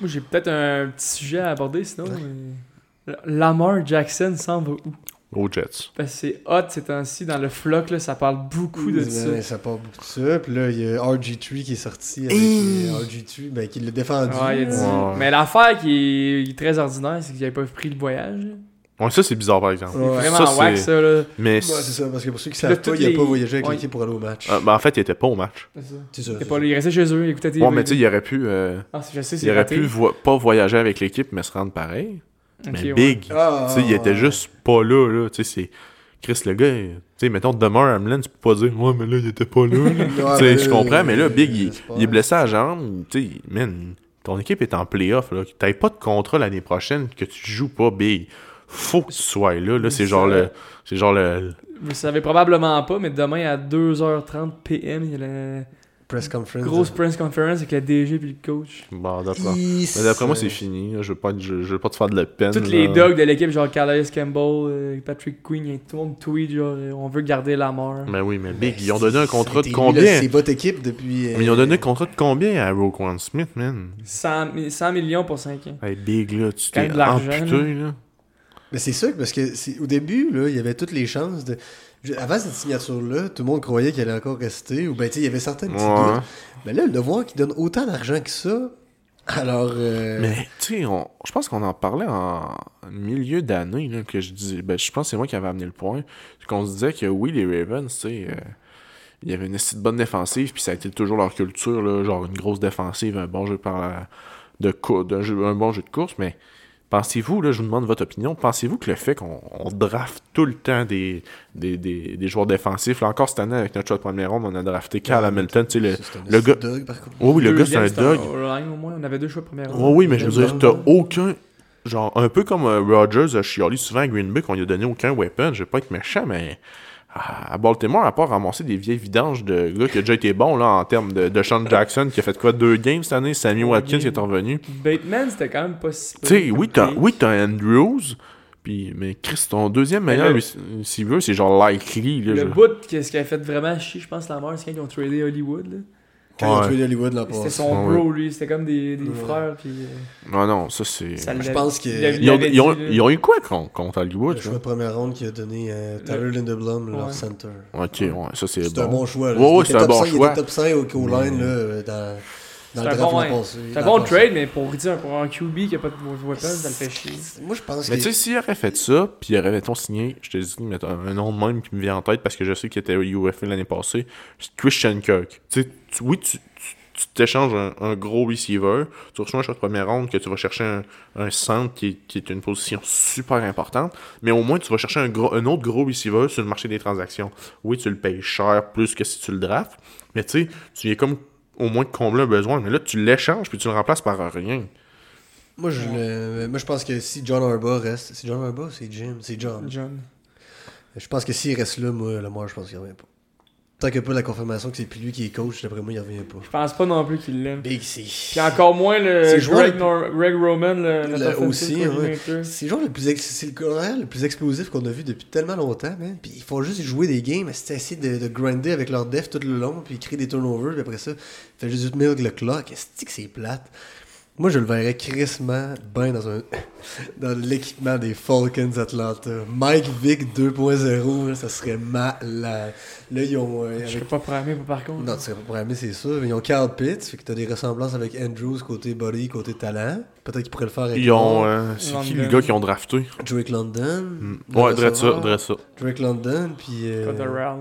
Speaker 3: Moi, j'ai peut-être un petit sujet à aborder, sinon. mais- Lamar Jackson s'en va où
Speaker 2: Aux Jets.
Speaker 3: Parce que c'est hot ces temps-ci, dans le floc, là, ça parle beaucoup de
Speaker 1: ben,
Speaker 3: ça.
Speaker 1: Ça part beaucoup de ça. Puis là, il y a RG3 qui est sorti avec
Speaker 2: Hey!
Speaker 1: euh, RG3, ben, qui l'a défendu.
Speaker 3: Ouais, il a dit.
Speaker 2: Ouais.
Speaker 3: Mais l'affaire qui est, qui est très ordinaire, c'est qu'ils n'avaient pas pris le voyage. là.
Speaker 2: Ouais, ça, c'est bizarre, par exemple.
Speaker 1: Ouais.
Speaker 3: C'est vraiment
Speaker 2: Ça, c'est-
Speaker 3: whack, ça, là.
Speaker 2: Mais.
Speaker 1: Ouais, c'est ça, parce que pour ceux qui
Speaker 3: Là,
Speaker 1: savent pas,
Speaker 3: toutes
Speaker 1: il a pas
Speaker 3: les-
Speaker 1: voyagé avec
Speaker 3: Ouais.
Speaker 1: l'équipe pour aller au match.
Speaker 2: Ah, ben, en fait, il était pas au match.
Speaker 3: C'est ça.
Speaker 1: C'est ça,
Speaker 3: Il,
Speaker 1: c'est
Speaker 3: est pas
Speaker 1: ça.
Speaker 3: là, il restait chez eux, il écoutait TV.
Speaker 2: Ouais, mais tu sais, il aurait pu. euh,
Speaker 3: Ah, je sais, c'est
Speaker 2: Il aurait
Speaker 3: raté.
Speaker 2: pu vo- pas voyager avec l'équipe, mais se rendre pareil.
Speaker 3: Ok,
Speaker 2: mais
Speaker 3: ouais.
Speaker 2: Big,
Speaker 1: Ah,
Speaker 2: tu sais, il était juste pas là, là. Tu sais, c'est. Chris, le gars, il- tu sais, mettons, demain, Hamlin, tu peux pas dire, ouais, mais là, il était pas là. là.
Speaker 1: Ouais,
Speaker 2: tu sais,
Speaker 1: ben,
Speaker 2: je comprends, mais là, Big, il,
Speaker 1: j'espère.
Speaker 2: il est blessé à la jambe. Tu sais, man, ton équipe est en playoff, là. T'as pas de contrat l'année prochaine que tu joues pas, Big. Faut que tu sois là, là. C'est genre le. C'est genre le.
Speaker 3: Vous le savez probablement pas, mais demain à 2h30 PM, il y a la
Speaker 1: Press conference.
Speaker 3: grosse press conference avec le DG puis le coach.
Speaker 2: Bon, d'accord. Mais
Speaker 1: Mais
Speaker 2: d'après moi, c'est fini. là. Je veux pas, je, je veux pas te faire de la peine.
Speaker 3: Toutes les
Speaker 2: là.
Speaker 3: dogs de l'équipe, genre Calais Campbell, euh, Patrick Queen, il y a tout le monde tweet, genre euh, on veut garder la mort.
Speaker 2: Mais oui, mais Big, ils ont donné un contrat de combien
Speaker 1: C'est votre équipe depuis. euh,
Speaker 2: Mais ils ont donné un contrat de combien à Roquan Smith, man?
Speaker 3: 100, mi- 100 millions pour 5 ans.
Speaker 2: Hey, Big, là, tu
Speaker 3: Quand
Speaker 2: t'es
Speaker 3: de l'argent,
Speaker 2: amputé, là.
Speaker 1: Mais c'est sûr, que- parce que c'est- au début, là, il y avait toutes les chances de. Je- Avant cette signature-là, tout le monde croyait qu'elle allait encore rester, ou ben, tu sais, il y avait certaines petites
Speaker 2: Ouais.
Speaker 1: Mais là, le voir qu'il donne autant d'argent que ça, alors. euh,
Speaker 2: Mais, tu sais, on- je pense qu'on en parlait en milieu d'année, là, que je dis... Ben, je pense que c'est moi qui avais amené le point. C'est qu'on se disait que, oui, les Ravens, tu sais... euh, Il y avait une esti de bonne défensive, puis ça a été toujours leur culture, là, genre une grosse défensive, un bon jeu par la... de cou- d'un jeu- un bon jeu de course, mais pensez-vous, là, je vous demande votre opinion, pensez-vous que le fait qu'on on draft tout le temps des, des, des, des joueurs défensifs, là, encore cette année avec notre choix de première ronde, on a drafté Cal Hamilton, tu sais, le,
Speaker 1: c'est un
Speaker 2: le gars-
Speaker 1: dog, par contre.
Speaker 2: Oui, oui, le gars, c'est un
Speaker 3: Deuxième,
Speaker 2: dog.
Speaker 3: c'était O-line, au moins, on avait deux choix de première
Speaker 2: Oui,
Speaker 3: ronde.
Speaker 2: oui, mais je veux dire,
Speaker 1: Deuxième
Speaker 2: t'as
Speaker 1: round.
Speaker 2: aucun. Genre, un peu comme euh, Rodgers a chialé souvent à Green Bay qu'on lui a donné aucun weapon. Je vais pas être méchant, mais à à Baltimore, à part ramasser des vieilles vidanges de gars qui a déjà été bon là, en termes de, de Sean Jackson qui a fait quoi deux games cette année, Sammy
Speaker 3: Trois
Speaker 2: Watkins qui
Speaker 3: games.
Speaker 2: est revenu.
Speaker 3: Bateman, c'était quand même pas si.
Speaker 2: Tu sais, oui, t'as
Speaker 3: Ok.
Speaker 2: oui, t'as Andrews, puis, mais Chris, ton deuxième
Speaker 3: Mais
Speaker 2: meilleur
Speaker 3: là-
Speaker 2: rec- receiver, c'est genre Likely. Là,
Speaker 3: Le
Speaker 2: je-
Speaker 3: bout, qu'est-ce qui a fait vraiment chier, je pense, la mort, c'est quand ils ont tradé Hollywood. Là.
Speaker 1: Quand il a
Speaker 2: Ouais.
Speaker 1: tué Hollywood l'an
Speaker 3: C'était
Speaker 1: passé.
Speaker 3: son
Speaker 2: Ouais.
Speaker 3: bro, lui. C'était comme des, des
Speaker 1: Ouais.
Speaker 3: frères. Puis, euh,
Speaker 2: Non, Ah non, ça c'est.
Speaker 3: ça
Speaker 1: Je
Speaker 3: l'avait-
Speaker 1: pense que-
Speaker 3: il l'avait-
Speaker 1: Ils
Speaker 2: Ils ont,
Speaker 3: il l'avait
Speaker 2: ils ont-
Speaker 3: dit, là.
Speaker 2: ils ont eu quoi contre, contre
Speaker 1: Le
Speaker 2: Hollywood
Speaker 1: choix de
Speaker 2: là?
Speaker 1: première ronde qui a donné euh, Tyler Lindeblum, leur
Speaker 3: Ouais.
Speaker 1: center.
Speaker 2: Ok, ouais, ça c'est
Speaker 1: C'est un
Speaker 2: bon.
Speaker 1: bon choix. là.
Speaker 2: Ouais, ouais,
Speaker 1: Il était
Speaker 2: c'est un
Speaker 1: top
Speaker 2: bon
Speaker 1: cinq, Il
Speaker 2: choix.
Speaker 1: était top 5 au au line
Speaker 2: Mm.
Speaker 1: là, euh, dans, dans le
Speaker 3: C'est un
Speaker 1: draft
Speaker 3: bon-
Speaker 1: l'an passé.
Speaker 3: C'est un
Speaker 1: L'an
Speaker 3: bon
Speaker 1: passé.
Speaker 3: trade, mais pour dire pour un QB qui a pas de weapons, ça le fait chier.
Speaker 1: Moi, je pense
Speaker 2: Mais tu
Speaker 1: que
Speaker 2: sais, s'il aurait fait ça, puis il aurait, mettons, signé, je te dis, mettons, un nom de même qui me vient en tête parce que je sais qu'il était au UFA l'année passée, c'est Christian Kirk. Tu sais, tu- oui, tu tu- tu t'échanges un, un gros receiver, tu reçois un choix de première ronde, que tu vas chercher un, un centre qui, est- qui est une position super importante, mais au moins tu vas chercher un, gros, un autre gros receiver sur le marché des transactions. Oui, tu le payes cher plus que si tu le drafts, mais tu sais, tu viens comme au moins de combler un besoin, mais là tu l'échanges puis tu le remplaces par rien.
Speaker 1: moi, je, le- moi, je pense que si John Harbaugh reste. C'est John Harbaugh ou c'est Jim C'est John.
Speaker 3: John.
Speaker 1: Je pense que s'il reste là, moi, Lamar, je pense qu'il revient pas. Tant que pas la confirmation que c'est plus lui qui est coach, d'après moi, il revient pas.
Speaker 3: Je pense pas non plus qu'il l'aime.
Speaker 1: Big
Speaker 3: Puis
Speaker 1: c'est.
Speaker 3: encore moins le
Speaker 1: C'est joueur
Speaker 3: Greg,
Speaker 1: le-
Speaker 3: Nor- Greg Roman, le, notre
Speaker 1: Le-
Speaker 3: offensive
Speaker 1: aussi,
Speaker 3: coordinator.
Speaker 1: C'est genre le plus, ex- c'est le coréen le plus explosif qu'on a vu depuis tellement longtemps, man. Puis ils font juste jouer des games, c'est essayer de, de grinder avec leur def tout le long, puis ils créent des turnovers, puis après ça, fait juste tenir le clock. Est-ce que c'est plate? Moi, je le verrais crissement bien dans un dans l'équipement des Falcons Atlanta. Mike Vick 2.0, là, ça serait malade. Là, ils ont... euh,
Speaker 3: Je
Speaker 1: avec-
Speaker 3: serais pas programmé, pas par contre.
Speaker 1: Non, tu serais pas programmé, c'est sûr. Ils ont Carl Pitts, fait que t'as des ressemblances avec Andrews côté body, côté talent. Peut-être qu'ils pourraient le faire avec
Speaker 2: Ils ont.
Speaker 1: moi.
Speaker 2: euh, c'est qui le
Speaker 3: London.
Speaker 2: gars qu'ils ont drafté
Speaker 1: Drake London. le
Speaker 2: Mm. Ouais, dresse ça,
Speaker 1: receveur.
Speaker 2: dresse ça.
Speaker 1: Drake London, puis. Euh...
Speaker 3: Cotterell.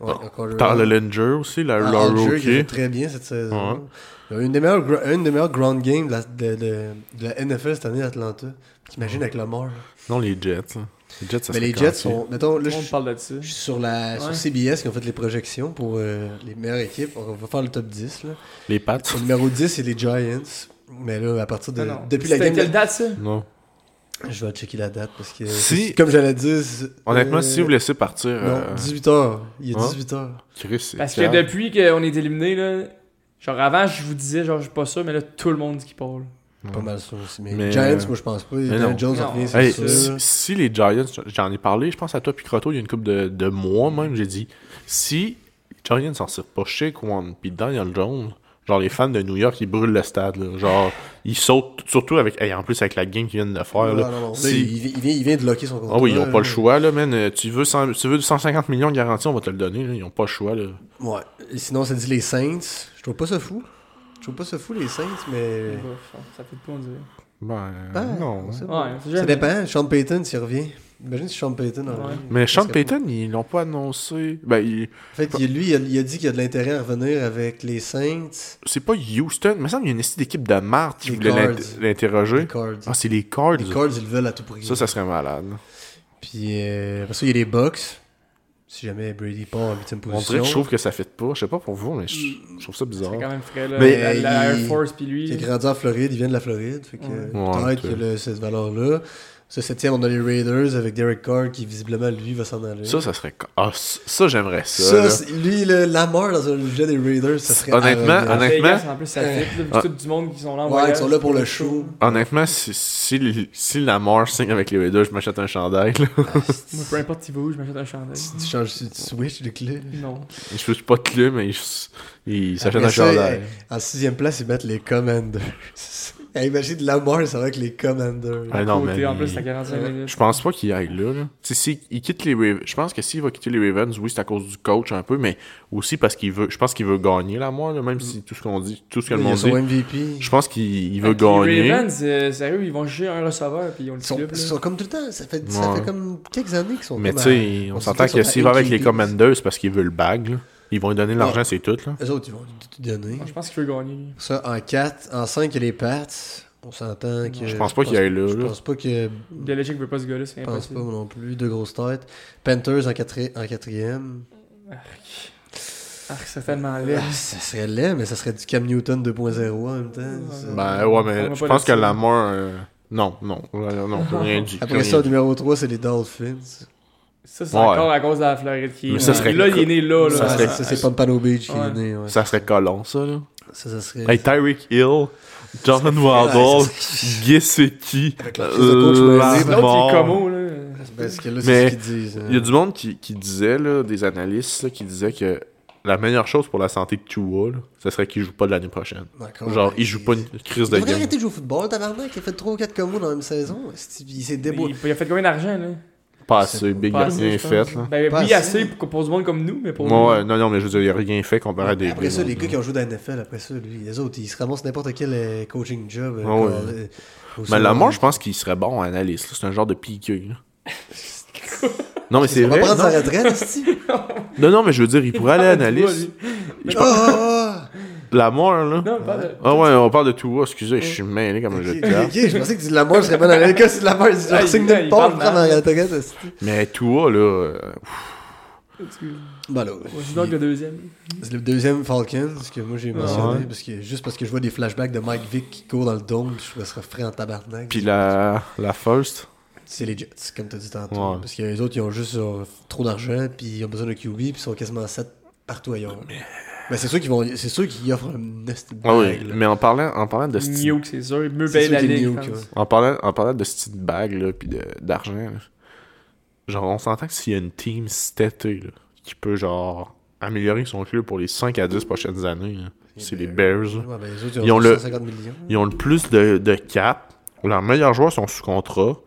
Speaker 1: Ouais, encore le
Speaker 2: Tyler Linger aussi, la,
Speaker 1: Ah,
Speaker 2: la
Speaker 1: Alger, qui joue
Speaker 2: rookie.
Speaker 1: très bien cette
Speaker 2: Ouais.
Speaker 1: saison. Il y a Une des meilleures, gr- une des meilleures ground games de la, de, de- de la NFL cette année à Atlanta. T'imagines avec Lamar. là.
Speaker 2: Non, les Jets. là. Les Jets, ça
Speaker 1: Mais
Speaker 2: serait
Speaker 1: les Jets
Speaker 2: classé.
Speaker 1: sont. Mettons,
Speaker 3: Tout
Speaker 1: là,
Speaker 3: le
Speaker 1: je
Speaker 3: monde
Speaker 1: suis
Speaker 3: parle de ça.
Speaker 1: je suis sur, la, sur
Speaker 3: Ouais.
Speaker 1: CBS qui ont fait les projections pour euh, les meilleures équipes. On va faire le top 10. Là.
Speaker 2: Les Pats
Speaker 1: Le numéro 10, c'est les Giants. Mais là, à partir de.
Speaker 3: Ah Non, non.
Speaker 1: Depuis la
Speaker 3: C'était
Speaker 1: game.
Speaker 3: quelle date, ça?
Speaker 2: Non.
Speaker 1: Je vais checker la date parce que.
Speaker 2: Si-
Speaker 1: Comme j'allais dire. c'est-
Speaker 2: Honnêtement,
Speaker 1: euh,
Speaker 2: si vous laissez partir euh,
Speaker 1: Non, 18h. Il est
Speaker 2: Hein?
Speaker 1: 18h.
Speaker 2: Chris et
Speaker 3: Parce
Speaker 2: Pierre,
Speaker 3: que depuis qu'on est éliminé, là, genre avant, je vous disais, genre, je suis pas sûr, mais là, tout le monde dit qu'il parle.
Speaker 1: Pas mal ça aussi. Mais,
Speaker 2: Mais-
Speaker 1: Giants, moi je pense pas. Daniel
Speaker 2: non.
Speaker 1: Jones
Speaker 3: Non.
Speaker 1: revient, c'est
Speaker 2: Hey,
Speaker 1: sûr.
Speaker 2: si, si les Giants, j'en ai parlé, je pense à toi puis Croteau, il y a une couple de, de mois même, j'ai dit, si les Giants s'en sortent pas chez One puis Daniel Jones, genre les fans de New York, ils brûlent le stade, là. genre ils sautent, surtout avec, hey, en plus avec la game qu'ils viennent de faire,
Speaker 1: Non,
Speaker 2: là.
Speaker 1: non, non. Là,
Speaker 2: Si-
Speaker 1: il, il vient, il vient de locker son contrat.
Speaker 2: Ah oui, ils n'ont pas
Speaker 1: là.
Speaker 2: le choix, là, man. Euh, Tu veux, 100 tu veux 150 millions de garantie, on va te le donner, là. Ils n'ont pas le choix, là.
Speaker 1: Ouais. Et sinon, ça dit les Saints. Je trouve pas ça fou. Je trouve pas ça fou, les Saints, mais.
Speaker 3: Bof, hein, Ça fait pas, on dirait.
Speaker 2: Ben,
Speaker 1: Ben,
Speaker 2: non.
Speaker 1: on sait pas.
Speaker 3: Ouais, c'est
Speaker 1: Ça
Speaker 3: jamais-
Speaker 1: dépend. Sean Payton, s'il revient. Imagine si Sean Payton en
Speaker 3: Ouais.
Speaker 1: revient.
Speaker 2: Mais
Speaker 1: Ça
Speaker 2: Sean
Speaker 1: serait
Speaker 2: Payton, ils l'ont pas annoncé. Ben, il-
Speaker 1: fou. En fait, il- lui, il a, il a dit qu'il y a de l'intérêt à revenir avec les Saints.
Speaker 2: c'est pas Houston. Il me semble qu'il y a une esti d'équipe de marde qui
Speaker 1: Les
Speaker 2: voulait l'int-
Speaker 1: Cards.
Speaker 2: l'interroger.
Speaker 1: Les Cards.
Speaker 2: Ah, c'est les Cards.
Speaker 1: les Cards, ils le veulent à tout prix.
Speaker 2: Ça, ça serait malade.
Speaker 1: Puis, euh, parce qu'il y a les Bucks. Si jamais Brady part en 8
Speaker 2: On dirait
Speaker 1: position.
Speaker 2: que je trouve que ça fait pas. Je sais pas pour vous, mais je, je trouve ça
Speaker 3: Mm. C'est
Speaker 2: bizarre.
Speaker 3: quand même frais, là.
Speaker 1: Mais,
Speaker 3: la,
Speaker 1: euh,
Speaker 3: la
Speaker 1: il-
Speaker 3: Air Force, puis lui.
Speaker 1: Il est grandi en Floride, il vient de la Floride. Fait que euh,
Speaker 3: Ouais.
Speaker 1: peut-être
Speaker 2: Ouais,
Speaker 1: qu'il
Speaker 2: ok.
Speaker 1: a cette valeur-là. Ce septième, on a les Raiders avec Derek Carr qui visiblement lui va s'en aller.
Speaker 2: Ça, ça serait. ca- Ah, c- ça, j'aimerais ça.
Speaker 1: Ça,
Speaker 2: là.
Speaker 1: c'est- lui, le, la mort dans un jet des Raiders, ça serait.
Speaker 2: Honnêtement,
Speaker 1: arrogant.
Speaker 2: honnêtement-
Speaker 3: Vegas, en plus, ça fit, là, vu
Speaker 2: Ah.
Speaker 3: tout du monde qui sont là en
Speaker 1: Ouais,
Speaker 3: voyage.
Speaker 1: ils sont là pour le show.
Speaker 2: Honnêtement, si, si, les- si Lamar signe avec les Raiders, je m'achète un chandail. là.
Speaker 3: Moi, peu importe qui va où, je m'achète un chandail.
Speaker 1: Tu, tu changes, tu, tu switches de clé.
Speaker 3: Non.
Speaker 2: Je suis pas de club, mais il- il s'achète
Speaker 1: Après
Speaker 2: un
Speaker 1: ça,
Speaker 2: chandail.
Speaker 1: hey, En sixième place, ils mettent les Commanders. hey, imagine la mort, ça va avec les Commanders.
Speaker 2: Ah, non,
Speaker 3: Côté,
Speaker 2: mais
Speaker 3: en
Speaker 2: il-
Speaker 3: plus, ça 45 minutes.
Speaker 2: Je pense pas qu'il aille là. là. Tu sais, s'il- il quitte les Ravens. Je pense que s'il va quitter les Ravens, oui, c'est à cause du coach un peu, mais aussi parce qu'il veut. Je pense qu'il veut gagner là, moi, là, même si tout ce qu'on dit, tout ce que le
Speaker 1: Ils ont
Speaker 2: monde dit.
Speaker 1: son MVP.
Speaker 2: Je pense qu'il il veut
Speaker 3: Avec Les
Speaker 2: gagner.
Speaker 3: Ravens, euh, sérieux, ils vont juger un receveur, puis ils ont le
Speaker 1: Ils sont,
Speaker 3: club.
Speaker 1: ils
Speaker 3: là.
Speaker 1: sont comme tout le temps. Ça fait, ça
Speaker 2: Ouais.
Speaker 1: fait comme quelques années qu'ils sont
Speaker 2: Mais
Speaker 1: comme
Speaker 2: tu
Speaker 1: à-
Speaker 2: sais,
Speaker 1: ben, on
Speaker 2: on
Speaker 1: se
Speaker 2: s'entât
Speaker 1: dit qu'ils
Speaker 2: que
Speaker 1: sont
Speaker 2: s'il
Speaker 1: à
Speaker 2: va avec les
Speaker 1: 8
Speaker 2: Commanders, c'est parce qu'il veut le bag, là. ils vont lui donner l'argent, c'est tout. Là.
Speaker 1: Eux autres, ils vont tout donner.
Speaker 3: Je pense qu'il veut gagner.
Speaker 1: Ça, en 4, en 5, il y a les Pats. On s'entend que.
Speaker 2: Je pense pas qu'il aille là.
Speaker 1: Je
Speaker 2: là.
Speaker 1: pense pas que.
Speaker 3: Belichick veut pas ce gars-là, c'est
Speaker 1: Je pense pas
Speaker 3: impossible.
Speaker 1: moi non plus. Deux grosses têtes. Panthers en, quatri- en quatrième.
Speaker 3: Ah, c'est tellement laid.
Speaker 1: Ah, ça serait laid, mais ça serait du Cam Newton 2.0 en même temps. ça.
Speaker 2: Ben ouais,
Speaker 3: On va
Speaker 2: mais je
Speaker 3: pas
Speaker 2: pense que
Speaker 3: là-dessus.
Speaker 2: Lamar. euh, Non, non, euh, non, rien dit.
Speaker 1: Après
Speaker 2: rien
Speaker 1: ça, au
Speaker 2: dit.
Speaker 1: numéro 3, c'est les Dolphins.
Speaker 3: Ça, c'est
Speaker 2: Ouais.
Speaker 3: encore à cause de la Floride qui
Speaker 2: Mais ça
Speaker 3: Ouais.
Speaker 2: serait-
Speaker 3: Là, il est né Oh là. là.
Speaker 2: Ça
Speaker 1: Ça,
Speaker 2: serait-
Speaker 1: ça, c'est Pompano Beach qui
Speaker 3: Ouais.
Speaker 1: est né. ouais. Ça,
Speaker 2: Ça serait colon, ça. Là.
Speaker 1: ça serait.
Speaker 2: Hey, Tyreek Hill, Jordan Waddle, Gesicki,
Speaker 1: la crise de coach,
Speaker 2: euh,
Speaker 1: mais-
Speaker 3: C'est l'autre
Speaker 2: Lamar.
Speaker 3: qui est como, là.
Speaker 1: Parce que là, c'est
Speaker 2: Mais
Speaker 1: ce qu'ils disent.
Speaker 2: Il y a
Speaker 1: hein.
Speaker 2: du monde qui, qui disait, là, des analystes, là, qui disaient que la meilleure chose pour la santé de Tua, là, ce serait qu'il joue pas de l'année prochaine.
Speaker 1: D'accord.
Speaker 2: Genre, il joue pas une crise de
Speaker 1: Il devrait
Speaker 2: game.
Speaker 1: arrêter de jouer au football, tabarnak. Il a fait 3 ou 4 combos dans la même saison. Esti, Il s'est
Speaker 3: Il,
Speaker 1: débrouillé.
Speaker 3: il a fait combien d'argent, là
Speaker 2: Pas assez, Big
Speaker 3: Pas
Speaker 2: a
Speaker 3: assez,
Speaker 2: rien
Speaker 3: je pense.
Speaker 2: fait. Là.
Speaker 3: Ben,
Speaker 1: Pas
Speaker 3: oui,
Speaker 1: assez.
Speaker 3: assez pour, pour du monde comme nous, mais pour.
Speaker 2: Moi, ouais, non, non, mais je veux dire, il a rien fait comparé à des.
Speaker 1: Après ça, les
Speaker 2: là.
Speaker 1: gars qui ont joué dans la NFL, après ça, lui, les autres, ils se ramassent n'importe quel euh, coaching job. euh,
Speaker 2: Ah ouais. Mais Lamar, je pense qu'il serait bon en analyste. là. C'est un genre de piqueux. là. non, mais c'est
Speaker 1: Il va
Speaker 2: vrai.
Speaker 1: prendre sa
Speaker 2: Non.
Speaker 1: retraite, esti.
Speaker 2: non, non, mais je veux dire, il pourrait
Speaker 1: Ah,
Speaker 2: aller
Speaker 3: parle de
Speaker 2: analyste.
Speaker 3: toi, Ah, lui.
Speaker 1: Oh, oh,
Speaker 2: Lamar, là.
Speaker 3: Non, parle de-
Speaker 2: Ah ouais, on parle de tout. excusez, je suis mêlé
Speaker 1: oh.
Speaker 2: comme Ah, je
Speaker 1: Ok,
Speaker 2: tape.
Speaker 1: ok, je pensais que tu dis Lamar serait bon dans la NFL. Si Lamar, il dit, genre,
Speaker 3: Ah, il-
Speaker 1: signe
Speaker 3: là,
Speaker 1: nulle
Speaker 3: il
Speaker 1: part,
Speaker 3: parle
Speaker 1: il prend
Speaker 3: mal.
Speaker 1: la retraite, esti.
Speaker 2: Mais Tua, là, euh,
Speaker 3: Excuse.
Speaker 1: Bah là,
Speaker 3: Ouais, dis donc le deuxième.
Speaker 1: C'est le deuxième Falcon, ce que moi
Speaker 3: Ah,
Speaker 1: j'ai mentionné,
Speaker 2: Ouais.
Speaker 1: parce que, juste parce que je vois des flashbacks de Mike Vick qui court dans le dôme, puis je me serais frais en tabarnak.
Speaker 2: puis la, la first.
Speaker 1: C'est les Jets, comme t'as dit tantôt.
Speaker 2: Ouais.
Speaker 1: Parce que les autres, ils ont juste euh, trop d'argent, puis ils ont besoin de QB, puis ils sont quasiment 7 partout ailleurs. Mais c'est sûr qu'ils vont, c'est sûr qu'ils offrent un nasty
Speaker 2: Ah oui,
Speaker 1: bag, là.
Speaker 2: mais en parlant, en parlant de cette-
Speaker 3: Nuke, c'est sûr. Mieux
Speaker 1: C'est
Speaker 3: payer
Speaker 1: sûr
Speaker 3: la
Speaker 1: qu'il est
Speaker 3: ligue.
Speaker 1: nuke,
Speaker 3: je pense.
Speaker 1: ouais.
Speaker 2: En parlant, en parlant de cette petite bague, là, puis de- d'argent, là, genre, on s'entend que s'il y a une team cet été, là, qui peut, genre, améliorer son club pour les 5 à 10 prochaines années, là, c'est les Bears. là.
Speaker 1: Ouais, ben, les autres, ils
Speaker 2: Ils
Speaker 1: ont,
Speaker 2: ont le-
Speaker 1: 150 millions.
Speaker 2: Ils ont le plus de, de cap. Leurs meilleurs joueurs sont sous contrat.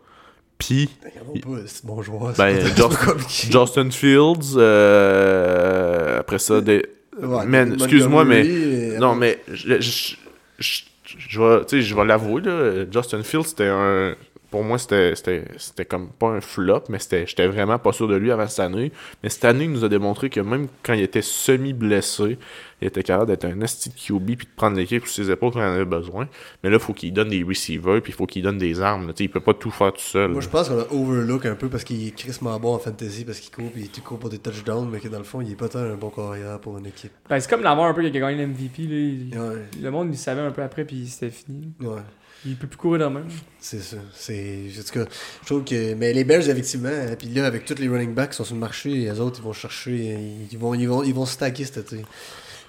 Speaker 2: Puis,
Speaker 1: Regardons Ben, pas, c'est bon joueur.
Speaker 2: Ben,
Speaker 1: c'est pas
Speaker 2: Josh-
Speaker 1: trop compliqué.
Speaker 2: Justin Fields, euh, après ça, des...
Speaker 1: Ouais,
Speaker 2: Man,
Speaker 1: Montgomery,
Speaker 2: excuse-moi, mais...
Speaker 1: euh,
Speaker 2: Non, mais je, je, je, je vais, tu sais, je vais l'avouer, là, Justin Fields, c'était un. Pour moi, c'était c'était- c'était comme pas un flop, mais c'était- j'étais vraiment pas sûr de lui avant cette année. Mais cette année, il nous a démontré que même quand il était semi-blessé, il était capable d'être un esti de QB puis de prendre l'équipe sous ses épaules quand il en avait besoin. Mais là, il faut qu'il donne des receivers puis il faut qu'il donne des armes. là. Tu sais, il peut pas tout faire tout seul.
Speaker 1: Moi, je pense qu'on a overlook un peu parce qu'il est crissement bon en fantasy, parce qu'il court, puis il court pour des touchdowns, mais que dans le fond, il est pas tant un bon carrière pour une équipe.
Speaker 3: Ben, c'est comme Lamar un peu qui a gagné l'MVP. Là. il-
Speaker 1: Ouais,
Speaker 3: Le monde, il savait un peu après, puis c'était fini.
Speaker 1: ouais.
Speaker 3: Il peut plus courir dans le même.
Speaker 1: C'est ça. C'est... En tout cas, je trouve que. Mais les Bears, effectivement, hein, puis là, avec tous les running backs qui sont sur le marché, les autres, ils vont chercher. euh, Ils vont, ils vont, ils vont se taquer cet été.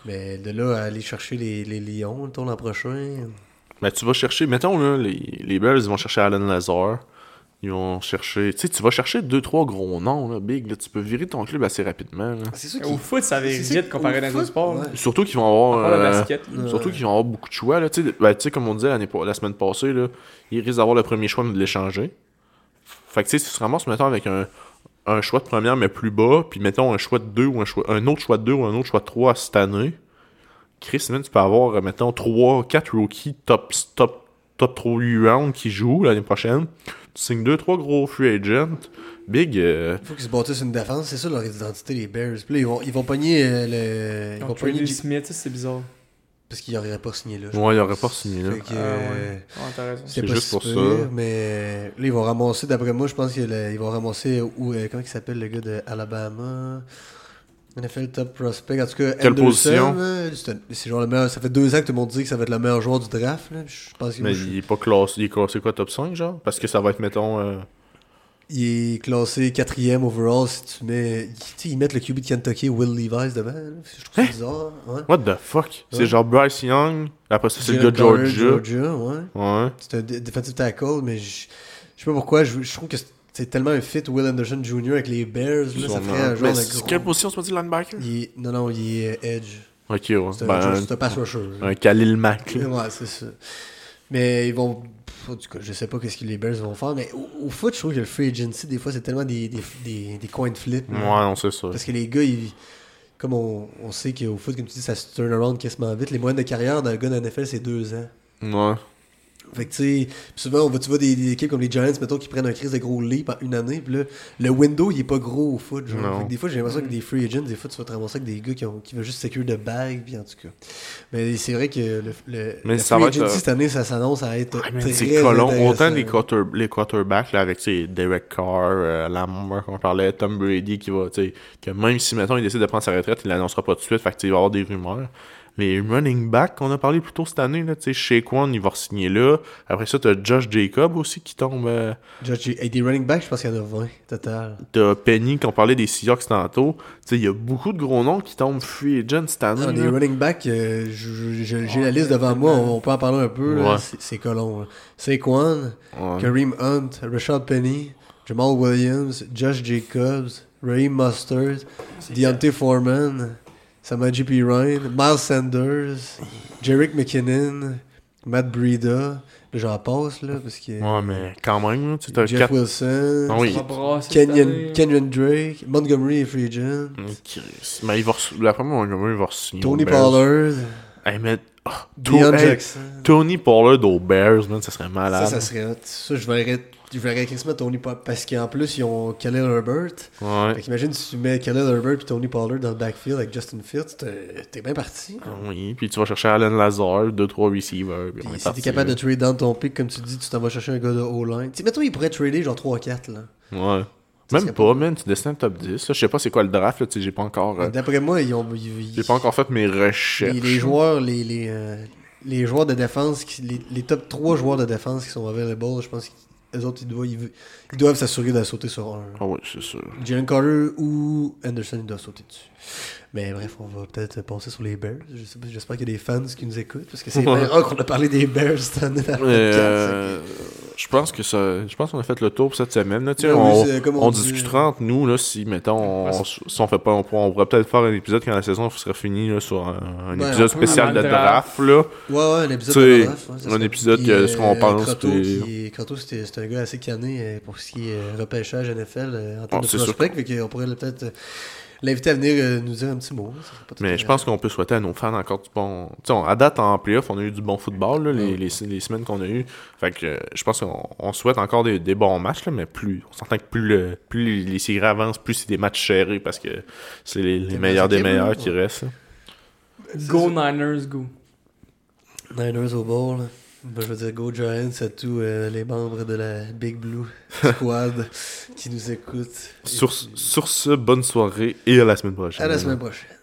Speaker 1: Mais de là à aller chercher les, les Lions, le tour l'an prochain.
Speaker 2: Ben, tu vas chercher, mettons, là, les, les Bears, ils vont chercher Alan Lazar. Ils vont chercher. Tu sais, tu vas chercher deux, trois gros noms, là, big. Là, tu peux virer ton club assez rapidement. là.
Speaker 1: C'est ça
Speaker 3: Au foot, ça
Speaker 1: c'est
Speaker 3: avait
Speaker 1: ça
Speaker 3: vite
Speaker 1: qui-
Speaker 3: comparé
Speaker 1: au
Speaker 3: à
Speaker 1: foot,
Speaker 3: d'autres sports.
Speaker 1: ouais.
Speaker 3: là.
Speaker 2: Surtout qu'ils vont avoir.
Speaker 3: Pas le
Speaker 2: euh,
Speaker 3: basket. là.
Speaker 2: Surtout
Speaker 1: Ouais.
Speaker 2: qu'ils vont avoir beaucoup de choix. là. Tu sais, ben, tu sais, comme on disait l'année pour- la semaine passée, là, ils risquent d'avoir le premier choix mais de l'échanger. Fait que tu sais, si tu te ramasses, mettons, avec un, un choix de première mais plus bas, puis mettons un choix de deux ou un, choix, un autre choix de deux ou un autre choix de trois cette année, Chris, man, tu peux avoir, euh, mettons, trois, quatre rookies top, top, top 3 round qui jouent l'année prochaine. Tu signes deux, trois gros free agents. Big, euh,
Speaker 1: Il faut qu'ils se bâtissent une défense, c'est ça leur identité, les Bears. Puis là, ils vont, ils vont pogner euh, le. Ils
Speaker 3: Donc,
Speaker 1: vont
Speaker 3: Trey
Speaker 1: pogner. J-
Speaker 3: Smith, ça, c'est bizarre.
Speaker 1: Parce qu'ils n'auraient pas signé là. je
Speaker 2: ouais, il aurait
Speaker 1: pense.
Speaker 2: pas signé là.
Speaker 1: Fait que,
Speaker 3: Ah,
Speaker 1: euh,
Speaker 3: ouais. Ouais, t'as raison.
Speaker 1: C'est
Speaker 2: C'est
Speaker 1: pas
Speaker 2: juste
Speaker 1: si
Speaker 2: pour
Speaker 1: pire,
Speaker 2: ça.
Speaker 1: Mais là, ils vont ramasser, d'après moi, je pense qu'ils vont ramasser. Où, euh, comment il s'appelle le gars de Alabama NFL Top Prospect. En tout cas,
Speaker 2: Quelle
Speaker 1: Anderson,
Speaker 2: position?
Speaker 1: là, c'est un- c'est genre le meilleur. Ça fait deux ans que tout le monde dit que ça va être le meilleur joueur du draft. là. Je pense qu'il
Speaker 2: Mais il est pas classé. Il est classé quoi, top 5 genre Parce que ça va être, mettons. euh,
Speaker 1: il est classé quatrième overall. Si tu mets. tu sais, ils mettent le QB de Kentucky, Will Levis devant. là. Je
Speaker 2: Hein?
Speaker 1: trouve ça bizarre. hein? Ouais.
Speaker 2: What the fuck?
Speaker 1: Ouais.
Speaker 2: C'est genre Bryce Young, après ça c'est le
Speaker 1: Jalen
Speaker 2: gars de Georgia.
Speaker 1: Carter, Georgia, ouais.
Speaker 2: Ouais.
Speaker 1: C'est un dé- defensive tackle, mais je je sais pas pourquoi. Je je trouve que c'est- c'est tellement un fit Will Anderson Jr. avec les Bears. Là, ça ferait un genre
Speaker 2: Mais
Speaker 1: de
Speaker 2: c'est-
Speaker 1: gros-
Speaker 2: quelle position tu vas dire linebacker?
Speaker 1: Il est- Non, non, il est euh, Edge.
Speaker 2: Ok, ouais.
Speaker 1: C'est un,
Speaker 2: Ben,
Speaker 1: c'est un pass rusher.
Speaker 2: un, un Khalil Mack. là.
Speaker 1: Ouais, c'est ça. Mais ils vont. Pff, en tout cas, je sais pas qu'est-ce que les Bears vont faire, mais au, au foot, je trouve que le free agency, des fois, c'est tellement des, des, des, des coins de flip.
Speaker 2: Ouais,
Speaker 1: là.
Speaker 2: non, c'est ça.
Speaker 1: Parce que les gars, ils- comme on, on sait qu'au foot, comme tu dis, ça se turn around quasiment vite. Les moyennes de carrière d'un gars dans la NFL, c'est deux ans.
Speaker 2: Ouais.
Speaker 1: Fait que, tu sais, pis souvent, on va, tu vois des, des équipes comme les Giants, mettons, qui prennent un crise de gros leap en une année, puis là, le window, il est pas gros au foot, genre.
Speaker 2: Non.
Speaker 1: Fait que des fois, j'ai l'impression que des free agents, des fois, tu vas te ramasser avec des gars qui, ont, qui veulent juste sécure de bague, puis en tout cas. Mais c'est vrai que le, le,
Speaker 2: Mais
Speaker 1: le
Speaker 2: ça
Speaker 1: free
Speaker 2: va être,
Speaker 1: agency,
Speaker 2: euh,
Speaker 1: cette année, ça s'annonce à être
Speaker 2: Ah, man,
Speaker 1: très
Speaker 2: C'est colon. Autant
Speaker 1: intéressant.
Speaker 2: les, quarter, les quarterbacks là, avec tu sais, Derek Carr, euh, Lamar qu'on parlait, Tom Brady qui va, tu sais, que même si maintenant il décide de prendre sa retraite, il l'annoncera pas tout de suite, fait que, tu sais, il va y avoir des rumeurs. Les running backs qu'on a parlé plus tôt cette année, là, tu sais, Shaquan, il va signer là. Après ça, t'as Josh Jacob aussi qui tombe. euh,
Speaker 1: Judge, hey, des running backs, je pense qu'il y en a 20, total.
Speaker 2: T'as Penny, qu'on parlait des Seahawks tantôt. Tu sais, il y a beaucoup de gros noms qui tombent free agent cette année.
Speaker 1: Non, les
Speaker 2: là.
Speaker 1: Ah, running backs, euh, je- je- je- j'ai la liste devant moi, on, on peut en parler un peu, là.
Speaker 2: Ouais.
Speaker 1: C'est- c'est colon. là. Saquon,
Speaker 2: Ouais.
Speaker 1: Kareem Hunt, Rashad Penny, Jamal Williams, Josh Jacobs, Ray Mustard, Deontay Foreman. Ça m'a JP Ryan, Miles Sanders, Jerick McKinnon, Matt Breida. Là, J'en passe, là, parce que.
Speaker 2: Ouais, mais quand même, là, tu sais, t'as
Speaker 1: Jeff
Speaker 2: quatre-
Speaker 1: Wilson,
Speaker 2: Ah oui.
Speaker 3: Ça brasse cette année.
Speaker 1: Kenyon, Kenyon Drake, Montgomery et Free Agent,
Speaker 2: Hum, Chris. Mais il va re- la première Montgomery va re-signer
Speaker 1: Tony
Speaker 2: aux Bears.
Speaker 1: Pollard,
Speaker 2: Hey, mais... ah, to-
Speaker 1: Deion
Speaker 2: hey,
Speaker 1: Jackson.
Speaker 2: Tony Pollard aux Bears, man, ça serait
Speaker 1: Ça,
Speaker 2: malade.
Speaker 1: ça serait hot. Ça, je verrais, je verrais quasiment Tony Pollard. Parce qu'en plus, ils ont Khalil Herbert. Fait
Speaker 2: Ouais.
Speaker 1: qu'imagine si tu mets Khalil Herbert puis Tony Pollard dans le backfield avec Justin Fields, t'es t'es bien parti.
Speaker 2: Ah Oui, puis tu vas chercher Alan Lazar, 2-3 receivers. Puis on est
Speaker 1: Puis si
Speaker 2: parti,
Speaker 1: t'es capable
Speaker 2: là.
Speaker 1: de trade down ton pick, comme tu dis, tu t'en vas chercher un gars de O-line. Tu sais, mettons, il pourrait trader genre 3-4, là.
Speaker 2: Ouais.
Speaker 1: Ça
Speaker 2: Même
Speaker 1: serait
Speaker 2: pas,
Speaker 1: pas-
Speaker 2: man, tu descends le top 10. là. Je sais pas c'est quoi le draft, là, tu sais, j'ai pas encore. euh,
Speaker 1: D'après moi, ils ont... ils-
Speaker 2: J'ai pas encore fait mes
Speaker 1: les,
Speaker 2: recherches.
Speaker 1: les joueurs, les, les, euh, les joueurs de défense, qui- les, les top 3 joueurs de défense qui sont available, je pense qu'eux autres, ils doivent, ils, ils doivent s'assurer de sauter sur un.
Speaker 2: Ah oui, c'est sûr.
Speaker 1: Jalen Carter ou Anderson, ils doivent sauter dessus. Mais bref, on va peut-être penser sur les Bears. Je sais pas, J'espère qu'il y a des fans qui nous écoutent, parce que c'est
Speaker 2: Ouais.
Speaker 1: bien rare qu'on a parlé des Bears cette année dans le podcast.
Speaker 2: Euh, je pense que ça. Je pense qu'on a fait le tour pour cette semaine. Là, tu sais,
Speaker 1: Ben Oui,
Speaker 2: on,
Speaker 1: c'est comme on
Speaker 2: on
Speaker 1: dit.
Speaker 2: discutera entre nous là, si mettons on,
Speaker 3: Ouais,
Speaker 2: si on fait pas on, pourra- on pourrait peut-être faire un épisode quand la saison sera finie là, sur un, un
Speaker 1: Ouais,
Speaker 2: épisode
Speaker 1: on peut,
Speaker 2: spécial
Speaker 3: avant
Speaker 2: de
Speaker 3: le draft.
Speaker 2: draft là.
Speaker 1: Ouais, ouais, un épisode
Speaker 2: Tu sais,
Speaker 1: de Olaf, ouais, ça
Speaker 2: un
Speaker 1: serait-
Speaker 2: épisode
Speaker 1: Puis,
Speaker 2: que ce qu'on pense,
Speaker 1: Croteau,
Speaker 2: puis-
Speaker 1: qui- Croteau, c'était c'était un gars assez canné euh, pour ce qui est euh, repêchage NFL euh, en termes de
Speaker 2: Ah, c'est sûr
Speaker 1: prospect. Fait qu'on pourrait peut-être euh, l'inviter à venir euh, nous dire un petit mot. hein, ça serait pas tout à
Speaker 2: Mais je
Speaker 1: fait-
Speaker 2: pense qu'on peut souhaiter à nos fans encore du bon. Tu sais, on- à date en playoff, on a eu du bon football
Speaker 1: Ah
Speaker 2: là, les, les, les semaines qu'on a eues. Fait que euh, je pense qu'on on souhaite encore des, des bons matchs, là, mais plus on s'entend que plus, le, plus les, les séries avancent, plus c'est des matchs serrés parce que c'est les, les
Speaker 1: Des
Speaker 2: meilleurs des
Speaker 1: équipes, là,
Speaker 2: meilleurs
Speaker 1: ouais.
Speaker 2: qui restent. là.
Speaker 3: Go Niners, go.
Speaker 1: Niners au bowl. là. Ben, je veux dire, Go Giants à tous euh, les membres de la Big Blue Squad qui nous écoutent. Et
Speaker 2: Sur,
Speaker 1: puis,
Speaker 2: sur ce, bonne soirée et à la semaine prochaine.
Speaker 1: à la semaine prochaine.